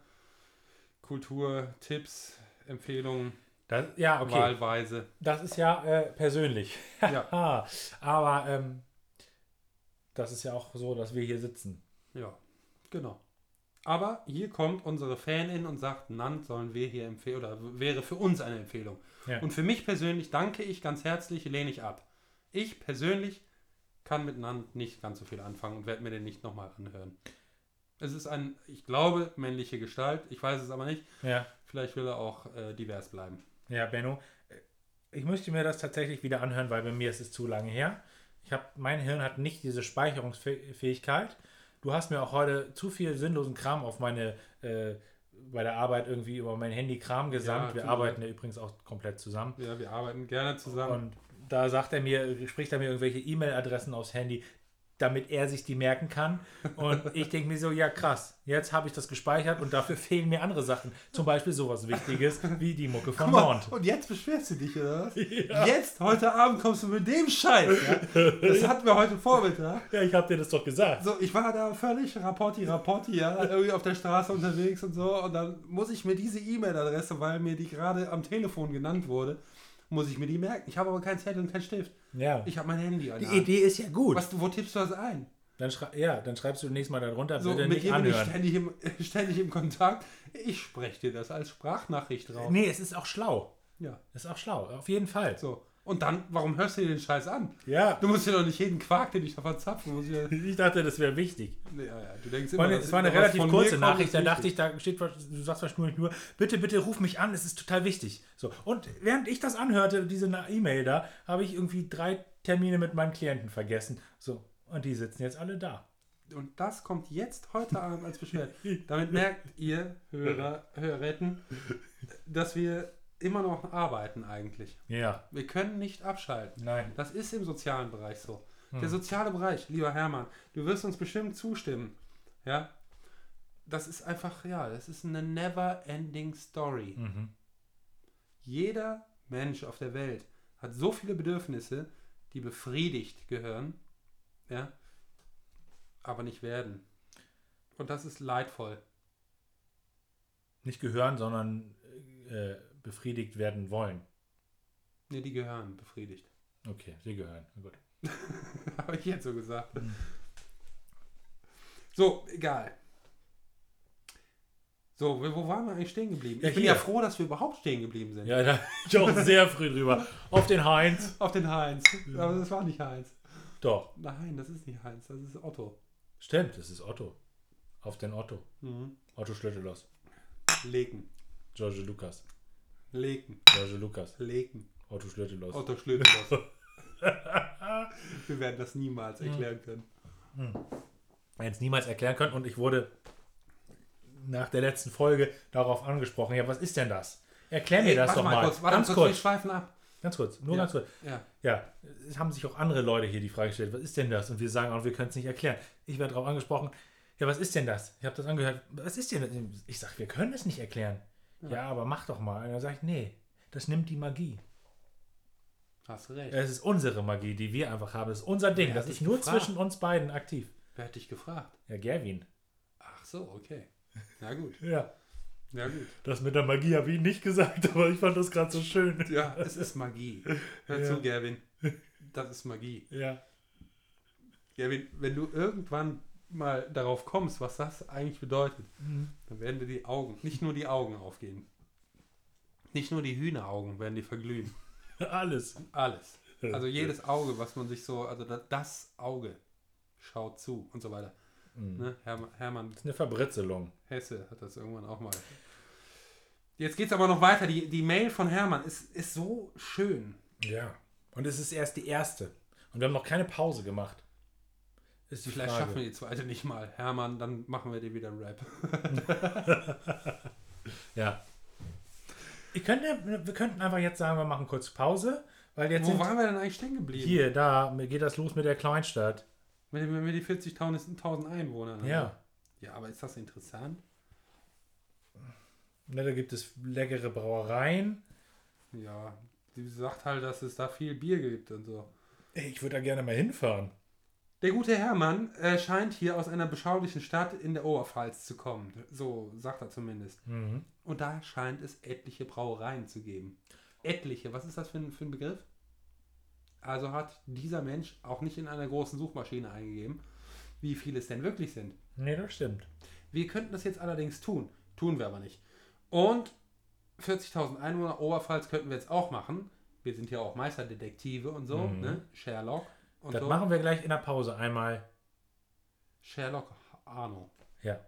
[SPEAKER 1] Kulturtipps, Empfehlungen,
[SPEAKER 2] Das, ja, Ah, okay.
[SPEAKER 1] wahlweise.
[SPEAKER 2] Das ist ja äh, persönlich.
[SPEAKER 1] Ja.
[SPEAKER 2] Ah, [laughs] Aber ähm, das ist ja auch so, dass wir hier sitzen.
[SPEAKER 1] Ja, genau. Aber hier kommt unsere Fanin und sagt, Nant sollen wir hier empfehlen, oder w- wäre für uns eine Empfehlung.
[SPEAKER 2] Ja.
[SPEAKER 1] Und für mich persönlich danke ich ganz herzlich, lehne ich ab. Ich persönlich kann mit Nant nicht ganz so viel anfangen und werde mir den nicht nochmal anhören. Es ist ein, ich glaube, männliche Gestalt. Ich weiß es aber nicht.
[SPEAKER 2] Ja,
[SPEAKER 1] Vielleicht will er auch äh, divers bleiben.
[SPEAKER 2] ja Benno. äh, Ich möchte mir das tatsächlich wieder anhören, weil bei mir ist es zu lange her. Ich hab, mein Hirn hat nicht diese Speicherungsfähigkeit. Du hast mir auch heute zu viel sinnlosen Kram auf meine, äh, bei der Arbeit irgendwie über mein Handy Kram gesandt.
[SPEAKER 1] Ja, tut
[SPEAKER 2] wir
[SPEAKER 1] mir
[SPEAKER 2] arbeiten ja übrigens auch komplett zusammen.
[SPEAKER 1] Ja, wir arbeiten gerne zusammen.
[SPEAKER 2] Und da sagt er mir, spricht er mir irgendwelche E-Mail-Adressen aufs Handy, damit er sich die merken kann.
[SPEAKER 1] [laughs]
[SPEAKER 2] Und ich denke mir so, ja krass, jetzt habe ich das gespeichert und dafür fehlen mir andere Sachen. Zum Beispiel sowas Wichtiges wie die Mucke von Mond.
[SPEAKER 1] und jetzt beschwerst du dich, oder
[SPEAKER 2] [laughs]
[SPEAKER 1] was? Jetzt, heute Abend, kommst du mit dem Scheiß. Ja? Das hatten wir heute Vormittag.
[SPEAKER 2] Ja, ich habe dir das doch gesagt.
[SPEAKER 1] So, ich war da völlig Rapporti, Rapporti, ja, irgendwie auf der Straße unterwegs und so. Und dann muss ich mir diese E-Mail-Adresse, weil mir die gerade am Telefon genannt wurde, muss ich mir die merken. Ich habe aber keinen Zettel und keinen Stift.
[SPEAKER 2] Ja.
[SPEAKER 1] Ich habe mein Handy an. der
[SPEAKER 2] Die
[SPEAKER 1] Hand.
[SPEAKER 2] Idee ist ja gut.
[SPEAKER 1] Was, wo tippst du das ein?
[SPEAKER 2] Dann schrei- ja, dann schreibst du nächstes Mal darunter,
[SPEAKER 1] So,
[SPEAKER 2] bitte
[SPEAKER 1] mit
[SPEAKER 2] Also nicht
[SPEAKER 1] dir bin ich
[SPEAKER 2] anhören.
[SPEAKER 1] ständig im, [laughs] ständig im Kontakt. Ich spreche dir das als Sprachnachricht drauf.
[SPEAKER 2] Nee, es ist auch schlau.
[SPEAKER 1] Ja,
[SPEAKER 2] Es ist auch schlau, auf jeden Fall.
[SPEAKER 1] so. Und dann, warum hörst du dir den Scheiß an?
[SPEAKER 2] Ja,
[SPEAKER 1] Du musst ja doch nicht jeden Quark, den ich da verzapfe. Muss
[SPEAKER 2] [laughs]
[SPEAKER 1] ich ja,
[SPEAKER 2] ich dachte, das wäre wichtig.
[SPEAKER 1] nee, ja, ja, du denkst
[SPEAKER 2] War
[SPEAKER 1] immer,
[SPEAKER 2] eine,
[SPEAKER 1] dass
[SPEAKER 2] es war eine
[SPEAKER 1] immer was
[SPEAKER 2] relativ
[SPEAKER 1] von mir
[SPEAKER 2] kurze
[SPEAKER 1] kommt,
[SPEAKER 2] Nachricht,
[SPEAKER 1] ist
[SPEAKER 2] da
[SPEAKER 1] wichtig.
[SPEAKER 2] dachte ich, da steht, was- du sagst wahrscheinlich nur, bitte, bitte ruf mich an, es ist total wichtig. So. Und während ich das anhörte, diese Na- E-Mail da, habe ich irgendwie drei Termine mit meinen Klienten vergessen. So. Und die sitzen jetzt alle da.
[SPEAKER 1] Und das kommt jetzt heute Abend als Beschwerde. Damit merkt ihr, Hörer, Hörerinnen, dass wir immer noch arbeiten eigentlich.
[SPEAKER 2] Ja.
[SPEAKER 1] Wir können nicht abschalten.
[SPEAKER 2] Nein.
[SPEAKER 1] Das ist im sozialen Bereich so. Der soziale Bereich, lieber Hermann, du wirst uns bestimmt zustimmen. Ja? Das ist einfach, ja, das ist eine never-ending Story.
[SPEAKER 2] Mhm.
[SPEAKER 1] Jeder Mensch auf der Welt hat so viele Bedürfnisse, die befriedigt gehören, ja, aber nicht werden. Und das ist leidvoll.
[SPEAKER 2] Nicht gehören, sondern äh, befriedigt werden wollen.
[SPEAKER 1] Ne, die gehören befriedigt.
[SPEAKER 2] Okay, sie gehören. Gut.
[SPEAKER 1] [laughs] Habe ich jetzt so gesagt.
[SPEAKER 2] Hm.
[SPEAKER 1] So, egal. So, wo wo waren wir eigentlich stehen geblieben?
[SPEAKER 2] Ja,
[SPEAKER 1] ich bin
[SPEAKER 2] hier.
[SPEAKER 1] ja froh, dass wir überhaupt stehen geblieben sind.
[SPEAKER 2] Ja, da bin ich auch sehr früh drüber. Auf den Heinz.
[SPEAKER 1] Auf den Heinz. Aber das war nicht Heinz.
[SPEAKER 2] Doch.
[SPEAKER 1] Nein, das ist nicht Heinz, das ist Otto.
[SPEAKER 2] Stimmt, das ist Otto. Auf den Otto.
[SPEAKER 1] Mhm.
[SPEAKER 2] Otto Schlüttelos.
[SPEAKER 1] Leken.
[SPEAKER 2] George Lukas.
[SPEAKER 1] Leken.
[SPEAKER 2] George Lukas.
[SPEAKER 1] Leken.
[SPEAKER 2] Otto Schlüttelos.
[SPEAKER 1] Otto Schlüttelos.
[SPEAKER 2] [laughs]
[SPEAKER 1] Wir werden das niemals erklären können.
[SPEAKER 2] jetzt niemals erklären können. Und ich wurde nach der letzten Folge darauf angesprochen. Ja, was ist denn das? Erklär mir das
[SPEAKER 1] warte
[SPEAKER 2] doch mal.
[SPEAKER 1] kurz, warte
[SPEAKER 2] ganz
[SPEAKER 1] kurz, wir
[SPEAKER 2] kurz, Äh.
[SPEAKER 1] schweifen ab.
[SPEAKER 2] ganz kurz, nur
[SPEAKER 1] Ja.
[SPEAKER 2] ganz kurz.
[SPEAKER 1] Ja.
[SPEAKER 2] Ja, es haben sich auch andere Leute hier die Frage gestellt, was ist denn das? Und wir sagen auch, wir können es nicht erklären. Ich werde darauf angesprochen, ja, was ist denn das? Ich habe das angehört, was ist denn das? Ich sage, wir können es nicht erklären. Ja, aber mach doch mal. Und dann sage ich, nee, das nimmt die Magie.
[SPEAKER 1] Hast recht.
[SPEAKER 2] Es ist unsere Magie, die wir einfach haben. Das ist unser Ding.
[SPEAKER 1] Wer
[SPEAKER 2] Das
[SPEAKER 1] hat
[SPEAKER 2] ist
[SPEAKER 1] dich
[SPEAKER 2] nur
[SPEAKER 1] gefragt?
[SPEAKER 2] zwischen uns beiden aktiv.
[SPEAKER 1] Wer hat dich gefragt?
[SPEAKER 2] Ja, Gerwin.
[SPEAKER 1] Ach so, okay. Na gut,
[SPEAKER 2] Ja.
[SPEAKER 1] na gut.
[SPEAKER 2] Das mit der Magie habe ich nicht gesagt, [laughs] aber ich fand das gerade so schön.
[SPEAKER 1] Ja, es ist Magie. Hör
[SPEAKER 2] Ja.
[SPEAKER 1] zu, Gerwin. Das ist Magie.
[SPEAKER 2] Ja.
[SPEAKER 1] Gerwin, wenn du irgendwann mal darauf kommst, was das eigentlich bedeutet, dann werden dir die Augen, nicht nur die Augen aufgehen. Nicht nur die Hühneraugen werden dir verglühen.
[SPEAKER 2] Alles.
[SPEAKER 1] Alles. Also jedes Auge, was man sich so, also da- das Auge schaut zu und so weiter. Ne? Hermann, Hermann
[SPEAKER 2] ist eine Verbritzelung.
[SPEAKER 1] Hesse hat das irgendwann auch mal. Jetzt geht's aber noch weiter. Die, die Mail von Hermann ist, ist so schön.
[SPEAKER 2] Ja. Und es ist erst die erste. Und wir haben noch keine Pause gemacht. Ist die
[SPEAKER 1] Vielleicht
[SPEAKER 2] Frage.
[SPEAKER 1] schaffen wir die zweite nicht mal. Hermann, dann machen wir dir wieder einen Rap.
[SPEAKER 2] Ja. Ich könnte, wir könnten einfach jetzt sagen, wir machen kurz Pause, weil jetzt
[SPEAKER 1] Wo
[SPEAKER 2] sind
[SPEAKER 1] waren wir denn eigentlich stehen geblieben?
[SPEAKER 2] hier, da, mir geht das los mit der Kleinstadt.
[SPEAKER 1] Mit, den- mit den 40.000 Einwohnern.
[SPEAKER 2] Ja.
[SPEAKER 1] Ja, aber ist das interessant?
[SPEAKER 2] Ne, da gibt es leckere Brauereien.
[SPEAKER 1] Ja. Sie sagt halt, dass es da viel Bier gibt und so.
[SPEAKER 2] Ey, Ich würde da gerne mal hinfahren.
[SPEAKER 1] Der gute Hermann äh, scheint hier aus einer beschaulichen Stadt in der Oberpfalz zu kommen. So sagt er zumindest.
[SPEAKER 2] Mhm.
[SPEAKER 1] Und da scheint es etliche Brauereien zu geben. Etliche, was ist das für ein, für ein Begriff? Also hat dieser Mensch auch nicht in einer großen Suchmaschine eingegeben, wie viele es denn wirklich sind.
[SPEAKER 2] Nee, das stimmt.
[SPEAKER 1] Wir könnten das jetzt allerdings tun. Tun wir aber nicht. Und 40.000 Einwohner Oberpfalz könnten wir jetzt auch machen. Wir sind ja auch Meisterdetektive und so, ne? Sherlock und
[SPEAKER 2] Mhm. das
[SPEAKER 1] so.
[SPEAKER 2] machen wir gleich in der Pause einmal.
[SPEAKER 1] Sherlock Arno.
[SPEAKER 2] Ja.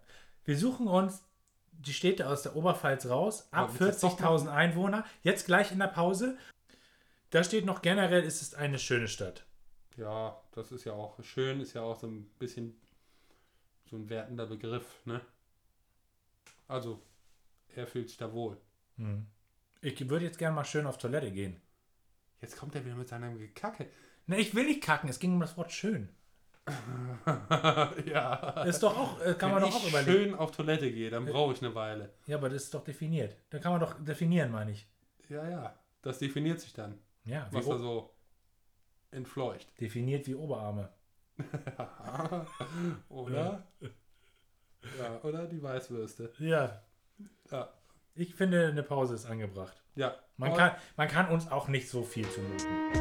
[SPEAKER 2] Wir suchen uns die Städte aus der Oberpfalz raus, ab
[SPEAKER 1] Aber willst du das doch
[SPEAKER 2] 40.000 Einwohner, jetzt gleich in der Pause. Da steht noch generell, es ist eine schöne Stadt.
[SPEAKER 1] Ja, das ist ja auch schön, ist ja auch so ein bisschen so ein wertender Begriff, ne? Also, er fühlt sich da wohl.
[SPEAKER 2] Ich würde jetzt gerne mal schön auf Toilette gehen.
[SPEAKER 1] Jetzt kommt er wieder mit seinem Gekacke.
[SPEAKER 2] Ne, ich will nicht kacken, es ging um das Wort schön.
[SPEAKER 1] [laughs] ja.
[SPEAKER 2] Ist doch auch, äh, kann
[SPEAKER 1] Wenn
[SPEAKER 2] man doch
[SPEAKER 1] ich
[SPEAKER 2] auch überlegen.
[SPEAKER 1] schön auf Toilette gehe, dann brauche ich eine Weile.
[SPEAKER 2] Ja, aber das ist doch definiert. Da kann man doch definieren, meine ich.
[SPEAKER 1] Ja, ja. Das definiert sich dann,
[SPEAKER 2] Ja, wie
[SPEAKER 1] was da
[SPEAKER 2] o-
[SPEAKER 1] so entfleucht.
[SPEAKER 2] definiert wie Oberarme.
[SPEAKER 1] Oder? ja, oder die Weißwürste.
[SPEAKER 2] Ja.
[SPEAKER 1] Ja.
[SPEAKER 2] Ich finde, eine Pause ist angebracht.
[SPEAKER 1] Ja. oh,
[SPEAKER 2] Man kann, man kann uns auch nicht so viel zumuten.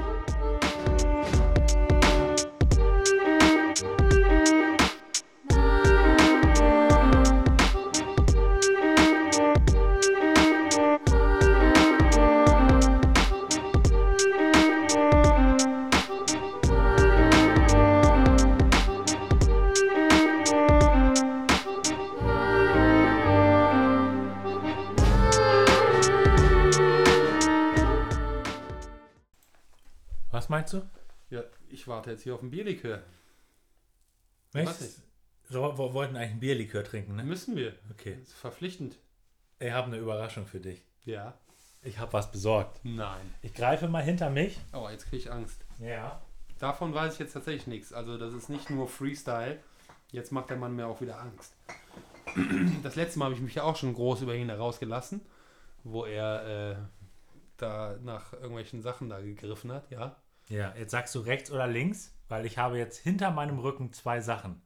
[SPEAKER 2] Was meinst du?
[SPEAKER 1] Ja, ich warte jetzt hier auf ein Bierlikör.
[SPEAKER 2] Möchtest, so, wir wollten eigentlich einen Bierlikör trinken, ne?
[SPEAKER 1] Müssen wir.
[SPEAKER 2] Okay.
[SPEAKER 1] Ist verpflichtend.
[SPEAKER 2] Ich habe eine Überraschung für dich.
[SPEAKER 1] Ja.
[SPEAKER 2] Ich habe was besorgt.
[SPEAKER 1] Nein.
[SPEAKER 2] Ich greife mal hinter mich.
[SPEAKER 1] Oh, jetzt kriege ich Angst.
[SPEAKER 2] Ja.
[SPEAKER 1] Davon weiß ich jetzt tatsächlich nichts. Also das ist nicht nur Freestyle. Jetzt macht der Mann mir auch wieder Angst. Das letzte Mal habe ich mich ja auch schon groß über ihn herausgelassen, wo er äh, da nach irgendwelchen Sachen da gegriffen hat, ja.
[SPEAKER 2] Ja, jetzt sagst du rechts oder links, weil ich habe jetzt hinter meinem Rücken zwei Sachen.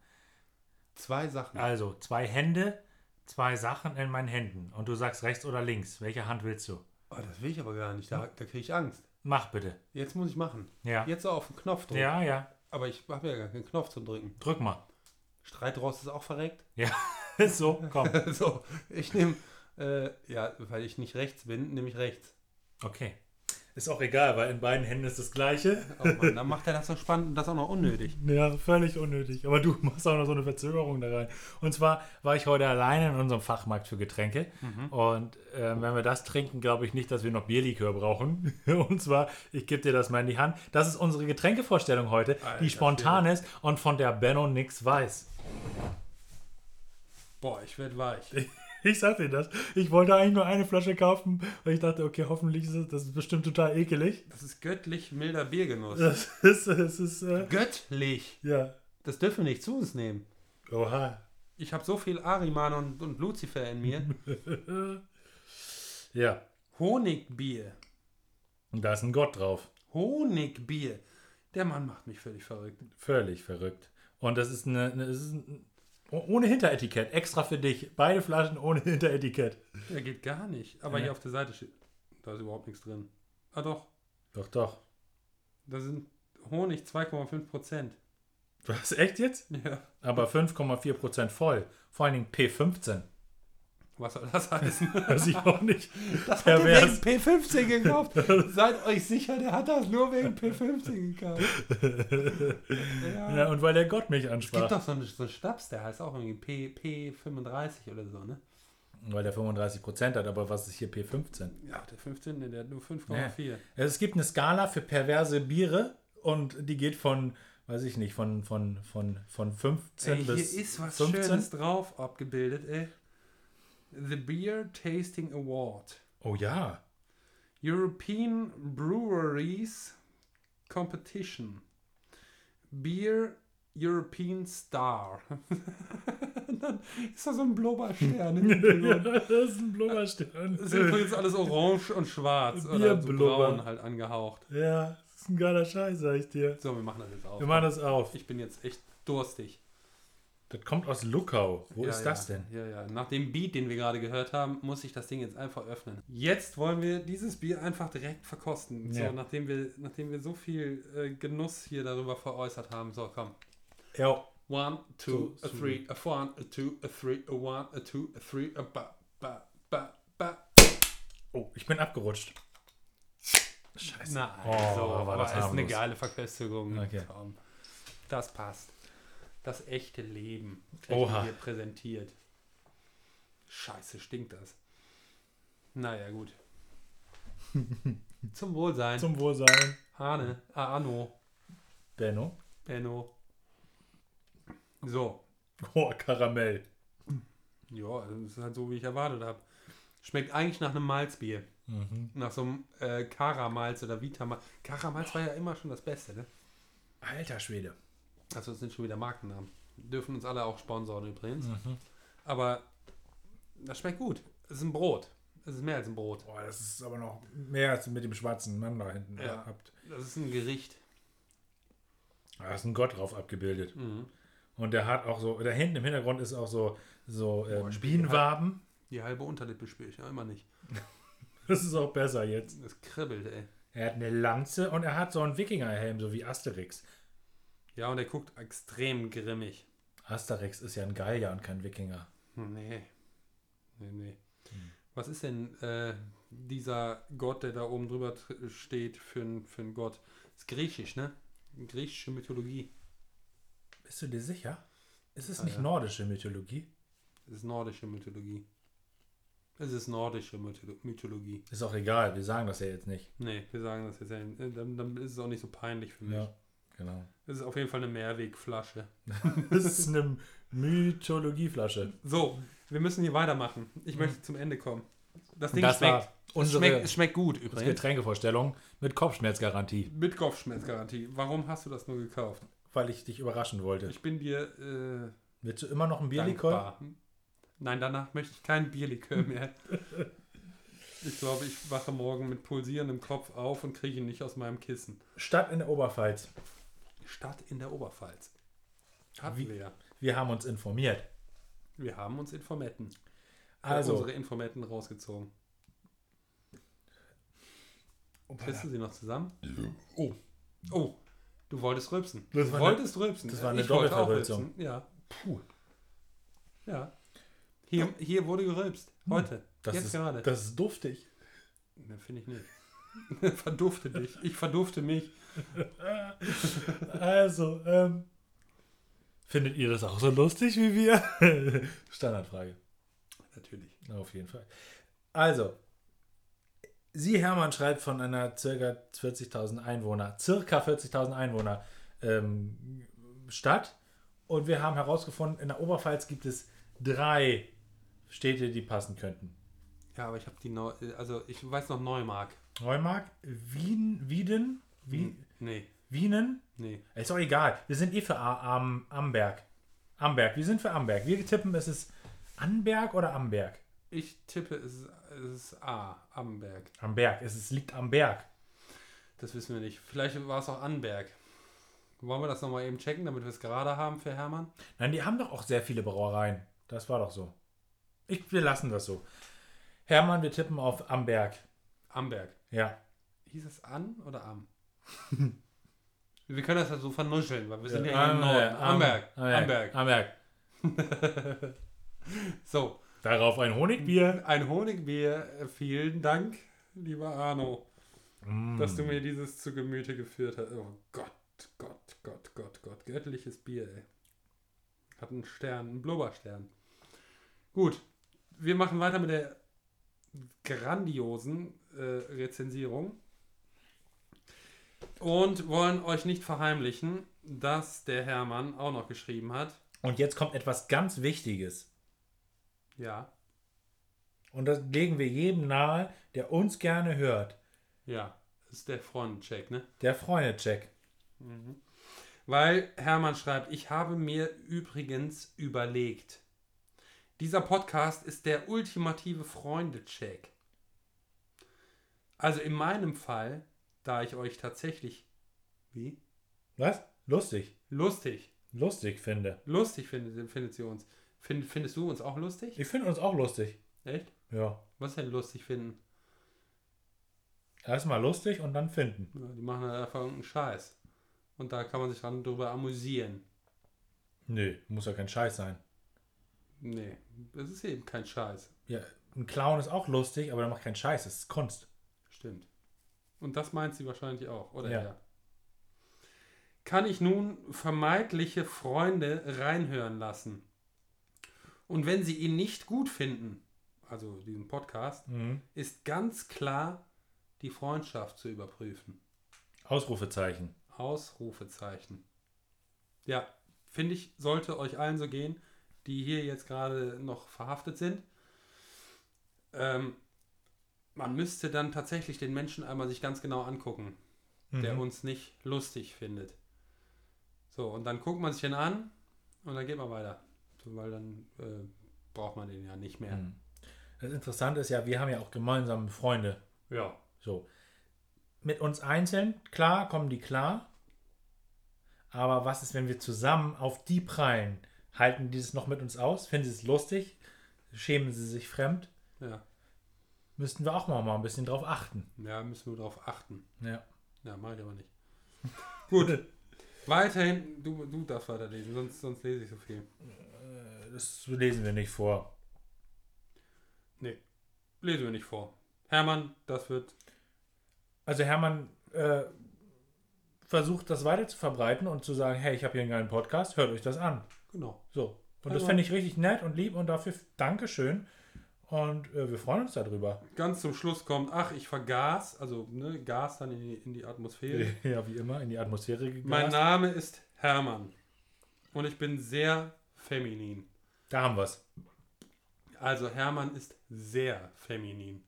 [SPEAKER 1] Zwei Sachen.
[SPEAKER 2] Also zwei Hände, zwei Sachen in meinen Händen. Und du sagst rechts oder links. Welche Hand willst du?
[SPEAKER 1] Oh, das will ich aber gar nicht. Da,
[SPEAKER 2] Hm?
[SPEAKER 1] da kriege ich Angst.
[SPEAKER 2] Mach bitte.
[SPEAKER 1] Jetzt muss ich machen.
[SPEAKER 2] Ja.
[SPEAKER 1] Jetzt so auf den Knopf drücken.
[SPEAKER 2] Ja, ja.
[SPEAKER 1] Aber ich habe ja gar keinen Knopf zum drücken.
[SPEAKER 2] Drück mal. [laughs]
[SPEAKER 1] Streitrost ist auch verreckt. [laughs]
[SPEAKER 2] Ja. so, komm.
[SPEAKER 1] so, ich nehme, äh, ja, weil ich nicht rechts bin, nehme ich rechts.
[SPEAKER 2] Okay. Ist auch egal, weil in beiden Händen ist das Gleiche.
[SPEAKER 1] Oh Mann, dann macht er das so spannend und das auch noch unnötig.
[SPEAKER 2] Ja, völlig unnötig. Aber du [laughs] machst auch noch so eine Verzögerung da rein. Und zwar war ich heute alleine in unserem Fachmarkt für Getränke. Und ähm, wenn wir das trinken, glaube ich nicht, dass wir noch Bierlikör brauchen. [laughs] Und zwar, ich gebe dir das mal in die Hand. Das ist unsere Getränkevorstellung heute,
[SPEAKER 1] Alter,
[SPEAKER 2] die spontan ist und von der Benno nix weiß.
[SPEAKER 1] Boah, ich werde weich.
[SPEAKER 2] Ich sag dir das. Ich wollte eigentlich nur eine Flasche kaufen, weil ich dachte, okay, hoffentlich ist das, das ist bestimmt total ekelig. [laughs]
[SPEAKER 1] Das ist göttlich milder Biergenuss.
[SPEAKER 2] Das ist, es ist, äh,
[SPEAKER 1] Göttlich!
[SPEAKER 2] ja.
[SPEAKER 1] Das dürfen wir nicht zu uns nehmen.
[SPEAKER 2] Oha.
[SPEAKER 1] Ich habe so viel Ariman und, und Lucifer in mir.
[SPEAKER 2] [laughs] Ja.
[SPEAKER 1] Honigbier.
[SPEAKER 2] Und da ist ein Gott drauf.
[SPEAKER 1] Honigbier. Der Mann macht mich völlig verrückt.
[SPEAKER 2] Völlig verrückt. Und das ist eine, eine es ist ein, ohne Hinteretikett, extra für dich. Beide Flaschen ohne Hinteretikett.
[SPEAKER 1] Der geht gar nicht. Aber
[SPEAKER 2] Ja.
[SPEAKER 1] hier auf der Seite steht. Da ist überhaupt nichts drin. Ah doch,
[SPEAKER 2] Doch, doch.
[SPEAKER 1] da sind Honig 2,5 Prozent.
[SPEAKER 2] Was, echt jetzt?
[SPEAKER 1] Ja.
[SPEAKER 2] Aber 5,4% voll. Vor allen Dingen P15.
[SPEAKER 1] Was soll das heißen?
[SPEAKER 2] [laughs] Weiß ich auch nicht.
[SPEAKER 1] Das hat er wegen
[SPEAKER 2] Pervers.
[SPEAKER 1] P15
[SPEAKER 2] [laughs]
[SPEAKER 1] gekauft. Seid euch sicher, der hat das nur wegen P15
[SPEAKER 2] [laughs]
[SPEAKER 1] gekauft. Ja.
[SPEAKER 2] Ja, und weil der Gott mich
[SPEAKER 1] Es gibt
[SPEAKER 2] ansprach.
[SPEAKER 1] doch so einen, so einen Schnaps, der heißt auch irgendwie P, P35 oder so, ne?
[SPEAKER 2] Weil der 35 Prozent hat, aber was ist hier P15?
[SPEAKER 1] Ja, der 15, ne, der hat nur
[SPEAKER 2] Ja. Es gibt eine Skala für perverse Biere und die geht von, weiß ich nicht, von, von, von, von 15
[SPEAKER 1] Ey, hier
[SPEAKER 2] bis
[SPEAKER 1] ist was
[SPEAKER 2] 15.
[SPEAKER 1] Schönes drauf abgebildet, ey. The Beer Tasting Award.
[SPEAKER 2] Oh ja.
[SPEAKER 1] European Breweries Competition. Beer European Star. [laughs] Und dann ist da so ein Blubberstern. im
[SPEAKER 2] [laughs]
[SPEAKER 1] Hintergrund.
[SPEAKER 2] das ist ein Blubberstern.
[SPEAKER 1] Das ist übrigens alles orange und schwarz. Oder so
[SPEAKER 2] Bierblubber.
[SPEAKER 1] braun halt angehaucht.
[SPEAKER 2] Ja, das ist ein geiler Scheiß, sag ich dir.
[SPEAKER 1] So, wir machen das jetzt auf.
[SPEAKER 2] Wir machen das auf.
[SPEAKER 1] Ich bin jetzt echt durstig.
[SPEAKER 2] Das kommt aus Luckau. Wo
[SPEAKER 1] Ja,
[SPEAKER 2] ist
[SPEAKER 1] ja.
[SPEAKER 2] das denn?
[SPEAKER 1] Ja, ja. Nach dem Beat, den wir gerade gehört haben, muss ich das Ding jetzt einfach öffnen. Jetzt wollen wir dieses Bier einfach direkt verkosten.
[SPEAKER 2] Ja.
[SPEAKER 1] So, nachdem wir, nachdem wir so viel äh, Genuss hier darüber veräußert haben. So, komm.
[SPEAKER 2] Ja.
[SPEAKER 1] One, two,
[SPEAKER 2] So,
[SPEAKER 1] a
[SPEAKER 2] so.
[SPEAKER 1] three, a four, a two, a three, a one, a two, a three, a ba, ba, ba, ba.
[SPEAKER 2] Oh, ich bin abgerutscht. Scheiße.
[SPEAKER 1] Na,
[SPEAKER 2] Oh,
[SPEAKER 1] also,
[SPEAKER 2] war
[SPEAKER 1] aber
[SPEAKER 2] das
[SPEAKER 1] das ist eine
[SPEAKER 2] harmlos.
[SPEAKER 1] geile Verköstigung.
[SPEAKER 2] Okay.
[SPEAKER 1] Tom. Das passt. Das echte Leben kriegt
[SPEAKER 2] Oha.
[SPEAKER 1] hier präsentiert. Scheiße, stinkt das. Naja,
[SPEAKER 2] [laughs]
[SPEAKER 1] gut. Zum Wohlsein.
[SPEAKER 2] Zum Wohlsein.
[SPEAKER 1] Hane, ah, Arno,
[SPEAKER 2] Benno.
[SPEAKER 1] Benno. So,
[SPEAKER 2] Oh, Karamell.
[SPEAKER 1] ja, das ist halt so, wie ich erwartet habe. Schmeckt eigentlich nach einem Malzbier.
[SPEAKER 2] Mhm.
[SPEAKER 1] Nach so einem äh, Karamalz oder Vitamalz. Karamalz war ja immer schon das Beste, ne?
[SPEAKER 2] Alter Schwede.
[SPEAKER 1] Also es sind schon wieder Markennamen. Dürfen uns alle auch sponsoren übrigens. Aber das schmeckt gut. Es ist ein Brot. Es ist mehr als ein Brot.
[SPEAKER 2] Boah, das ist aber noch mehr als mit dem schwarzen Mann da hinten
[SPEAKER 1] Ja.
[SPEAKER 2] habt.
[SPEAKER 1] Das ist ein Gericht.
[SPEAKER 2] Da ist ein Gott drauf abgebildet.
[SPEAKER 1] Mhm.
[SPEAKER 2] Und der hat auch so, da hinten im Hintergrund ist auch so, so ähm,
[SPEAKER 1] Boah, Spiegel
[SPEAKER 2] Bienenwaben. [laughs]
[SPEAKER 1] Die halbe Unterlippe spüre ich ja immer nicht.
[SPEAKER 2] Das ist auch besser jetzt.
[SPEAKER 1] Es kribbelt, ey.
[SPEAKER 2] Er hat eine Lanze und er hat so einen Wikingerhelm, so wie Asterix.
[SPEAKER 1] Ja, und er guckt extrem grimmig. Hm,
[SPEAKER 2] Asterix ist ja ein Gallier und kein Wikinger.
[SPEAKER 1] Nee. Nee, nee. Was ist denn äh, dieser Gott, der da oben drüber tr- steht, für ein, für ein Gott? Ist griechisch, ne? Griechische Mythologie.
[SPEAKER 2] Bist du dir sicher? Ist es
[SPEAKER 1] Ah,
[SPEAKER 2] nicht
[SPEAKER 1] ja.
[SPEAKER 2] nordische Mythologie?
[SPEAKER 1] Es ist nordische Mythologie. Es ist nordische Mytholo- Mythologie.
[SPEAKER 2] Ist auch egal, wir sagen das ja jetzt nicht.
[SPEAKER 1] Nee, wir sagen das jetzt ja. nicht. Äh, Dann, dann ist es auch nicht so peinlich für mich.
[SPEAKER 2] Ja,
[SPEAKER 1] [laughs]
[SPEAKER 2] genau.
[SPEAKER 1] Es ist auf jeden Fall eine Mehrwegflasche.
[SPEAKER 2] Das ist eine Mythologieflasche.
[SPEAKER 1] So, wir müssen hier weitermachen. Ich möchte zum Ende kommen. Das Ding
[SPEAKER 2] Das
[SPEAKER 1] schmeckt,
[SPEAKER 2] war
[SPEAKER 1] es
[SPEAKER 2] unsere-
[SPEAKER 1] schmeckt. Es schmeckt gut
[SPEAKER 2] Das
[SPEAKER 1] übrigens.
[SPEAKER 2] Getränkevorstellung mit Kopfschmerzgarantie,
[SPEAKER 1] Mit Kopfschmerzgarantie. Warum hast du das nur gekauft?
[SPEAKER 2] weil ich dich überraschen wollte.
[SPEAKER 1] Ich bin dir
[SPEAKER 2] Willst du immer noch ein
[SPEAKER 1] äh,
[SPEAKER 2] Bierlikör?
[SPEAKER 1] dankbar. Nein, danach möchte ich kein Bierlikör
[SPEAKER 2] [laughs]
[SPEAKER 1] mehr. ich glaube, ich wache morgen mit pulsierendem Kopf auf und kriege ihn nicht aus meinem Kissen.
[SPEAKER 2] Stadt in der Oberpfalz.
[SPEAKER 1] Stadt in der Oberpfalz. Hatten
[SPEAKER 2] Wie-
[SPEAKER 1] wir ja.
[SPEAKER 2] Wir haben uns informiert.
[SPEAKER 1] Wir haben uns Informetten. Also.
[SPEAKER 2] Also,
[SPEAKER 1] unsere Informetten rausgezogen. Kriegst du sie noch zusammen? Oh. Oh. Du wolltest rülpsen.
[SPEAKER 2] Das
[SPEAKER 1] du
[SPEAKER 2] war eine-
[SPEAKER 1] wolltest rülpsen.
[SPEAKER 2] das war eine
[SPEAKER 1] Ich wollte auch
[SPEAKER 2] Doppelverrülpsung.
[SPEAKER 1] rülpsen, Ja.
[SPEAKER 2] Puh.
[SPEAKER 1] Ja. Hier, hier wurde gerülpst. Heute.
[SPEAKER 2] Hm. das
[SPEAKER 1] Jetzt
[SPEAKER 2] ist,
[SPEAKER 1] gerade.
[SPEAKER 2] das ist duftig.
[SPEAKER 1] Ne, finde ich nicht. [laughs] Verdufte dich. Ich verdufte mich.
[SPEAKER 2] Also, ähm, findet ihr das auch so lustig wie wir? [laughs] Standardfrage.
[SPEAKER 1] Natürlich.
[SPEAKER 2] Auf jeden Fall. Also, Sie, Hermann, schreibt von einer circa 40.000 Einwohner, circa 40.000 Einwohner ähm, Stadt. Und wir haben herausgefunden, in der Oberpfalz gibt es drei Städte, die passen könnten.
[SPEAKER 1] Ja, aber ich habe die Neu also ich weiß noch Neumark.
[SPEAKER 2] Neumark, Wien, Wieden, Wien,
[SPEAKER 1] Nee,
[SPEAKER 2] Wienen.
[SPEAKER 1] nee.
[SPEAKER 2] Ist doch egal. Wir sind eh für A am, Amberg. Amberg. Wir sind für Amberg. Wir tippen, es ist Anberg oder Amberg?
[SPEAKER 1] Ich tippe, es ist, es ist A, Amberg.
[SPEAKER 2] Amberg. Es ist, liegt am Berg.
[SPEAKER 1] Das wissen wir nicht. Vielleicht war es auch Anberg. Wollen wir das nochmal eben checken, damit wir es gerade haben für Hermann?
[SPEAKER 2] Nein, die haben doch auch sehr viele Brauereien. Das war doch so. Ich, wir lassen das so. Hermann, wir tippen auf Amberg.
[SPEAKER 1] Amberg.
[SPEAKER 2] Ja.
[SPEAKER 1] Hieß es an oder [laughs] am? wir können das ja so vernuscheln, weil wir sind ja, Ah,
[SPEAKER 2] Am-
[SPEAKER 1] im Norden. Amberg.
[SPEAKER 2] Amberg.
[SPEAKER 1] Amberg. [laughs]
[SPEAKER 2] Amberg.
[SPEAKER 1] So,
[SPEAKER 2] Darauf ein Honigbier.
[SPEAKER 1] Ein Honigbier. Vielen Dank, lieber Arno,
[SPEAKER 2] Mm.
[SPEAKER 1] dass
[SPEAKER 2] Hm.
[SPEAKER 1] du mir dieses zu Gemüte geführt hast. Oh Gott, Gott, Gott, Gott, Gott. Göttliches Bier, ey. Hat einen Stern, einen Blubberstern. Gut, wir machen weiter mit der grandiosen äh, Rezensierung. Und wollen euch nicht verheimlichen, dass der Hermann auch noch geschrieben hat.
[SPEAKER 2] Und jetzt kommt etwas ganz Wichtiges.
[SPEAKER 1] Ja,
[SPEAKER 2] Und das legen wir jedem nahe, der uns gerne hört.
[SPEAKER 1] ja, ist der Frontcheck, ne?
[SPEAKER 2] Der Freundecheck.
[SPEAKER 1] Weil Hermann schreibt, ich habe mir übrigens überlegt, dieser Podcast ist der ultimative Freunde-Check. Also in meinem Fall, da ich euch tatsächlich wie
[SPEAKER 2] Was? Lustig.
[SPEAKER 1] lustig,
[SPEAKER 2] Lustig finde.
[SPEAKER 1] lustig findet, findet sie uns. Find, findest du uns auch lustig?
[SPEAKER 2] Ich finde uns auch lustig.
[SPEAKER 1] Echt?
[SPEAKER 2] Ja.
[SPEAKER 1] Was denn lustig finden?
[SPEAKER 2] Erstmal lustig und dann finden.
[SPEAKER 1] Ja, Die machen halt einfach irgendeinen Scheiß. Und da kann man sich dran drüber amüsieren.
[SPEAKER 2] Nö, muss ja kein Scheiß sein.
[SPEAKER 1] Nee, das ist eben kein Scheiß.
[SPEAKER 2] Ja, ein Clown ist auch lustig, aber der macht keinen Scheiß. Das ist Kunst.
[SPEAKER 1] Stimmt. Und das meint sie wahrscheinlich auch, oder?
[SPEAKER 2] Ja.
[SPEAKER 1] Ja. Kann ich nun vermeintliche Freunde reinhören lassen? Und wenn sie ihn nicht gut finden, also diesen Podcast,
[SPEAKER 2] Mhm.
[SPEAKER 1] ist ganz klar, die Freundschaft zu überprüfen.
[SPEAKER 2] Ausrufezeichen.
[SPEAKER 1] Ausrufezeichen. Ja, finde ich, sollte euch allen so gehen, die hier jetzt gerade noch verhaftet sind. Ähm, man müsste dann tatsächlich den Menschen einmal sich ganz genau angucken, der
[SPEAKER 2] Mhm.
[SPEAKER 1] uns nicht lustig findet. So, und dann guckt man sich den an und dann geht man weiter. So, Weil dann äh, braucht man den ja nicht mehr.
[SPEAKER 2] Mhm. Das Interessante ist ja, wir haben ja auch gemeinsame Freunde.
[SPEAKER 1] Ja.
[SPEAKER 2] So. Mit uns einzeln, klar, kommen die klar. Aber was ist, wenn wir zusammen auf die prallen? Halten die es noch mit uns aus? Finden sie es lustig? Schämen sie sich fremd?
[SPEAKER 1] Ja,
[SPEAKER 2] Müssten wir auch mal, mal ein bisschen drauf achten.
[SPEAKER 1] ja müssen wir darauf achten.
[SPEAKER 2] Ja.
[SPEAKER 1] Ja, mach ich aber nicht.
[SPEAKER 2] Gut.
[SPEAKER 1] Weiterhin, du, du darfst weiterlesen, sonst, sonst lese ich so viel.
[SPEAKER 2] Das lesen wir nicht vor.
[SPEAKER 1] Nee, lesen wir nicht vor. Hermann, das wird.
[SPEAKER 2] Also Hermann äh, versucht, das weiter zu verbreiten und zu sagen, hey, ich habe hier einen geilen Podcast, hört euch das an.
[SPEAKER 1] Genau.
[SPEAKER 2] So. Und das
[SPEAKER 1] Hermann.
[SPEAKER 2] finde ich richtig nett und lieb und dafür f- Dankeschön. Und äh, wir freuen uns darüber.
[SPEAKER 1] Ganz zum Schluss kommt, ach, ich vergaß, also ne, Gas dann in die, in die Atmosphäre.
[SPEAKER 2] [laughs] Ja, wie immer, in die Atmosphäre gegast.
[SPEAKER 1] Mein Name ist Hermann. Und ich bin sehr feminin.
[SPEAKER 2] Da haben wir es.
[SPEAKER 1] Also Hermann ist sehr feminin.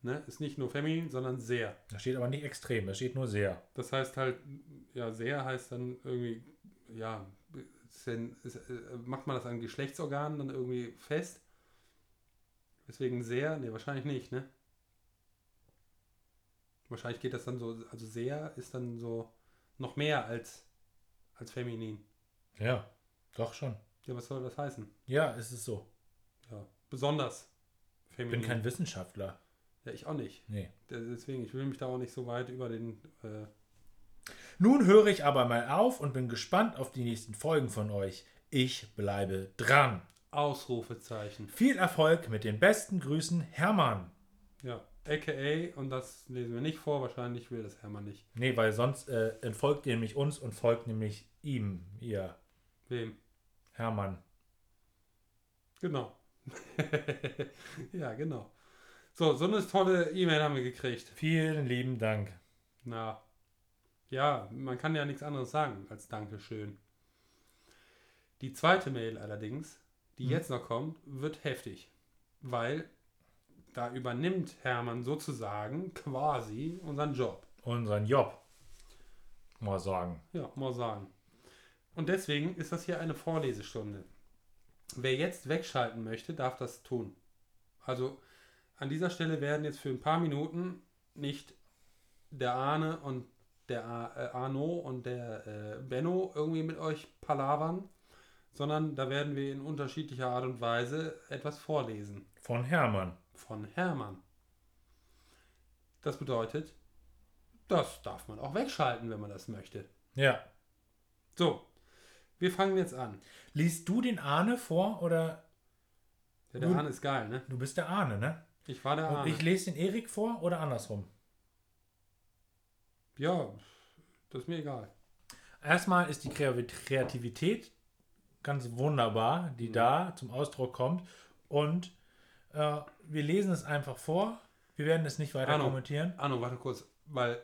[SPEAKER 1] Ne? Ist nicht nur feminin, sondern sehr.
[SPEAKER 2] Da steht aber nicht extrem, da steht nur sehr.
[SPEAKER 1] Das heißt halt, ja, sehr heißt dann irgendwie, ja, ist denn, ist, äh, macht man das an Geschlechtsorganen dann irgendwie fest? Deswegen sehr? Ne, wahrscheinlich nicht, ne? Wahrscheinlich geht das dann so, also sehr ist dann so noch mehr als, als feminin.
[SPEAKER 2] Ja, doch schon.
[SPEAKER 1] Ja, was soll das heißen?
[SPEAKER 2] Ja, es ist so.
[SPEAKER 1] Ja, besonders
[SPEAKER 2] Ich
[SPEAKER 1] feminin.
[SPEAKER 2] bin kein Wissenschaftler.
[SPEAKER 1] ja, ich auch nicht.
[SPEAKER 2] Nee.
[SPEAKER 1] Deswegen, ich will mich da auch nicht so weit über den, äh,
[SPEAKER 2] Nun höre ich aber mal auf und bin gespannt auf die nächsten Folgen von euch. Ich bleibe dran.
[SPEAKER 1] Ausrufezeichen.
[SPEAKER 2] Viel Erfolg mit den besten Grüßen, Hermann.
[SPEAKER 1] Ja, aka, und das lesen wir nicht vor, wahrscheinlich will das Hermann nicht.
[SPEAKER 2] Nee, weil sonst äh, entfolgt ihr nämlich uns und folgt nämlich ihm, ihr
[SPEAKER 1] Wem?
[SPEAKER 2] Hermann.
[SPEAKER 1] Genau. [laughs] ja, genau. So, so eine tolle E-Mail haben wir gekriegt.
[SPEAKER 2] Vielen lieben Dank.
[SPEAKER 1] Na, ja, man kann ja nichts anderes sagen als Dankeschön. Die zweite Mail allerdings, die
[SPEAKER 2] Mhm.
[SPEAKER 1] jetzt noch kommt, wird heftig, weil da übernimmt Hermann sozusagen quasi unseren Job.
[SPEAKER 2] Unseren Job. Mal sagen.
[SPEAKER 1] Ja, mal sagen. Und deswegen ist das hier eine Vorlesestunde. Wer jetzt wegschalten möchte, darf das tun. Also an dieser Stelle werden jetzt für ein paar Minuten nicht der Arne und der A- äh, Arno und der äh, Benno irgendwie mit euch palavern, sondern da werden wir in unterschiedlicher Art und Weise etwas vorlesen
[SPEAKER 2] Von Hermann.
[SPEAKER 1] von Hermann. Das bedeutet, das darf man auch wegschalten, wenn man das möchte.
[SPEAKER 2] Ja.
[SPEAKER 1] So, wir fangen jetzt an.
[SPEAKER 2] Liest du den Ahne vor oder
[SPEAKER 1] Ja, der
[SPEAKER 2] Nun-
[SPEAKER 1] Ahne ist geil, ne?
[SPEAKER 2] Du bist der Ahne, ne?
[SPEAKER 1] Ich war der
[SPEAKER 2] Und
[SPEAKER 1] Ahne.
[SPEAKER 2] ich lese den Erik vor oder andersrum?
[SPEAKER 1] ja, das ist mir egal.
[SPEAKER 2] Erstmal ist die Kreavi- Kreativität ganz wunderbar,
[SPEAKER 1] Mhm.
[SPEAKER 2] die da zum Ausdruck kommt. Und äh, wir lesen es einfach vor. Wir werden es nicht weiter
[SPEAKER 1] Arno.
[SPEAKER 2] kommentieren.
[SPEAKER 1] Arno, warte kurz, weil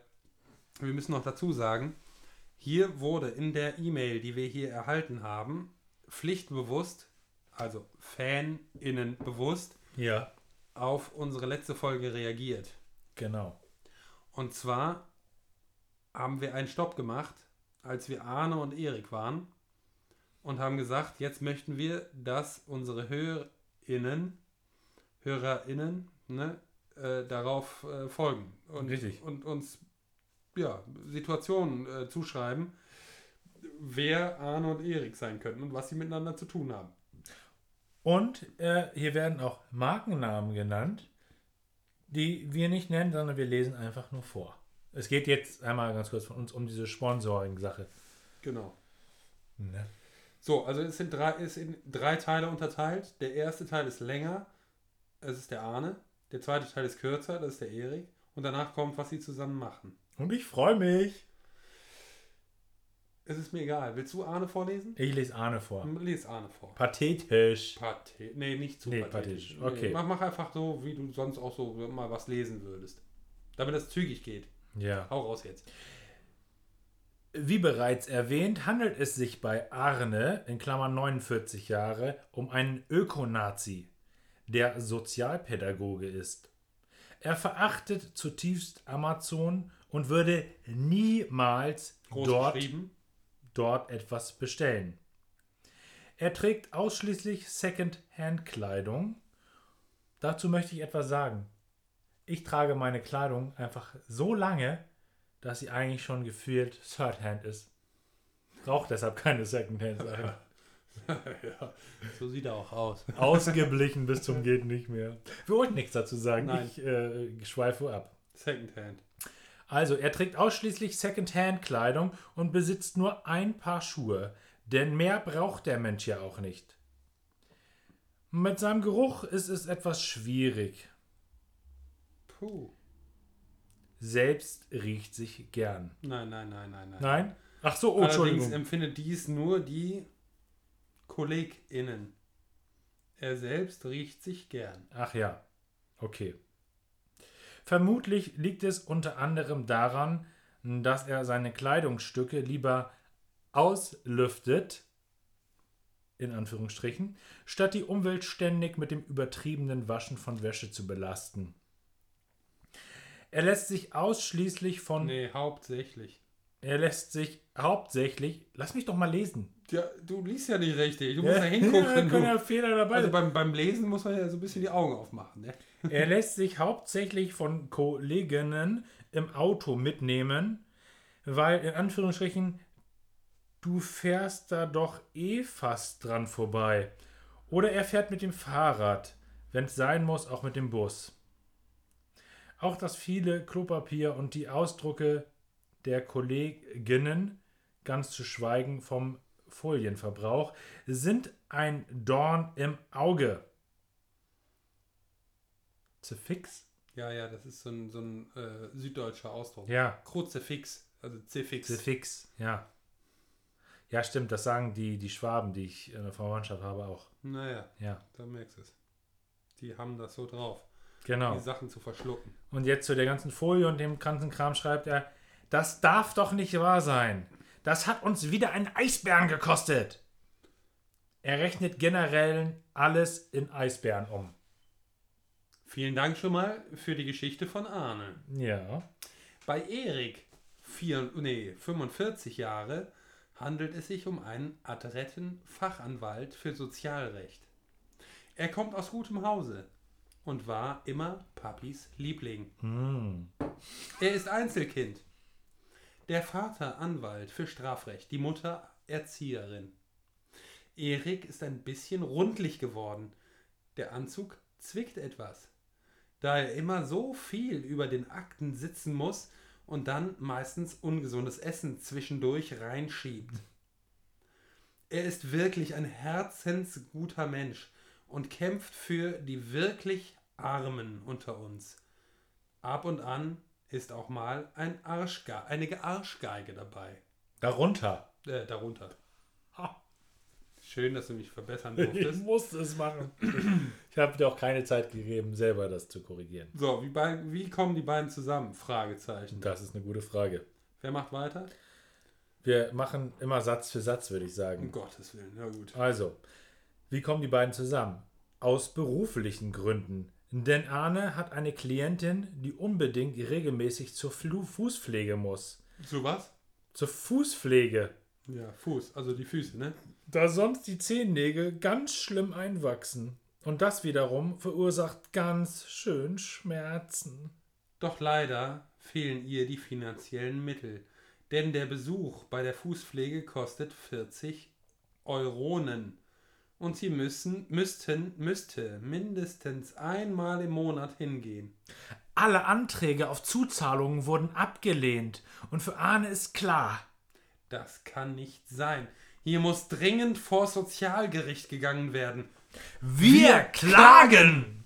[SPEAKER 1] wir müssen noch dazu sagen, hier wurde in der E-Mail, die wir hier erhalten haben, pflichtbewusst, also FanInnen bewusst,
[SPEAKER 2] Ja,
[SPEAKER 1] auf unsere letzte Folge reagiert.
[SPEAKER 2] genau.
[SPEAKER 1] Und zwar haben wir einen Stopp gemacht, als wir Arne und Erik waren und haben gesagt, jetzt möchten wir, dass unsere HörerInnen, HörerInnen, ne, äh, darauf äh, folgen und,
[SPEAKER 2] Richtig.
[SPEAKER 1] und uns ja, Situationen äh, zuschreiben, wer Arne und Erik sein könnten und was sie miteinander zu tun haben.
[SPEAKER 2] Und äh, hier werden auch Markennamen genannt, die wir nicht nennen, sondern wir lesen einfach nur vor. Es geht jetzt einmal ganz kurz von uns um diese Sponsoring-Sache.
[SPEAKER 1] Genau.
[SPEAKER 2] Ne?
[SPEAKER 1] So, also es sind drei, ist in drei Teile unterteilt. Der erste Teil ist länger, es ist der Arne. Der zweite Teil ist kürzer, das ist der Erik. Und danach kommt, was sie zusammen machen.
[SPEAKER 2] Und ich freue mich.
[SPEAKER 1] Es ist mir egal. Willst du Arne vorlesen?
[SPEAKER 2] Ich lese Arne vor.
[SPEAKER 1] Lies Arne vor.
[SPEAKER 2] Pathetisch.
[SPEAKER 1] Pathe nee, nicht zu
[SPEAKER 2] Nee,
[SPEAKER 1] pathetisch.
[SPEAKER 2] pathetisch, okay.
[SPEAKER 1] Nee, mach, mach einfach so, wie du sonst auch so mal was lesen würdest. Damit das zügig geht.
[SPEAKER 2] Ja.
[SPEAKER 1] Hau raus jetzt.
[SPEAKER 2] Wie bereits erwähnt, handelt es sich bei Arne, in Klammern 49 Jahre, um einen Ökonazi, der Sozialpädagoge ist. Er verachtet zutiefst Amazon und würde niemals
[SPEAKER 1] Groß [laughs]
[SPEAKER 2] dort,
[SPEAKER 1] geschrieben.
[SPEAKER 2] dort etwas bestellen. Er trägt ausschließlich Second-Hand-Kleidung. Dazu möchte ich etwas sagen. Ich trage meine Kleidung einfach so lange, dass sie eigentlich schon gefühlt Third-Hand ist. Braucht deshalb keine Second-Hand-Sachen.
[SPEAKER 1] ja, so sieht er auch aus.
[SPEAKER 2] Ausgeblichen bis zum geht nicht mehr. Wir wollten nichts dazu sagen.
[SPEAKER 1] Nein.
[SPEAKER 2] Ich äh, schweife ab.
[SPEAKER 1] Secondhand.
[SPEAKER 2] Also, er trägt ausschließlich Secondhand-Kleidung und besitzt nur ein Paar Schuhe, denn mehr braucht der Mensch ja auch nicht. Mit seinem Geruch ist es etwas schwierig.
[SPEAKER 1] Puh.
[SPEAKER 2] Selbst riecht sich gern.
[SPEAKER 1] Nein, nein, nein, nein, nein.
[SPEAKER 2] Nein? Ach so, oh,
[SPEAKER 1] Allerdings
[SPEAKER 2] Entschuldigung.
[SPEAKER 1] empfindet dies nur die KollegInnen. Er selbst riecht sich gern.
[SPEAKER 2] Ach ja. Okay. Vermutlich liegt es unter anderem daran, dass er seine Kleidungsstücke lieber auslüftet, in Anführungsstrichen, statt die Umwelt ständig mit dem übertriebenen Waschen von Wäsche zu belasten. Er lässt sich ausschließlich von.
[SPEAKER 1] Nee, hauptsächlich.
[SPEAKER 2] Er lässt sich hauptsächlich. Lass mich doch mal lesen.
[SPEAKER 1] Ja, du liest ja nicht richtig. Du musst
[SPEAKER 2] Ja, [laughs]
[SPEAKER 1] ja
[SPEAKER 2] da
[SPEAKER 1] hingucken.
[SPEAKER 2] können
[SPEAKER 1] Du.
[SPEAKER 2] ja Fehler dabei
[SPEAKER 1] Also
[SPEAKER 2] sein.
[SPEAKER 1] beim, beim Lesen muss man ja so ein bisschen die Augen aufmachen. Ne?
[SPEAKER 2] Er lässt sich hauptsächlich von Kolleginnen im Auto mitnehmen, weil in Anführungsstrichen du fährst da doch eh fast dran vorbei. Oder er fährt mit dem Fahrrad, wenn es sein muss, auch mit dem Bus. Auch das viele Klopapier und die Ausdrucke der Kolleginnen, ganz zu schweigen vom Folienverbrauch, sind ein Dorn im Auge. Zefix?
[SPEAKER 1] Ja, ja, das ist so ein, so ein äh, süddeutscher Ausdruck.
[SPEAKER 2] Ja,
[SPEAKER 1] Kruzifix, also C-Fix.
[SPEAKER 2] Zefix, ja. Ja, stimmt, das sagen die, die Schwaben, die ich in der Verwandtschaft habe, auch.
[SPEAKER 1] Naja,
[SPEAKER 2] Ja,
[SPEAKER 1] da merkst du es. Die haben das so drauf, die
[SPEAKER 2] genau.
[SPEAKER 1] Sachen zu verschlucken.
[SPEAKER 2] Und jetzt zu der ganzen Folie und dem ganzen Kram schreibt er, das darf doch nicht wahr sein. Das hat uns wieder einen Eisbären gekostet. Er rechnet generell alles in Eisbären um.
[SPEAKER 1] Vielen Dank schon mal für die Geschichte von Arne.
[SPEAKER 2] Ja.
[SPEAKER 1] Bei Erik, vier, nee, 45 Jahre, handelt es sich um einen adretten Fachanwalt für Sozialrecht. Er kommt aus gutem Hause und war immer Papis Liebling.
[SPEAKER 2] Hm.
[SPEAKER 1] Er ist Einzelkind. Der Vater Anwalt für Strafrecht, die Mutter Erzieherin. Erik ist ein bisschen rundlich geworden. Der Anzug zwickt etwas. Da er immer so viel über den Akten sitzen muss und dann meistens ungesundes Essen zwischendurch reinschiebt. Er ist wirklich ein herzensguter Mensch und kämpft für die wirklich Armen unter uns. Ab und an ist auch mal ein Arschge eine Ge- Arschgeige dabei.
[SPEAKER 2] Darunter.
[SPEAKER 1] Äh, darunter.
[SPEAKER 2] Ha.
[SPEAKER 1] Schön, dass du mich verbessern
[SPEAKER 2] Ich [laughs]
[SPEAKER 1] durftest.
[SPEAKER 2] musste es machen. Ich habe dir auch keine Zeit gegeben, selber das zu korrigieren.
[SPEAKER 1] So, wie, bei, wie kommen die beiden zusammen? Fragezeichen.
[SPEAKER 2] Das ist eine gute Frage.
[SPEAKER 1] Wer macht weiter?
[SPEAKER 2] Wir machen immer Satz für Satz, würde ich
[SPEAKER 1] Um
[SPEAKER 2] sagen.
[SPEAKER 1] Gottes Willen, na gut.
[SPEAKER 2] Also, wie kommen die beiden zusammen? Aus beruflichen Gründen. Denn Arne hat eine Klientin, die unbedingt regelmäßig zur Flu Fußpflege muss.
[SPEAKER 1] Zu was?
[SPEAKER 2] Zur Fußpflege.
[SPEAKER 1] Ja, Fuß, also die Füße, ne?
[SPEAKER 2] Da sonst die Zehennägel ganz schlimm einwachsen. Und das wiederum verursacht ganz schön Schmerzen.
[SPEAKER 1] Doch leider fehlen ihr die finanziellen Mittel, denn der Besuch bei der Fußpflege kostet 40 Euronen und sie müssen, müssten, müsste mindestens einmal im Monat hingehen.
[SPEAKER 2] Alle Anträge auf Zuzahlungen wurden abgelehnt. Und für Arne ist klar,
[SPEAKER 1] Das kann nicht sein. Hier muss dringend vor Sozialgericht gegangen werden.
[SPEAKER 2] Wir klagen!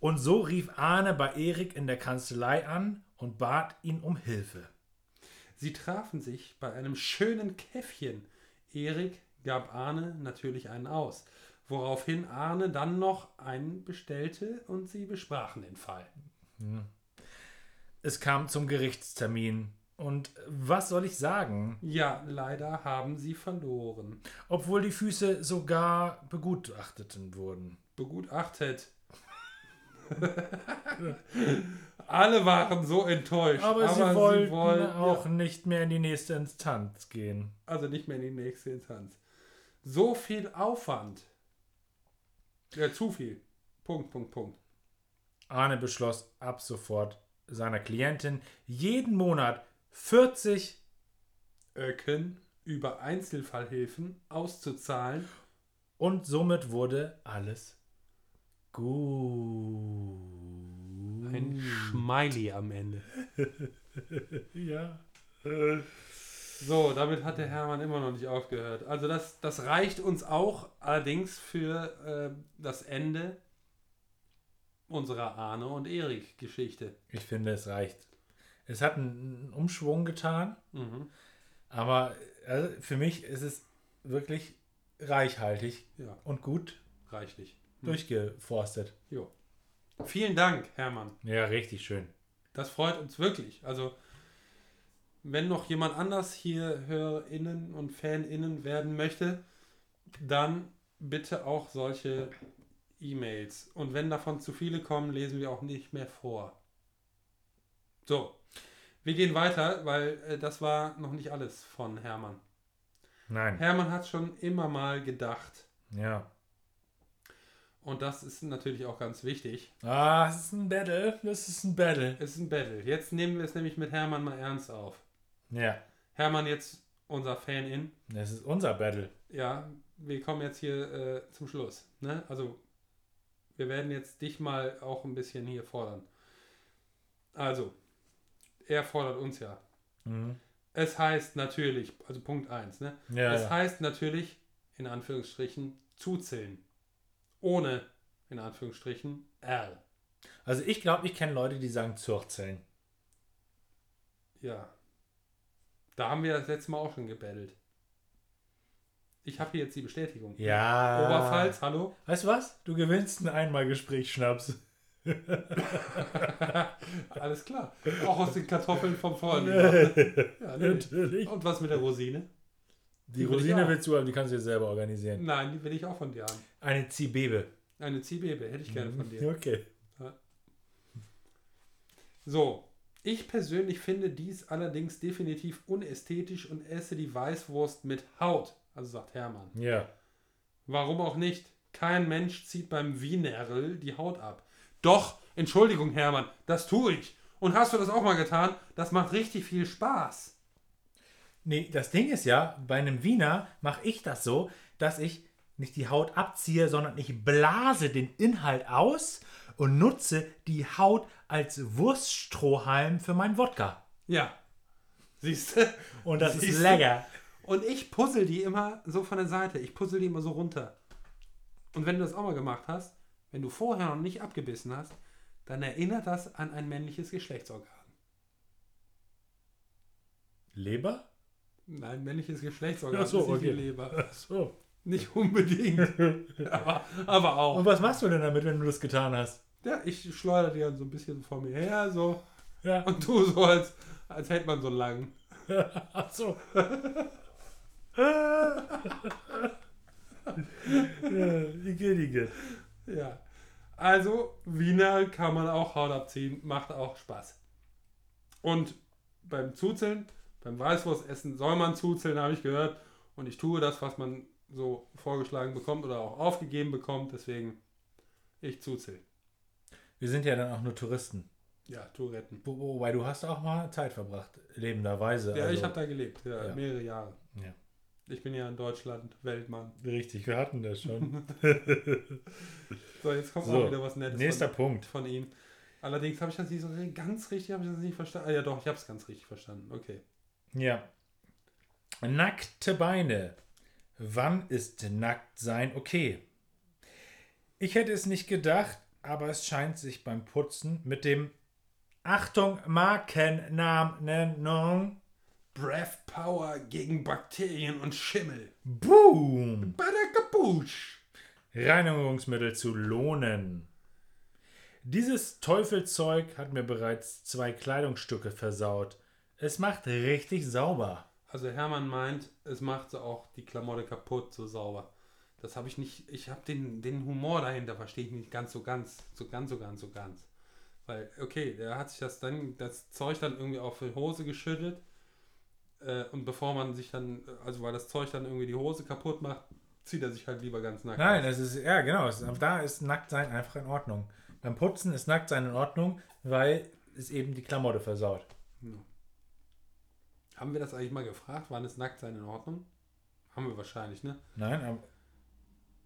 [SPEAKER 2] Und so rief Arne bei Erik in der Kanzlei an und bat ihn um Hilfe.
[SPEAKER 1] Sie trafen sich bei einem schönen Käffchen. Erik gab Arne natürlich einen aus, woraufhin Arne dann noch einen bestellte und sie besprachen den Fall.
[SPEAKER 2] Es kam zum Gerichtstermin. Und was soll ich sagen?
[SPEAKER 1] Ja, leider haben sie verloren.
[SPEAKER 2] Obwohl die Füße sogar begutachtet wurden.
[SPEAKER 1] Begutachtet. [laughs] Alle waren so enttäuscht.
[SPEAKER 2] Aber, sie, wollten auch nicht mehr in die nächste Instanz gehen.
[SPEAKER 1] also nicht mehr in die nächste Instanz. So viel Aufwand. Ja, zu viel. Punkt, Punkt, Punkt.
[SPEAKER 2] Arne beschloss ab sofort seiner Klientin jeden Monat 40
[SPEAKER 1] Öcken über Einzelfallhilfen auszuzahlen.
[SPEAKER 2] Und somit wurde alles gut.
[SPEAKER 1] Ein Schmeili am Ende.
[SPEAKER 2] Ja.
[SPEAKER 1] So, damit hat der Hermann immer noch nicht aufgehört. Also das, das reicht uns auch allerdings für äh, das Ende unserer Arne und Erik Geschichte.
[SPEAKER 2] Ich finde, es reicht. Es hat einen einen Umschwung getan,
[SPEAKER 1] Mhm.
[SPEAKER 2] aber also für mich ist es wirklich reichhaltig
[SPEAKER 1] Ja,
[SPEAKER 2] und gut
[SPEAKER 1] reichlich.
[SPEAKER 2] durchgeforstet.
[SPEAKER 1] Jo. Vielen Dank, Hermann.
[SPEAKER 2] Ja, richtig schön.
[SPEAKER 1] Das freut uns wirklich. Also wenn noch jemand anders hier HörerInnen und FanInnen werden möchte, dann bitte auch solche E-Mails. Und wenn davon zu viele kommen, lesen wir auch nicht mehr vor. So, wir gehen weiter, weil äh, das war noch nicht alles von Hermann.
[SPEAKER 2] Nein.
[SPEAKER 1] Hermann hat schon immer mal gedacht.
[SPEAKER 2] Ja.
[SPEAKER 1] Und das ist natürlich auch ganz wichtig.
[SPEAKER 2] Ah, es ist ein Battle. Das ist ein Battle.
[SPEAKER 1] Es ist ein Battle. Jetzt nehmen wir es nämlich mit Hermann mal ernst auf.
[SPEAKER 2] Ja.
[SPEAKER 1] Hermann jetzt unser Fan-In.
[SPEAKER 2] Das ist unser Battle.
[SPEAKER 1] Ja, wir kommen jetzt hier äh, zum Schluss. Ne? Also, wir werden jetzt dich mal auch ein bisschen hier fordern. Also, er fordert uns ja.
[SPEAKER 2] Mhm.
[SPEAKER 1] Es heißt natürlich, also Punkt 1, ne?
[SPEAKER 2] Ja,
[SPEAKER 1] es
[SPEAKER 2] ja.
[SPEAKER 1] heißt natürlich, in Anführungsstrichen, zuzählen. Ohne, in Anführungsstrichen, R.
[SPEAKER 2] Also ich glaube, ich kenne Leute, die sagen Zurzeln.
[SPEAKER 1] Ja. Da haben wir das letzte Mal auch schon gebettelt. Ich habe hier jetzt die Bestätigung.
[SPEAKER 2] Ja.
[SPEAKER 1] Oberpfalz, hallo?
[SPEAKER 2] Weißt du was? Du gewinnst ein Einmalgespräch, Schnaps.
[SPEAKER 1] [laughs] Alles klar. Auch aus den Kartoffeln vom
[SPEAKER 2] [laughs]
[SPEAKER 1] Vorjahr. Ja, Oh, nee.
[SPEAKER 2] Natürlich.
[SPEAKER 1] Und was mit der Rosine?
[SPEAKER 2] Die
[SPEAKER 1] will ich
[SPEAKER 2] Rosine
[SPEAKER 1] auch.
[SPEAKER 2] willst du haben, die kannst du dir selber organisieren.
[SPEAKER 1] Nein, die will ich auch von dir haben.
[SPEAKER 2] Eine Zibebe.
[SPEAKER 1] Eine Zwiebel hätte ich gerne von dir.
[SPEAKER 2] Okay.
[SPEAKER 1] So. Ich persönlich finde dies allerdings definitiv unästhetisch und esse die Weißwurst mit Haut. Also sagt Hermann.
[SPEAKER 2] Ja.
[SPEAKER 1] Warum auch nicht? Kein Mensch zieht beim Wienerl die Haut ab. Doch, Entschuldigung, Hermann, das tue ich. Und hast du das auch mal getan? Das macht richtig viel Spaß.
[SPEAKER 2] Nee, das Ding ist ja, bei einem Wiener mache ich das so, dass ich nicht die Haut abziehe, sondern ich blase den Inhalt aus und nutze die Haut als Wurststrohhalm für meinen Wodka.
[SPEAKER 1] Ja. Siehst du?
[SPEAKER 2] Und das ist
[SPEAKER 1] Siehst du?
[SPEAKER 2] lecker.
[SPEAKER 1] Und ich puzzle die immer so von der Seite. Ich puzzle die immer so runter. Und wenn du das auch mal gemacht hast, wenn du vorher noch nicht abgebissen hast, dann erinnert das an ein männliches Geschlechtsorgan.
[SPEAKER 2] Leber?
[SPEAKER 1] Nein, männliches Geschlechtsorgan
[SPEAKER 2] Ach so,
[SPEAKER 1] ist nicht die
[SPEAKER 2] okay.
[SPEAKER 1] Leber.
[SPEAKER 2] So.
[SPEAKER 1] Nicht [laughs] unbedingt, aber, aber auch.
[SPEAKER 2] Und was machst du denn damit, wenn du das getan hast?
[SPEAKER 1] Ja, ich schleudere die dann so ein bisschen vor mir her, so.
[SPEAKER 2] Ja.
[SPEAKER 1] Und tu so, als, als hätte man so lang.
[SPEAKER 2] Ach so. Igidige.
[SPEAKER 1] Ja. Also, Wiener kann man auch Haut abziehen, macht auch Spaß. Und beim Zuzeln, beim Weißwurstessen soll man zuzeln, habe ich gehört. Und ich tue das, was man so vorgeschlagen bekommt oder auch aufgegeben bekommt. Deswegen, ich zuzel.
[SPEAKER 2] Wir sind ja dann auch nur Touristen.
[SPEAKER 1] Ja, Touretten.
[SPEAKER 2] Wo- Wobei du hast auch mal Zeit verbracht, lebenderweise.
[SPEAKER 1] Ja,
[SPEAKER 2] also,
[SPEAKER 1] ich habe da gelebt, ja,
[SPEAKER 2] ja.
[SPEAKER 1] mehrere Jahre.
[SPEAKER 2] Ja.
[SPEAKER 1] Ich bin ja in Deutschland Weltmann.
[SPEAKER 2] Richtig, wir hatten das schon.
[SPEAKER 1] So, jetzt kommt [laughs]
[SPEAKER 2] So,
[SPEAKER 1] auch wieder was Nettes
[SPEAKER 2] Nächster Punkt.
[SPEAKER 1] von, von ihm. Allerdings habe ich das nicht so ganz richtig, habe ich das nicht verstanden. Ah, ja, doch, ich habe es ganz richtig verstanden. Okay.
[SPEAKER 2] Ja. Nackte Beine. Wann ist nackt sein okay? Ich hätte es nicht gedacht, aber es scheint sich beim Putzen mit dem Achtung Markennennung
[SPEAKER 1] Breath Power gegen Bakterien und Schimmel.
[SPEAKER 2] Boom
[SPEAKER 1] Badakapusch.
[SPEAKER 2] Reinigungsmittel zu lohnen. Dieses Teufelzeug hat mir bereits zwei Kleidungsstücke versaut. Es macht richtig sauber.
[SPEAKER 1] Also Hermann meint, es macht so auch die Klamotte kaputt, so sauber. Das habe ich nicht, ich habe den, den Humor dahinter, verstehe ich nicht ganz so ganz, so ganz, so ganz, so ganz. Weil, okay, der hat sich das dann, das Zeug dann irgendwie auf die Hose geschüttet. Äh, und bevor man sich dann, also weil das Zeug dann irgendwie die Hose kaputt macht, zieht er sich halt lieber ganz nackt.
[SPEAKER 2] Nein, das ist, ja genau, es, ab da ist Nacktsein einfach in Ordnung. Beim Putzen ist Nacktsein in Ordnung, weil es eben die Klamotte versaut.
[SPEAKER 1] Haben wir das eigentlich mal gefragt? Wann ist Nacktsein in Ordnung? Haben wir wahrscheinlich, ne?
[SPEAKER 2] Nein, aber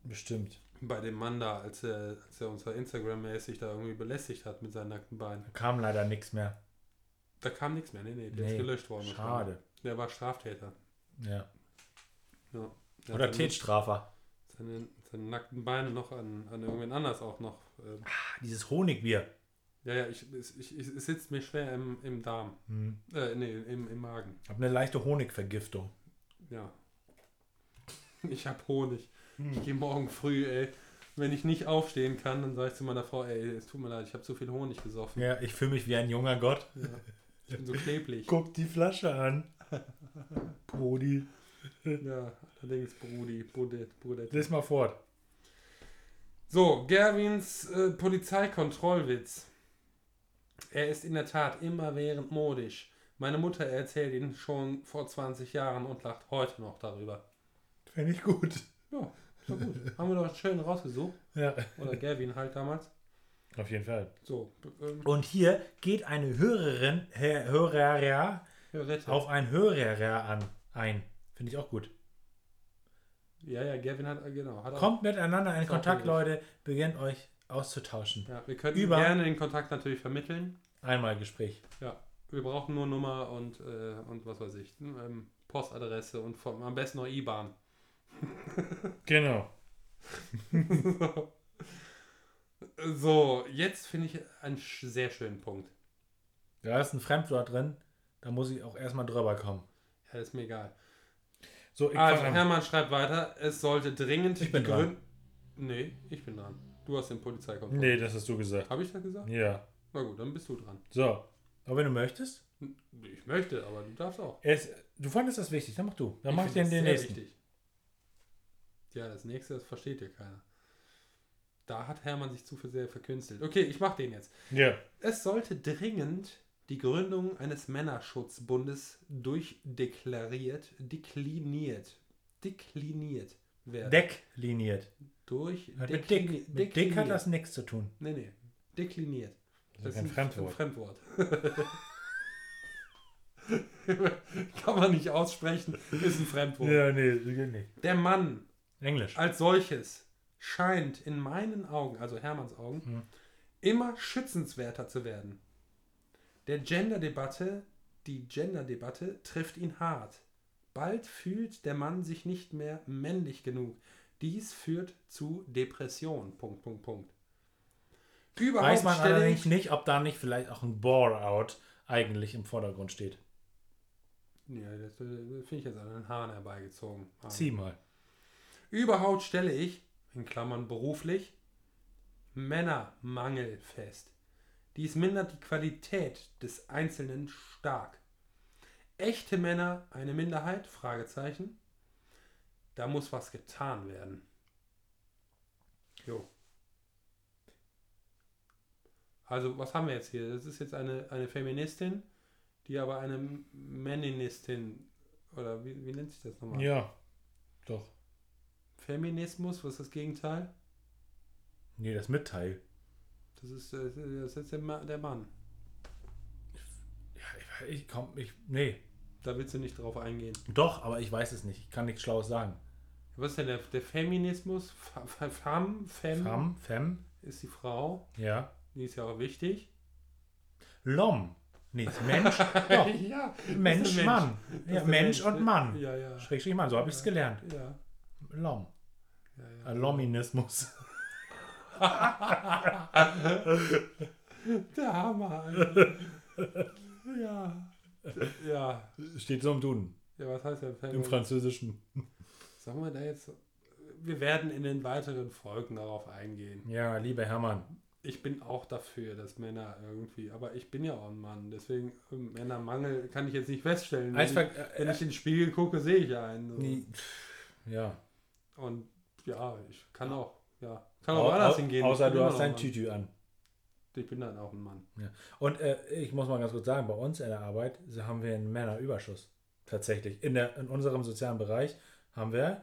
[SPEAKER 2] bestimmt.
[SPEAKER 1] Bei dem Mann da, als er, als er uns da Instagram-mäßig da irgendwie belästigt hat mit seinen nackten Beinen.
[SPEAKER 2] Da kam leider nichts mehr.
[SPEAKER 1] Da kam nichts mehr, nee, nee, der
[SPEAKER 2] Nee,
[SPEAKER 1] ist gelöscht worden.
[SPEAKER 2] Schade.
[SPEAKER 1] Der war Straftäter.
[SPEAKER 2] Ja.
[SPEAKER 1] Ja. Der
[SPEAKER 2] Oder
[SPEAKER 1] hat seine,
[SPEAKER 2] Tätstrafer.
[SPEAKER 1] seine, seine nackten Beine noch an, an irgendwen anders auch noch. ähm,
[SPEAKER 2] Ah, Dieses Honigbier.
[SPEAKER 1] ja, ja, ich, es- ich, ich, es sitzt mir schwer im, im Darm.
[SPEAKER 2] Hm.
[SPEAKER 1] Äh, nee, im, im Magen.
[SPEAKER 2] Hab eine leichte Honigvergiftung.
[SPEAKER 1] Ja. [laughs] Ich hab Honig.
[SPEAKER 2] Hm.
[SPEAKER 1] Ich gehe morgen früh, ey. Wenn ich nicht aufstehen kann, dann sage ich zu meiner Frau, ey, es tut mir leid, ich habe zu viel Honig gesoffen.
[SPEAKER 2] Ja, ich fühle mich wie ein junger Gott.
[SPEAKER 1] Ich bin so klebrig.
[SPEAKER 2] Guck die Flasche an. Brody.
[SPEAKER 1] Ja, allerdings Brudi, Brudet, Brudet.
[SPEAKER 2] Lies mal fort.
[SPEAKER 1] So, Gerwins äh, Polizeikontrollwitz. Er ist in der Tat immerwährend modisch. Meine Mutter erzählt ihn schon vor 20 Jahren und lacht heute noch darüber.
[SPEAKER 2] Fände ich gut.
[SPEAKER 1] Ja, so gut.
[SPEAKER 2] [laughs]
[SPEAKER 1] Haben wir doch einen schönen rausgesucht.
[SPEAKER 2] Ja,
[SPEAKER 1] Oder Gerwin halt damals.
[SPEAKER 2] auf jeden Fall.
[SPEAKER 1] So, ähm,
[SPEAKER 2] Und hier geht eine Hörerin, Herr Hörer,
[SPEAKER 1] Hörette.
[SPEAKER 2] auf ein Hörer an ein. Finde ich auch gut.
[SPEAKER 1] Ja, ja, Gavin hat, genau. Hat
[SPEAKER 2] Kommt miteinander in
[SPEAKER 1] Ist auch
[SPEAKER 2] Kontakt,
[SPEAKER 1] gut.
[SPEAKER 2] Leute. Beginnt euch auszutauschen.
[SPEAKER 1] Auch, ja, wir können
[SPEAKER 2] Über-
[SPEAKER 1] gerne den Kontakt natürlich vermitteln.
[SPEAKER 2] Einmal Gespräch.
[SPEAKER 1] Ja, wir brauchen nur Nummer und, äh, und was weiß ich, ähm, Postadresse und vom, am besten noch IBAN.
[SPEAKER 2] Genau.
[SPEAKER 1] so, jetzt finde ich einen sch- sehr schönen Punkt.
[SPEAKER 2] Da ist ein Fremdwort drin. Da muss ich auch erstmal drüber kommen.
[SPEAKER 1] Ja, ist mir egal.
[SPEAKER 2] So, ich
[SPEAKER 1] Also,
[SPEAKER 2] fang an.
[SPEAKER 1] Hermann schreibt weiter, es sollte dringend
[SPEAKER 2] Ich bin
[SPEAKER 1] die Grün- Nee, ich bin dran. Du hast den Polizeikontroll.
[SPEAKER 2] Nee, das hast du gesagt.
[SPEAKER 1] Habe ich das gesagt?
[SPEAKER 2] Ja.
[SPEAKER 1] Na gut, dann bist du dran.
[SPEAKER 2] So. Aber wenn du möchtest.
[SPEAKER 1] Ich möchte, aber du darfst auch.
[SPEAKER 2] Es, du fandest das wichtig. Dann mach du. Dann mach ich
[SPEAKER 1] finde das
[SPEAKER 2] den, den
[SPEAKER 1] sehr
[SPEAKER 2] nächsten.
[SPEAKER 1] wichtig. Ja, das nächste, das versteht ja keiner. Da hat Hermann sich zu viel sehr verkünstelt. Okay, ich mach den jetzt.
[SPEAKER 2] Ja.
[SPEAKER 1] Es sollte dringend die Gründung eines Männerschutzbundes durchdeklariert, dekliniert, dekliniert werden.
[SPEAKER 2] Deckliniert.
[SPEAKER 1] durch
[SPEAKER 2] Hat
[SPEAKER 1] deklini-
[SPEAKER 2] mit Dick. Mit Dick
[SPEAKER 1] dekliniert.
[SPEAKER 2] hat das nichts zu tun.
[SPEAKER 1] Nee, nee. Dekliniert.
[SPEAKER 2] Das ist ein Fremdwort.
[SPEAKER 1] [laughs] Fremdwort. Kann man nicht aussprechen, ist ein Fremdwort.
[SPEAKER 2] nee, das geht nicht.
[SPEAKER 1] Der Mann
[SPEAKER 2] Englisch.
[SPEAKER 1] als solches scheint in meinen Augen, also Hermanns Augen,
[SPEAKER 2] Hm.
[SPEAKER 1] immer schützenswerter zu werden. Der Gender-Debatte, die Gender-Debatte trifft ihn hart. Bald fühlt der Mann sich nicht mehr männlich genug. Dies führt zu Depression. Punkt, Punkt, Punkt. Überhaupt
[SPEAKER 2] Weiß man
[SPEAKER 1] stelle
[SPEAKER 2] allerdings
[SPEAKER 1] ich-
[SPEAKER 2] nicht, ob da nicht vielleicht auch ein Bore-out eigentlich im Vordergrund steht.
[SPEAKER 1] Ja, das äh, finde ich jetzt an den Haaren herbeigezogen. Ah.
[SPEAKER 2] Zieh mal.
[SPEAKER 1] Überhaupt stelle ich, in Klammern beruflich, Männermangel fest. Dies mindert die Qualität des Einzelnen stark. Echte Männer eine Minderheit? Fragezeichen. Da muss was getan werden. Jo. Also, was haben wir jetzt hier? Das ist jetzt eine, eine Feministin, die aber eine Männinistin, oder wie, wie nennt sich das nochmal?
[SPEAKER 2] Ja, doch.
[SPEAKER 1] Feminismus, was ist das Gegenteil?
[SPEAKER 2] Nee, das Mitteil.
[SPEAKER 1] Das ist, äh, das ist jetzt der, Ma der Mann.
[SPEAKER 2] Ja, ich- ich komm, ich, nee.
[SPEAKER 1] Da willst du nicht drauf eingehen.
[SPEAKER 2] Doch, aber ich weiß es nicht. Ich kann nichts Schlaues sagen.
[SPEAKER 1] Was ist denn der, der Feminismus? Fa- Fa- Fam, Fem
[SPEAKER 2] Fam, Fem,
[SPEAKER 1] ist die Frau.
[SPEAKER 2] ja.
[SPEAKER 1] Die ist ja auch wichtig.
[SPEAKER 2] Lom. Nee, ist Mensch.
[SPEAKER 1] [laughs]
[SPEAKER 2] Doch,
[SPEAKER 1] ja, das ist ein
[SPEAKER 2] Mensch, Mann.
[SPEAKER 1] Das
[SPEAKER 2] Ja,
[SPEAKER 1] ist ein
[SPEAKER 2] Mensch
[SPEAKER 1] ne?
[SPEAKER 2] und Mann.
[SPEAKER 1] Ja, ja.
[SPEAKER 2] Schrägstrich Mann, so habe ich es gelernt.
[SPEAKER 1] Ja,
[SPEAKER 2] Lom.
[SPEAKER 1] ja, ja.
[SPEAKER 2] Äh, Lominismus. [laughs]
[SPEAKER 1] Der Hammer.
[SPEAKER 2] [laughs]
[SPEAKER 1] Alter. ja. ja.
[SPEAKER 2] Steht so im Duden.
[SPEAKER 1] Ja, was heißt der
[SPEAKER 2] Im
[SPEAKER 1] Feminismus?
[SPEAKER 2] Französischen.
[SPEAKER 1] Sagen wir da jetzt. Wir werden in den weiteren Folgen darauf eingehen.
[SPEAKER 2] Ja, lieber Hermann.
[SPEAKER 1] ich bin auch dafür, dass Männer irgendwie, aber ich bin ja auch ein Mann, deswegen äh, Männermangel kann ich jetzt nicht feststellen. Wenn,
[SPEAKER 2] Als
[SPEAKER 1] ich,
[SPEAKER 2] Ver-
[SPEAKER 1] wenn ich in den Spiegel gucke, sehe ich einen. So.
[SPEAKER 2] Nee, pff, Ja.
[SPEAKER 1] Und ja, ich kann auch, ja, kann auch woanders
[SPEAKER 2] Au-
[SPEAKER 1] hingehen. Ich
[SPEAKER 2] Außer
[SPEAKER 1] bin
[SPEAKER 2] du
[SPEAKER 1] immer
[SPEAKER 2] hast
[SPEAKER 1] noch ein
[SPEAKER 2] dein
[SPEAKER 1] Mann.
[SPEAKER 2] Tütü an.
[SPEAKER 1] Ich bin dann auch ein Mann.
[SPEAKER 2] Ja. Und äh, ich muss mal ganz kurz sagen, bei uns in der Arbeit so haben wir einen Männerüberschuss. Tatsächlich. In, der, in unserem sozialen Bereich haben wir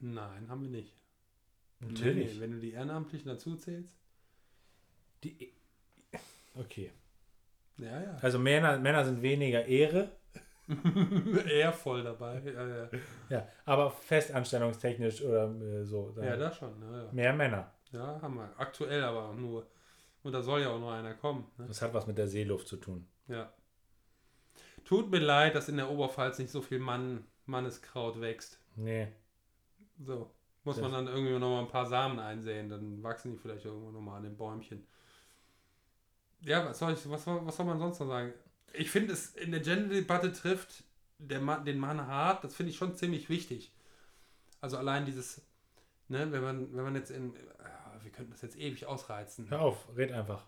[SPEAKER 1] Nein, haben wir nicht. Nee,
[SPEAKER 2] natürlich.
[SPEAKER 1] nee, wenn du die Ehrenamtlichen dazu zählst.
[SPEAKER 2] Die, E- okay.
[SPEAKER 1] Ja, ja. [laughs]
[SPEAKER 2] Also Männer, Männer sind weniger Ehre,
[SPEAKER 1] Ehrvoll dabei. Ja, ja.
[SPEAKER 2] ja, aber festanstellungstechnisch oder äh, so. dann
[SPEAKER 1] ja da schon. Ja, ja.
[SPEAKER 2] Mehr Männer.
[SPEAKER 1] ja, haben wir. Aktuell aber auch nur. Und da soll ja auch noch einer kommen. Ne?
[SPEAKER 2] Das hat was mit der Seeluft zu tun.
[SPEAKER 1] Ja. Tut mir leid, dass in der Oberpfalz nicht so viel Mann, Manneskraut wächst.
[SPEAKER 2] Nee.
[SPEAKER 1] So. Muss man dann irgendwie nochmal ein paar Samen einsäen, dann wachsen die vielleicht irgendwo nochmal an dem Bäumchen. Ja, was soll, ich, was, soll- was soll man sonst noch sagen? Ich finde es in der Gender-Debatte trifft der Mann, den Mann hart, das finde ich schon ziemlich wichtig. Also allein dieses, ne, wenn man, wenn man jetzt in, ah, wir könnten das jetzt ewig ausreizen.
[SPEAKER 2] Hör auf, red einfach.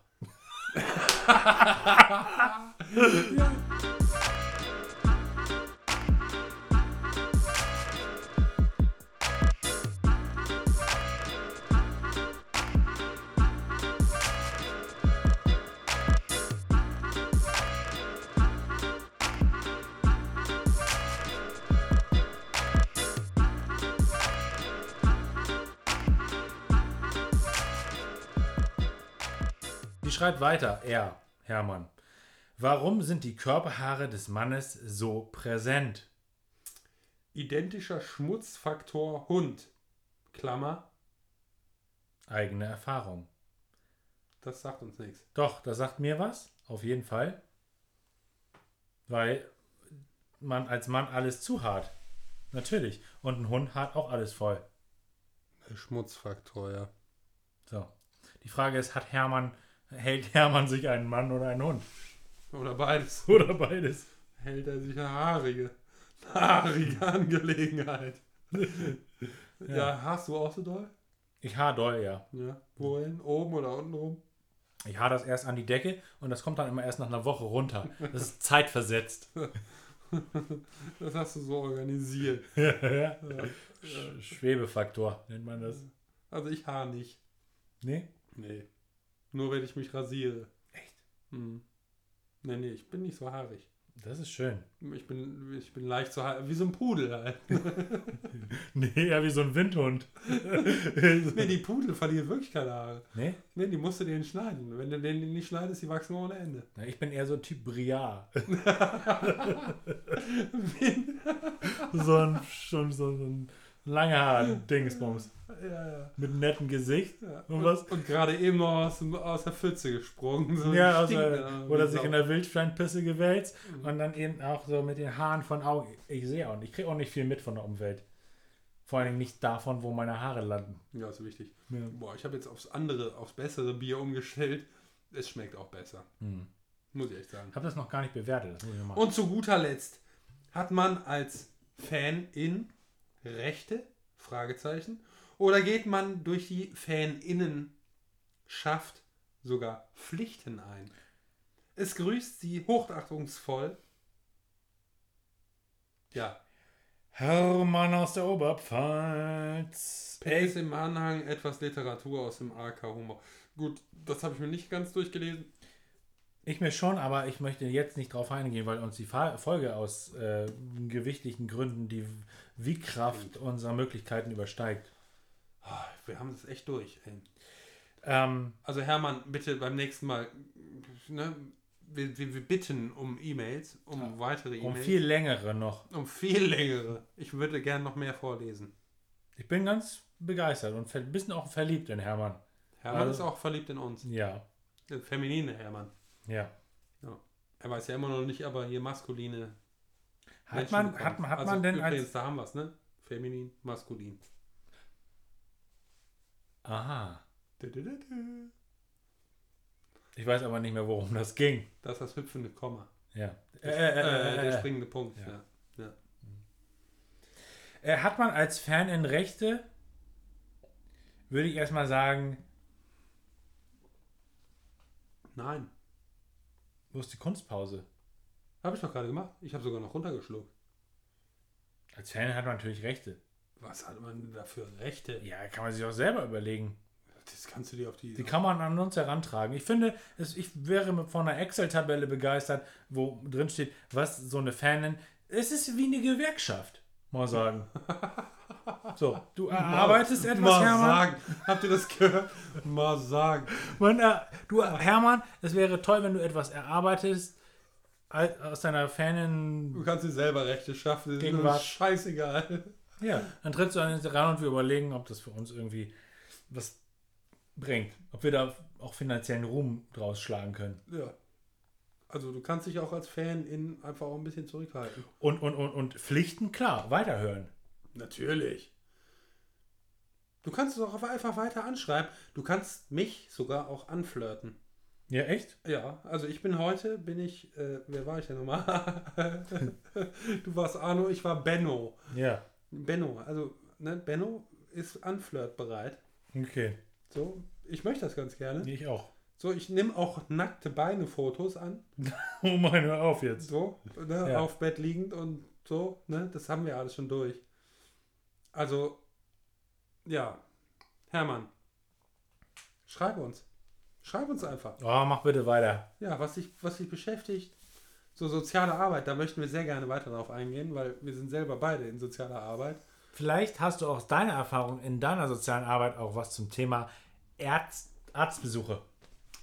[SPEAKER 2] Die schreibt weiter, er, Hermann. Warum sind die Körperhaare des Mannes so präsent?
[SPEAKER 1] Identischer Schmutzfaktor Hund. Klammer,
[SPEAKER 2] Eigene Erfahrung.
[SPEAKER 1] Das sagt uns nichts.
[SPEAKER 2] Doch, das sagt mir was, auf jeden Fall. Weil man als Mann alles zu hart. Natürlich. Und ein Hund hat auch alles voll.
[SPEAKER 1] Schmutzfaktor, ja.
[SPEAKER 2] So. Die Frage ist, hat Hermann, hält Hermann sich einen Mann oder einen Hund? [laughs]
[SPEAKER 1] Oder beides.
[SPEAKER 2] Oder beides?
[SPEAKER 1] Hält er sich eine haarige, eine haarige [laughs] Angelegenheit. ja. hast du auch so doll?
[SPEAKER 2] Ich haar doll, ja.
[SPEAKER 1] Ja. Wohin? Oben oder unten rum? [laughs]
[SPEAKER 2] Ich haar das erst an die Decke und das kommt dann immer erst nach einer Woche runter. Das ist zeitversetzt. [laughs]
[SPEAKER 1] Das hast du so organisiert.
[SPEAKER 2] Sch- Schwebefaktor nennt man das.
[SPEAKER 1] Also ich haar nicht.
[SPEAKER 2] Nee?
[SPEAKER 1] Nee. Nur wenn ich mich rasiere.
[SPEAKER 2] Echt?
[SPEAKER 1] Hm. Nee, nee, ich bin nicht so haarig.
[SPEAKER 2] Das ist schön.
[SPEAKER 1] Ich bin, ich bin leicht so haarig. Wie so ein Pudel [laughs] halt.
[SPEAKER 2] [laughs] Nee, ja, wie so ein [laughs] Windhund. nee?
[SPEAKER 1] nee, die Pudel verlieren wirklich keine Haare. Nee, die musst du denen schneiden. Wenn du denen nicht schneidest, die wachsen ohne Ende. [laughs]
[SPEAKER 2] Na, ich bin eher so ein Typ Briar. [laughs] so ein, schon so ein langer Dingsbums.
[SPEAKER 1] Ja, ja.
[SPEAKER 2] Mit einem netten Gesicht.
[SPEAKER 1] Ja.
[SPEAKER 2] Und was?
[SPEAKER 1] Und gerade eben noch aus, dem- aus der Pfütze gesprungen. So
[SPEAKER 2] Ja,
[SPEAKER 1] stinkt
[SPEAKER 2] also,
[SPEAKER 1] dann
[SPEAKER 2] oder
[SPEAKER 1] wie
[SPEAKER 2] sich
[SPEAKER 1] Sau. Mhm.
[SPEAKER 2] in der Wildschweinpisse gewälzt und dann eben auch so mit den Haaren von Augen. Ich sehe auch nicht, ich kriege auch nicht viel mit von der Umwelt. Vor allen Dingen nicht davon, wo meine Haare landen.
[SPEAKER 1] Ja, ist wichtig.
[SPEAKER 2] Ja.
[SPEAKER 1] Boah, ich habe jetzt aufs andere, aufs bessere Bier umgestellt. Es schmeckt auch besser.
[SPEAKER 2] Hm.
[SPEAKER 1] Muss ich echt sagen.
[SPEAKER 2] Ich habe das noch gar nicht bewertet. Das muss ich noch machen.
[SPEAKER 1] Und zu guter Letzt hat man als Fan in Rechte? Fragezeichen. Oder geht man durch die Faninnenschaft sogar Pflichten ein? Es grüßt sie hochachtungsvoll. Ja,
[SPEAKER 2] Hermann aus der Oberpfalz.
[SPEAKER 1] PS im Anhang etwas Literatur aus dem AK Humor. Gut, das habe ich mir nicht ganz durchgelesen.
[SPEAKER 2] Ich mir schon, aber ich möchte jetzt nicht drauf eingehen, weil uns die Fa- Folge aus äh, gewichtigen Gründen die Wie-Kraft unserer Möglichkeiten übersteigt.
[SPEAKER 1] Ah, Wir haben das echt durch. Ey.
[SPEAKER 2] Ähm,
[SPEAKER 1] Also Hermann, bitte beim nächsten Mal, ne, wir, wir, wir bitten um E-Mails, um weitere
[SPEAKER 2] um
[SPEAKER 1] E-Mails.
[SPEAKER 2] viel längere noch.
[SPEAKER 1] um viel längere. Ich würde gern noch mehr vorlesen.
[SPEAKER 2] Ich bin ganz begeistert und ver- ein bisschen auch verliebt in Hermann.
[SPEAKER 1] Hermann
[SPEAKER 2] Also-
[SPEAKER 1] ist auch verliebt in uns.
[SPEAKER 2] Ja,
[SPEAKER 1] Der feminine Hermann.
[SPEAKER 2] ja.
[SPEAKER 1] Er weiß ja immer noch nicht, aber hier maskuline.
[SPEAKER 2] Hat
[SPEAKER 1] Menschen
[SPEAKER 2] man,
[SPEAKER 1] bekommt.
[SPEAKER 2] hat, man- hat
[SPEAKER 1] also
[SPEAKER 2] man denn
[SPEAKER 1] übrigens,
[SPEAKER 2] als...
[SPEAKER 1] da haben wir es, ne? Feminin, maskulin.
[SPEAKER 2] Aha.
[SPEAKER 1] Du, du, du, du.
[SPEAKER 2] Ich weiß aber nicht mehr, worum das ging.
[SPEAKER 1] Das ist das hüpfende Komma.
[SPEAKER 2] Ja. Äh,
[SPEAKER 1] Das,
[SPEAKER 2] äh,
[SPEAKER 1] äh,
[SPEAKER 2] äh,
[SPEAKER 1] der
[SPEAKER 2] äh, äh.
[SPEAKER 1] springende Punkt.
[SPEAKER 2] Ja.
[SPEAKER 1] Ja. Ja.
[SPEAKER 2] Äh, Hat man als Fan in Rechte, würde ich erstmal sagen,
[SPEAKER 1] Nein,
[SPEAKER 2] wo ist die Kunstpause?
[SPEAKER 1] habe ich doch gerade gemacht. Ich habe sogar noch runtergeschluckt.
[SPEAKER 2] Als Fan hat man natürlich Rechte.
[SPEAKER 1] Was hat man da für Rechte?
[SPEAKER 2] Ja, kann man sich auch selber überlegen.
[SPEAKER 1] Das kannst du dir auf die.
[SPEAKER 2] Die kann man an uns herantragen. Ich finde, es, ich wäre mit- von einer Excel-Tabelle begeistert, wo drin steht, was so eine Fanin. Es ist wie eine Gewerkschaft, mal sagen. So, du erarbeitest etwas,
[SPEAKER 1] mal
[SPEAKER 2] Hermann.
[SPEAKER 1] sagen. Habt ihr das gehört? Mal sagen.
[SPEAKER 2] Man, äh, du, Hermann, es wäre toll, wenn du etwas erarbeitest al- aus deiner Fanin.
[SPEAKER 1] Du kannst dir selber Rechte schaffen. Das ist
[SPEAKER 2] Gegenwart.
[SPEAKER 1] uns scheißegal. [laughs]
[SPEAKER 2] Ja, dann trittst du an uns ran und wir überlegen, ob das für uns irgendwie was bringt. Ob wir da auch finanziellen Ruhm draus schlagen können.
[SPEAKER 1] Ja. Also du kannst dich auch als Fan in einfach auch ein bisschen zurückhalten.
[SPEAKER 2] Und, und, und, und Pflichten, klar, weiterhören.
[SPEAKER 1] Natürlich. Du kannst es auch einfach weiter anschreiben. Du kannst mich sogar auch anflirten.
[SPEAKER 2] Ja, echt?
[SPEAKER 1] Ja, also ich bin heute, bin ich, äh, wer war ich denn nochmal? [laughs] du warst Arno, ich war Benno.
[SPEAKER 2] Ja.
[SPEAKER 1] Benno, also, ne, Benno ist anflirtbereit.
[SPEAKER 2] Okay.
[SPEAKER 1] So, ich möchte das ganz gerne.
[SPEAKER 2] Ich auch. [laughs]
[SPEAKER 1] So, ich nehme auch nackte Beine-Fotos an.
[SPEAKER 2] Oh mein, hör auf jetzt.
[SPEAKER 1] So, ne,
[SPEAKER 2] Ja.
[SPEAKER 1] auf Bett liegend und so, ne, das haben wir alles schon durch. Also, ja, Hermann, schreib uns. Schreib uns einfach.
[SPEAKER 2] Oh, mach bitte weiter.
[SPEAKER 1] Ja, was dich, was dich beschäftigt. So soziale Arbeit, da möchten wir sehr gerne weiter drauf eingehen, weil wir sind selber beide in sozialer Arbeit.
[SPEAKER 2] Vielleicht hast du aus deiner Erfahrung in deiner sozialen Arbeit auch was zum Thema Arzt, Arztbesuche.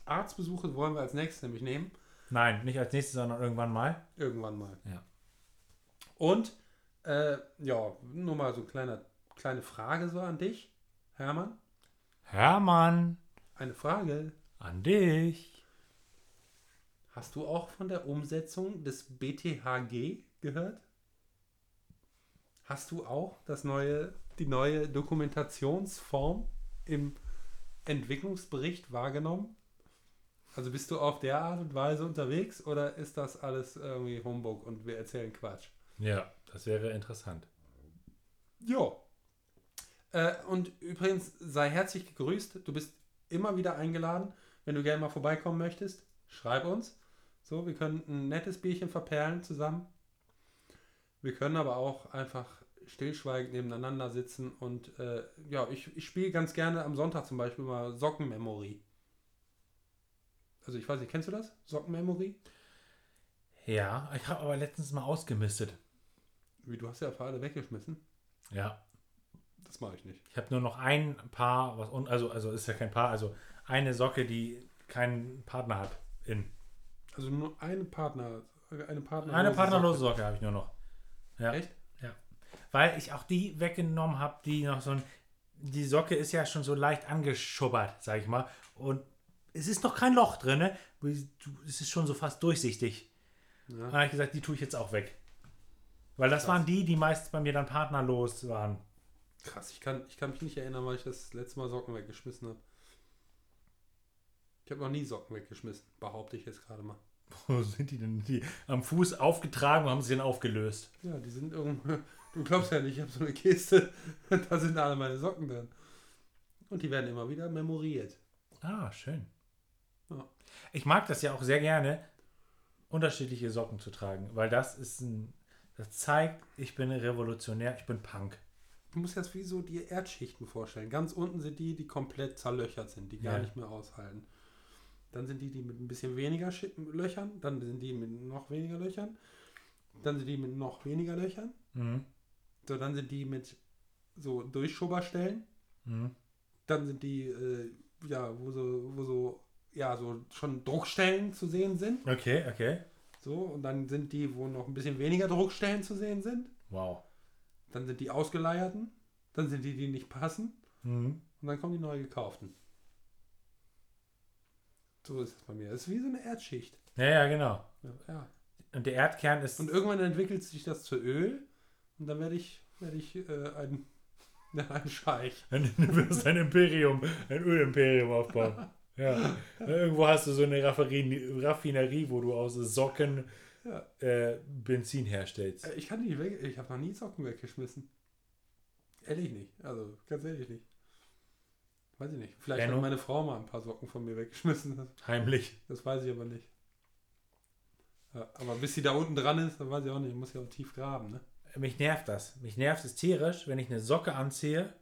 [SPEAKER 1] Arztbesuche wollen wir als nächstes nämlich nehmen.
[SPEAKER 2] Nein, nicht als nächstes, sondern irgendwann mal.
[SPEAKER 1] Irgendwann mal.
[SPEAKER 2] Ja.
[SPEAKER 1] Und, äh, ja, nur mal so eine kleine, kleine Frage so an dich, Hermann.
[SPEAKER 2] Hermann,
[SPEAKER 1] Eine Frage.
[SPEAKER 2] an dich.
[SPEAKER 1] Hast du auch von der Umsetzung des BTHG gehört? Hast du auch das neue, die neue Dokumentationsform im Entwicklungsbericht wahrgenommen? Also bist du auf der Art und Weise unterwegs oder ist das alles irgendwie Humbug und wir erzählen Quatsch?
[SPEAKER 2] Ja, das wäre interessant.
[SPEAKER 1] Jo. Äh, und übrigens, sei herzlich gegrüßt. Du bist immer wieder eingeladen. Wenn du gerne mal vorbeikommen möchtest, schreib uns. So, wir können ein nettes Bierchen verperlen zusammen. Wir können aber auch einfach stillschweigend nebeneinander sitzen und äh, ja, ich, ich spiele ganz gerne am Sonntag zum Beispiel mal Sockenmemory. Also ich weiß nicht, kennst du das? Sockenmemory?
[SPEAKER 2] Ja, ich habe aber letztens mal ausgemistet.
[SPEAKER 1] Wie, du hast ja ein paar alle weggeschmissen.
[SPEAKER 2] Ja,
[SPEAKER 1] Das mache ich nicht.
[SPEAKER 2] ich habe nur noch ein Paar, was un also also ist ja kein Paar, also eine Socke, die keinen Partner hat. In
[SPEAKER 1] Also nur eine Partner, eine Partner.
[SPEAKER 2] eine partnerlose Socke habe ich nur noch. Ja.
[SPEAKER 1] Echt?
[SPEAKER 2] Weil ich auch die weggenommen habe, die noch so ein. Die Socke ist ja schon so leicht angeschubbert, sag ich mal. Und es ist noch kein Loch drin, ne? Du- Es ist schon so fast durchsichtig.
[SPEAKER 1] Ja.
[SPEAKER 2] Da habe ich gesagt, die tue ich jetzt auch weg. Weil das waren die, die meist bei mir dann partnerlos waren.
[SPEAKER 1] Krass, ich kann, ich kann mich nicht erinnern, weil ich das letzte Mal Socken weggeschmissen habe. Ich habe noch nie Socken weggeschmissen, behaupte ich jetzt gerade mal.
[SPEAKER 2] [laughs] Wo sind die denn? Die am Fuß aufgetragen und haben sie dann aufgelöst.
[SPEAKER 1] Ja, die sind irgendwo. [laughs] Du glaubst ja nicht, ich habe so eine Kiste. [laughs] Da sind alle meine Socken drin. Und die werden immer wieder memoriert.
[SPEAKER 2] Ah, schön.
[SPEAKER 1] Ja.
[SPEAKER 2] Ich mag das ja auch sehr gerne, unterschiedliche Socken zu tragen, weil das ist ein. Das zeigt, ich bin revolutionär, ich bin Punk.
[SPEAKER 1] Du musst dir das wie so die Erdschichten vorstellen. Ganz unten sind die, die komplett zerlöchert sind, die gar
[SPEAKER 2] Ja.
[SPEAKER 1] nicht mehr aushalten. Dann sind die, die mit ein bisschen weniger Schi Löchern. Dann sind die mit noch weniger Löchern. Dann sind die mit noch weniger Löchern.
[SPEAKER 2] Mhm.
[SPEAKER 1] So, dann sind die mit so Durchschubberstellen.
[SPEAKER 2] Mhm.
[SPEAKER 1] Dann sind die, äh, ja, wo so, wo so, ja, so schon Druckstellen zu sehen sind.
[SPEAKER 2] Okay, okay.
[SPEAKER 1] So, und dann sind die, wo noch ein bisschen weniger Druckstellen zu sehen sind.
[SPEAKER 2] Wow.
[SPEAKER 1] Dann sind die ausgeleierten. Dann sind die, die nicht passen.
[SPEAKER 2] Mhm.
[SPEAKER 1] Und dann kommen die neu gekauften. So ist es bei mir. Es ist wie so eine Erdschicht.
[SPEAKER 2] Ja, ja, genau.
[SPEAKER 1] Ja, Ja.
[SPEAKER 2] Und der Erdkern ist.
[SPEAKER 1] Und irgendwann entwickelt sich das zu Öl. Und dann werde ich, werde ich äh, ein, [laughs] ja, ein Scheich.
[SPEAKER 2] Du [laughs] wirst ein Imperium, ein
[SPEAKER 1] [laughs]
[SPEAKER 2] Ölimperium aufbauen. Ja. Irgendwo hast du so eine Rafferin- Raffinerie, wo du aus Socken
[SPEAKER 1] Ja.
[SPEAKER 2] äh, Benzin herstellst.
[SPEAKER 1] Äh, Ich kann die nicht weg. Ich habe noch nie Socken weggeschmissen. Ehrlich nicht. Also ganz ehrlich nicht. Weiß ich nicht. Vielleicht
[SPEAKER 2] Benno?
[SPEAKER 1] hat meine Frau mal ein paar Socken von mir weggeschmissen. Das,
[SPEAKER 2] Heimlich.
[SPEAKER 1] das weiß ich aber nicht. Ja, aber bis sie da unten dran ist, dann weiß ich auch nicht. Muss ja auch tief graben, ne?
[SPEAKER 2] Mich nervt das. Mich nervt es tierisch, wenn ich eine Socke anziehe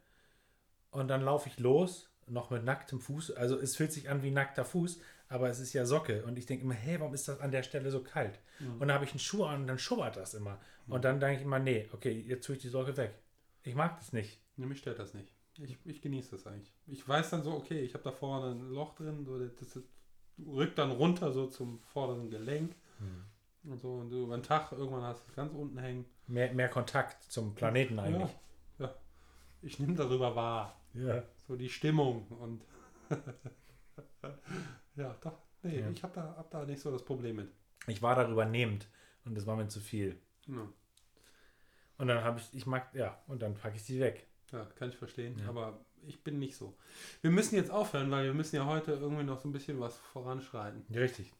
[SPEAKER 2] und dann laufe ich los, noch mit nacktem Fuß. Also es fühlt sich an wie nackter Fuß, aber es ist ja Socke. Und ich denke immer, hey, warum ist das an der Stelle so kalt? Und dann habe ich einen Schuh an und dann schubbert das immer. Und dann denke ich immer, nee, okay, jetzt tue ich die Socke weg. Ich mag das nicht.
[SPEAKER 1] Nee, mich stört das nicht. Ich, ich genieße das eigentlich. Ich weiß dann so, okay, ich habe da vorne ein Loch drin, so, das, das rückt dann runter so zum vorderen Gelenk
[SPEAKER 2] Hm.
[SPEAKER 1] und so und so über den Tag irgendwann hast du es ganz unten hängen.
[SPEAKER 2] Mehr, mehr Kontakt zum Planeten eigentlich.
[SPEAKER 1] Ja, ja. Ich nehme darüber wahr,
[SPEAKER 2] Ja.
[SPEAKER 1] so die Stimmung und [laughs] ja, doch, nee,
[SPEAKER 2] Ja.
[SPEAKER 1] ich habe da, hab da nicht so das Problem mit.
[SPEAKER 2] Ich war darüber nehmend und das war mir zu viel.
[SPEAKER 1] Ja,
[SPEAKER 2] Und dann habe ich, ich mag, ja, und dann packe ich sie weg.
[SPEAKER 1] ja kann ich verstehen,
[SPEAKER 2] Ja.
[SPEAKER 1] aber ich bin nicht so. Wir müssen jetzt aufhören, weil wir müssen ja heute irgendwie noch so ein bisschen was voranschreiten.
[SPEAKER 2] Richtig.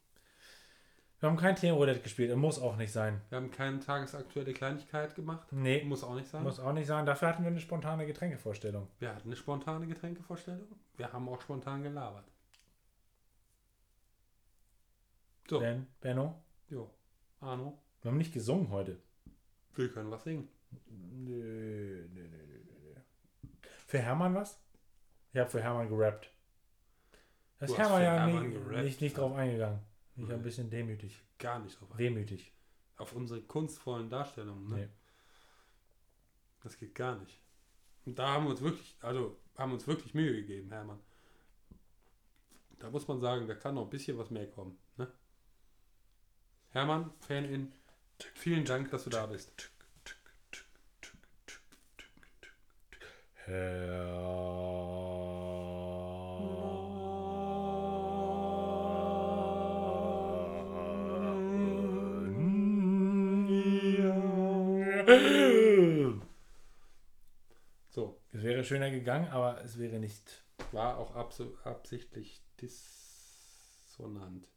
[SPEAKER 2] Wir haben kein Themenroulette gespielt, er muss auch nicht sein.
[SPEAKER 1] Wir haben keine tagesaktuelle Kleinigkeit gemacht.
[SPEAKER 2] Nee,
[SPEAKER 1] Muss auch nicht sein.
[SPEAKER 2] muss auch nicht sein. Dafür hatten wir eine spontane Getränkevorstellung.
[SPEAKER 1] Wir hatten eine spontane Getränkevorstellung. Wir haben auch spontan gelabert. So.
[SPEAKER 2] Denn, Benno,
[SPEAKER 1] Jo. Arno,
[SPEAKER 2] wir haben nicht gesungen heute.
[SPEAKER 1] wir können was singen.
[SPEAKER 2] Nö, nö, nö, nö, nö. Für Hermann was? Ich habe für Hermann gerappt. Das
[SPEAKER 1] Du
[SPEAKER 2] ist
[SPEAKER 1] hast
[SPEAKER 2] Hermann
[SPEAKER 1] für
[SPEAKER 2] ja
[SPEAKER 1] Hermann
[SPEAKER 2] nie-
[SPEAKER 1] gerappt, Mhm.
[SPEAKER 2] nicht, nicht
[SPEAKER 1] ja.
[SPEAKER 2] drauf eingegangen. Ich war ein
[SPEAKER 1] Nee.
[SPEAKER 2] bisschen demütig.
[SPEAKER 1] Gar nicht drauf ein.
[SPEAKER 2] Wehmütig.
[SPEAKER 1] Auf unsere kunstvollen Darstellungen. Ne?
[SPEAKER 2] Nee.
[SPEAKER 1] Das geht gar nicht. Und da haben wir uns wirklich, also haben uns wirklich Mühe gegeben, Hermann. Da muss man sagen, da kann noch ein bisschen was mehr kommen. Ne? Hermann, Fanin, vielen Dank, dass du da bist.
[SPEAKER 2] Es
[SPEAKER 1] So,
[SPEAKER 2] wäre schöner gegangen, aber es wäre nicht.
[SPEAKER 1] war auch abso- absichtlich dissonant.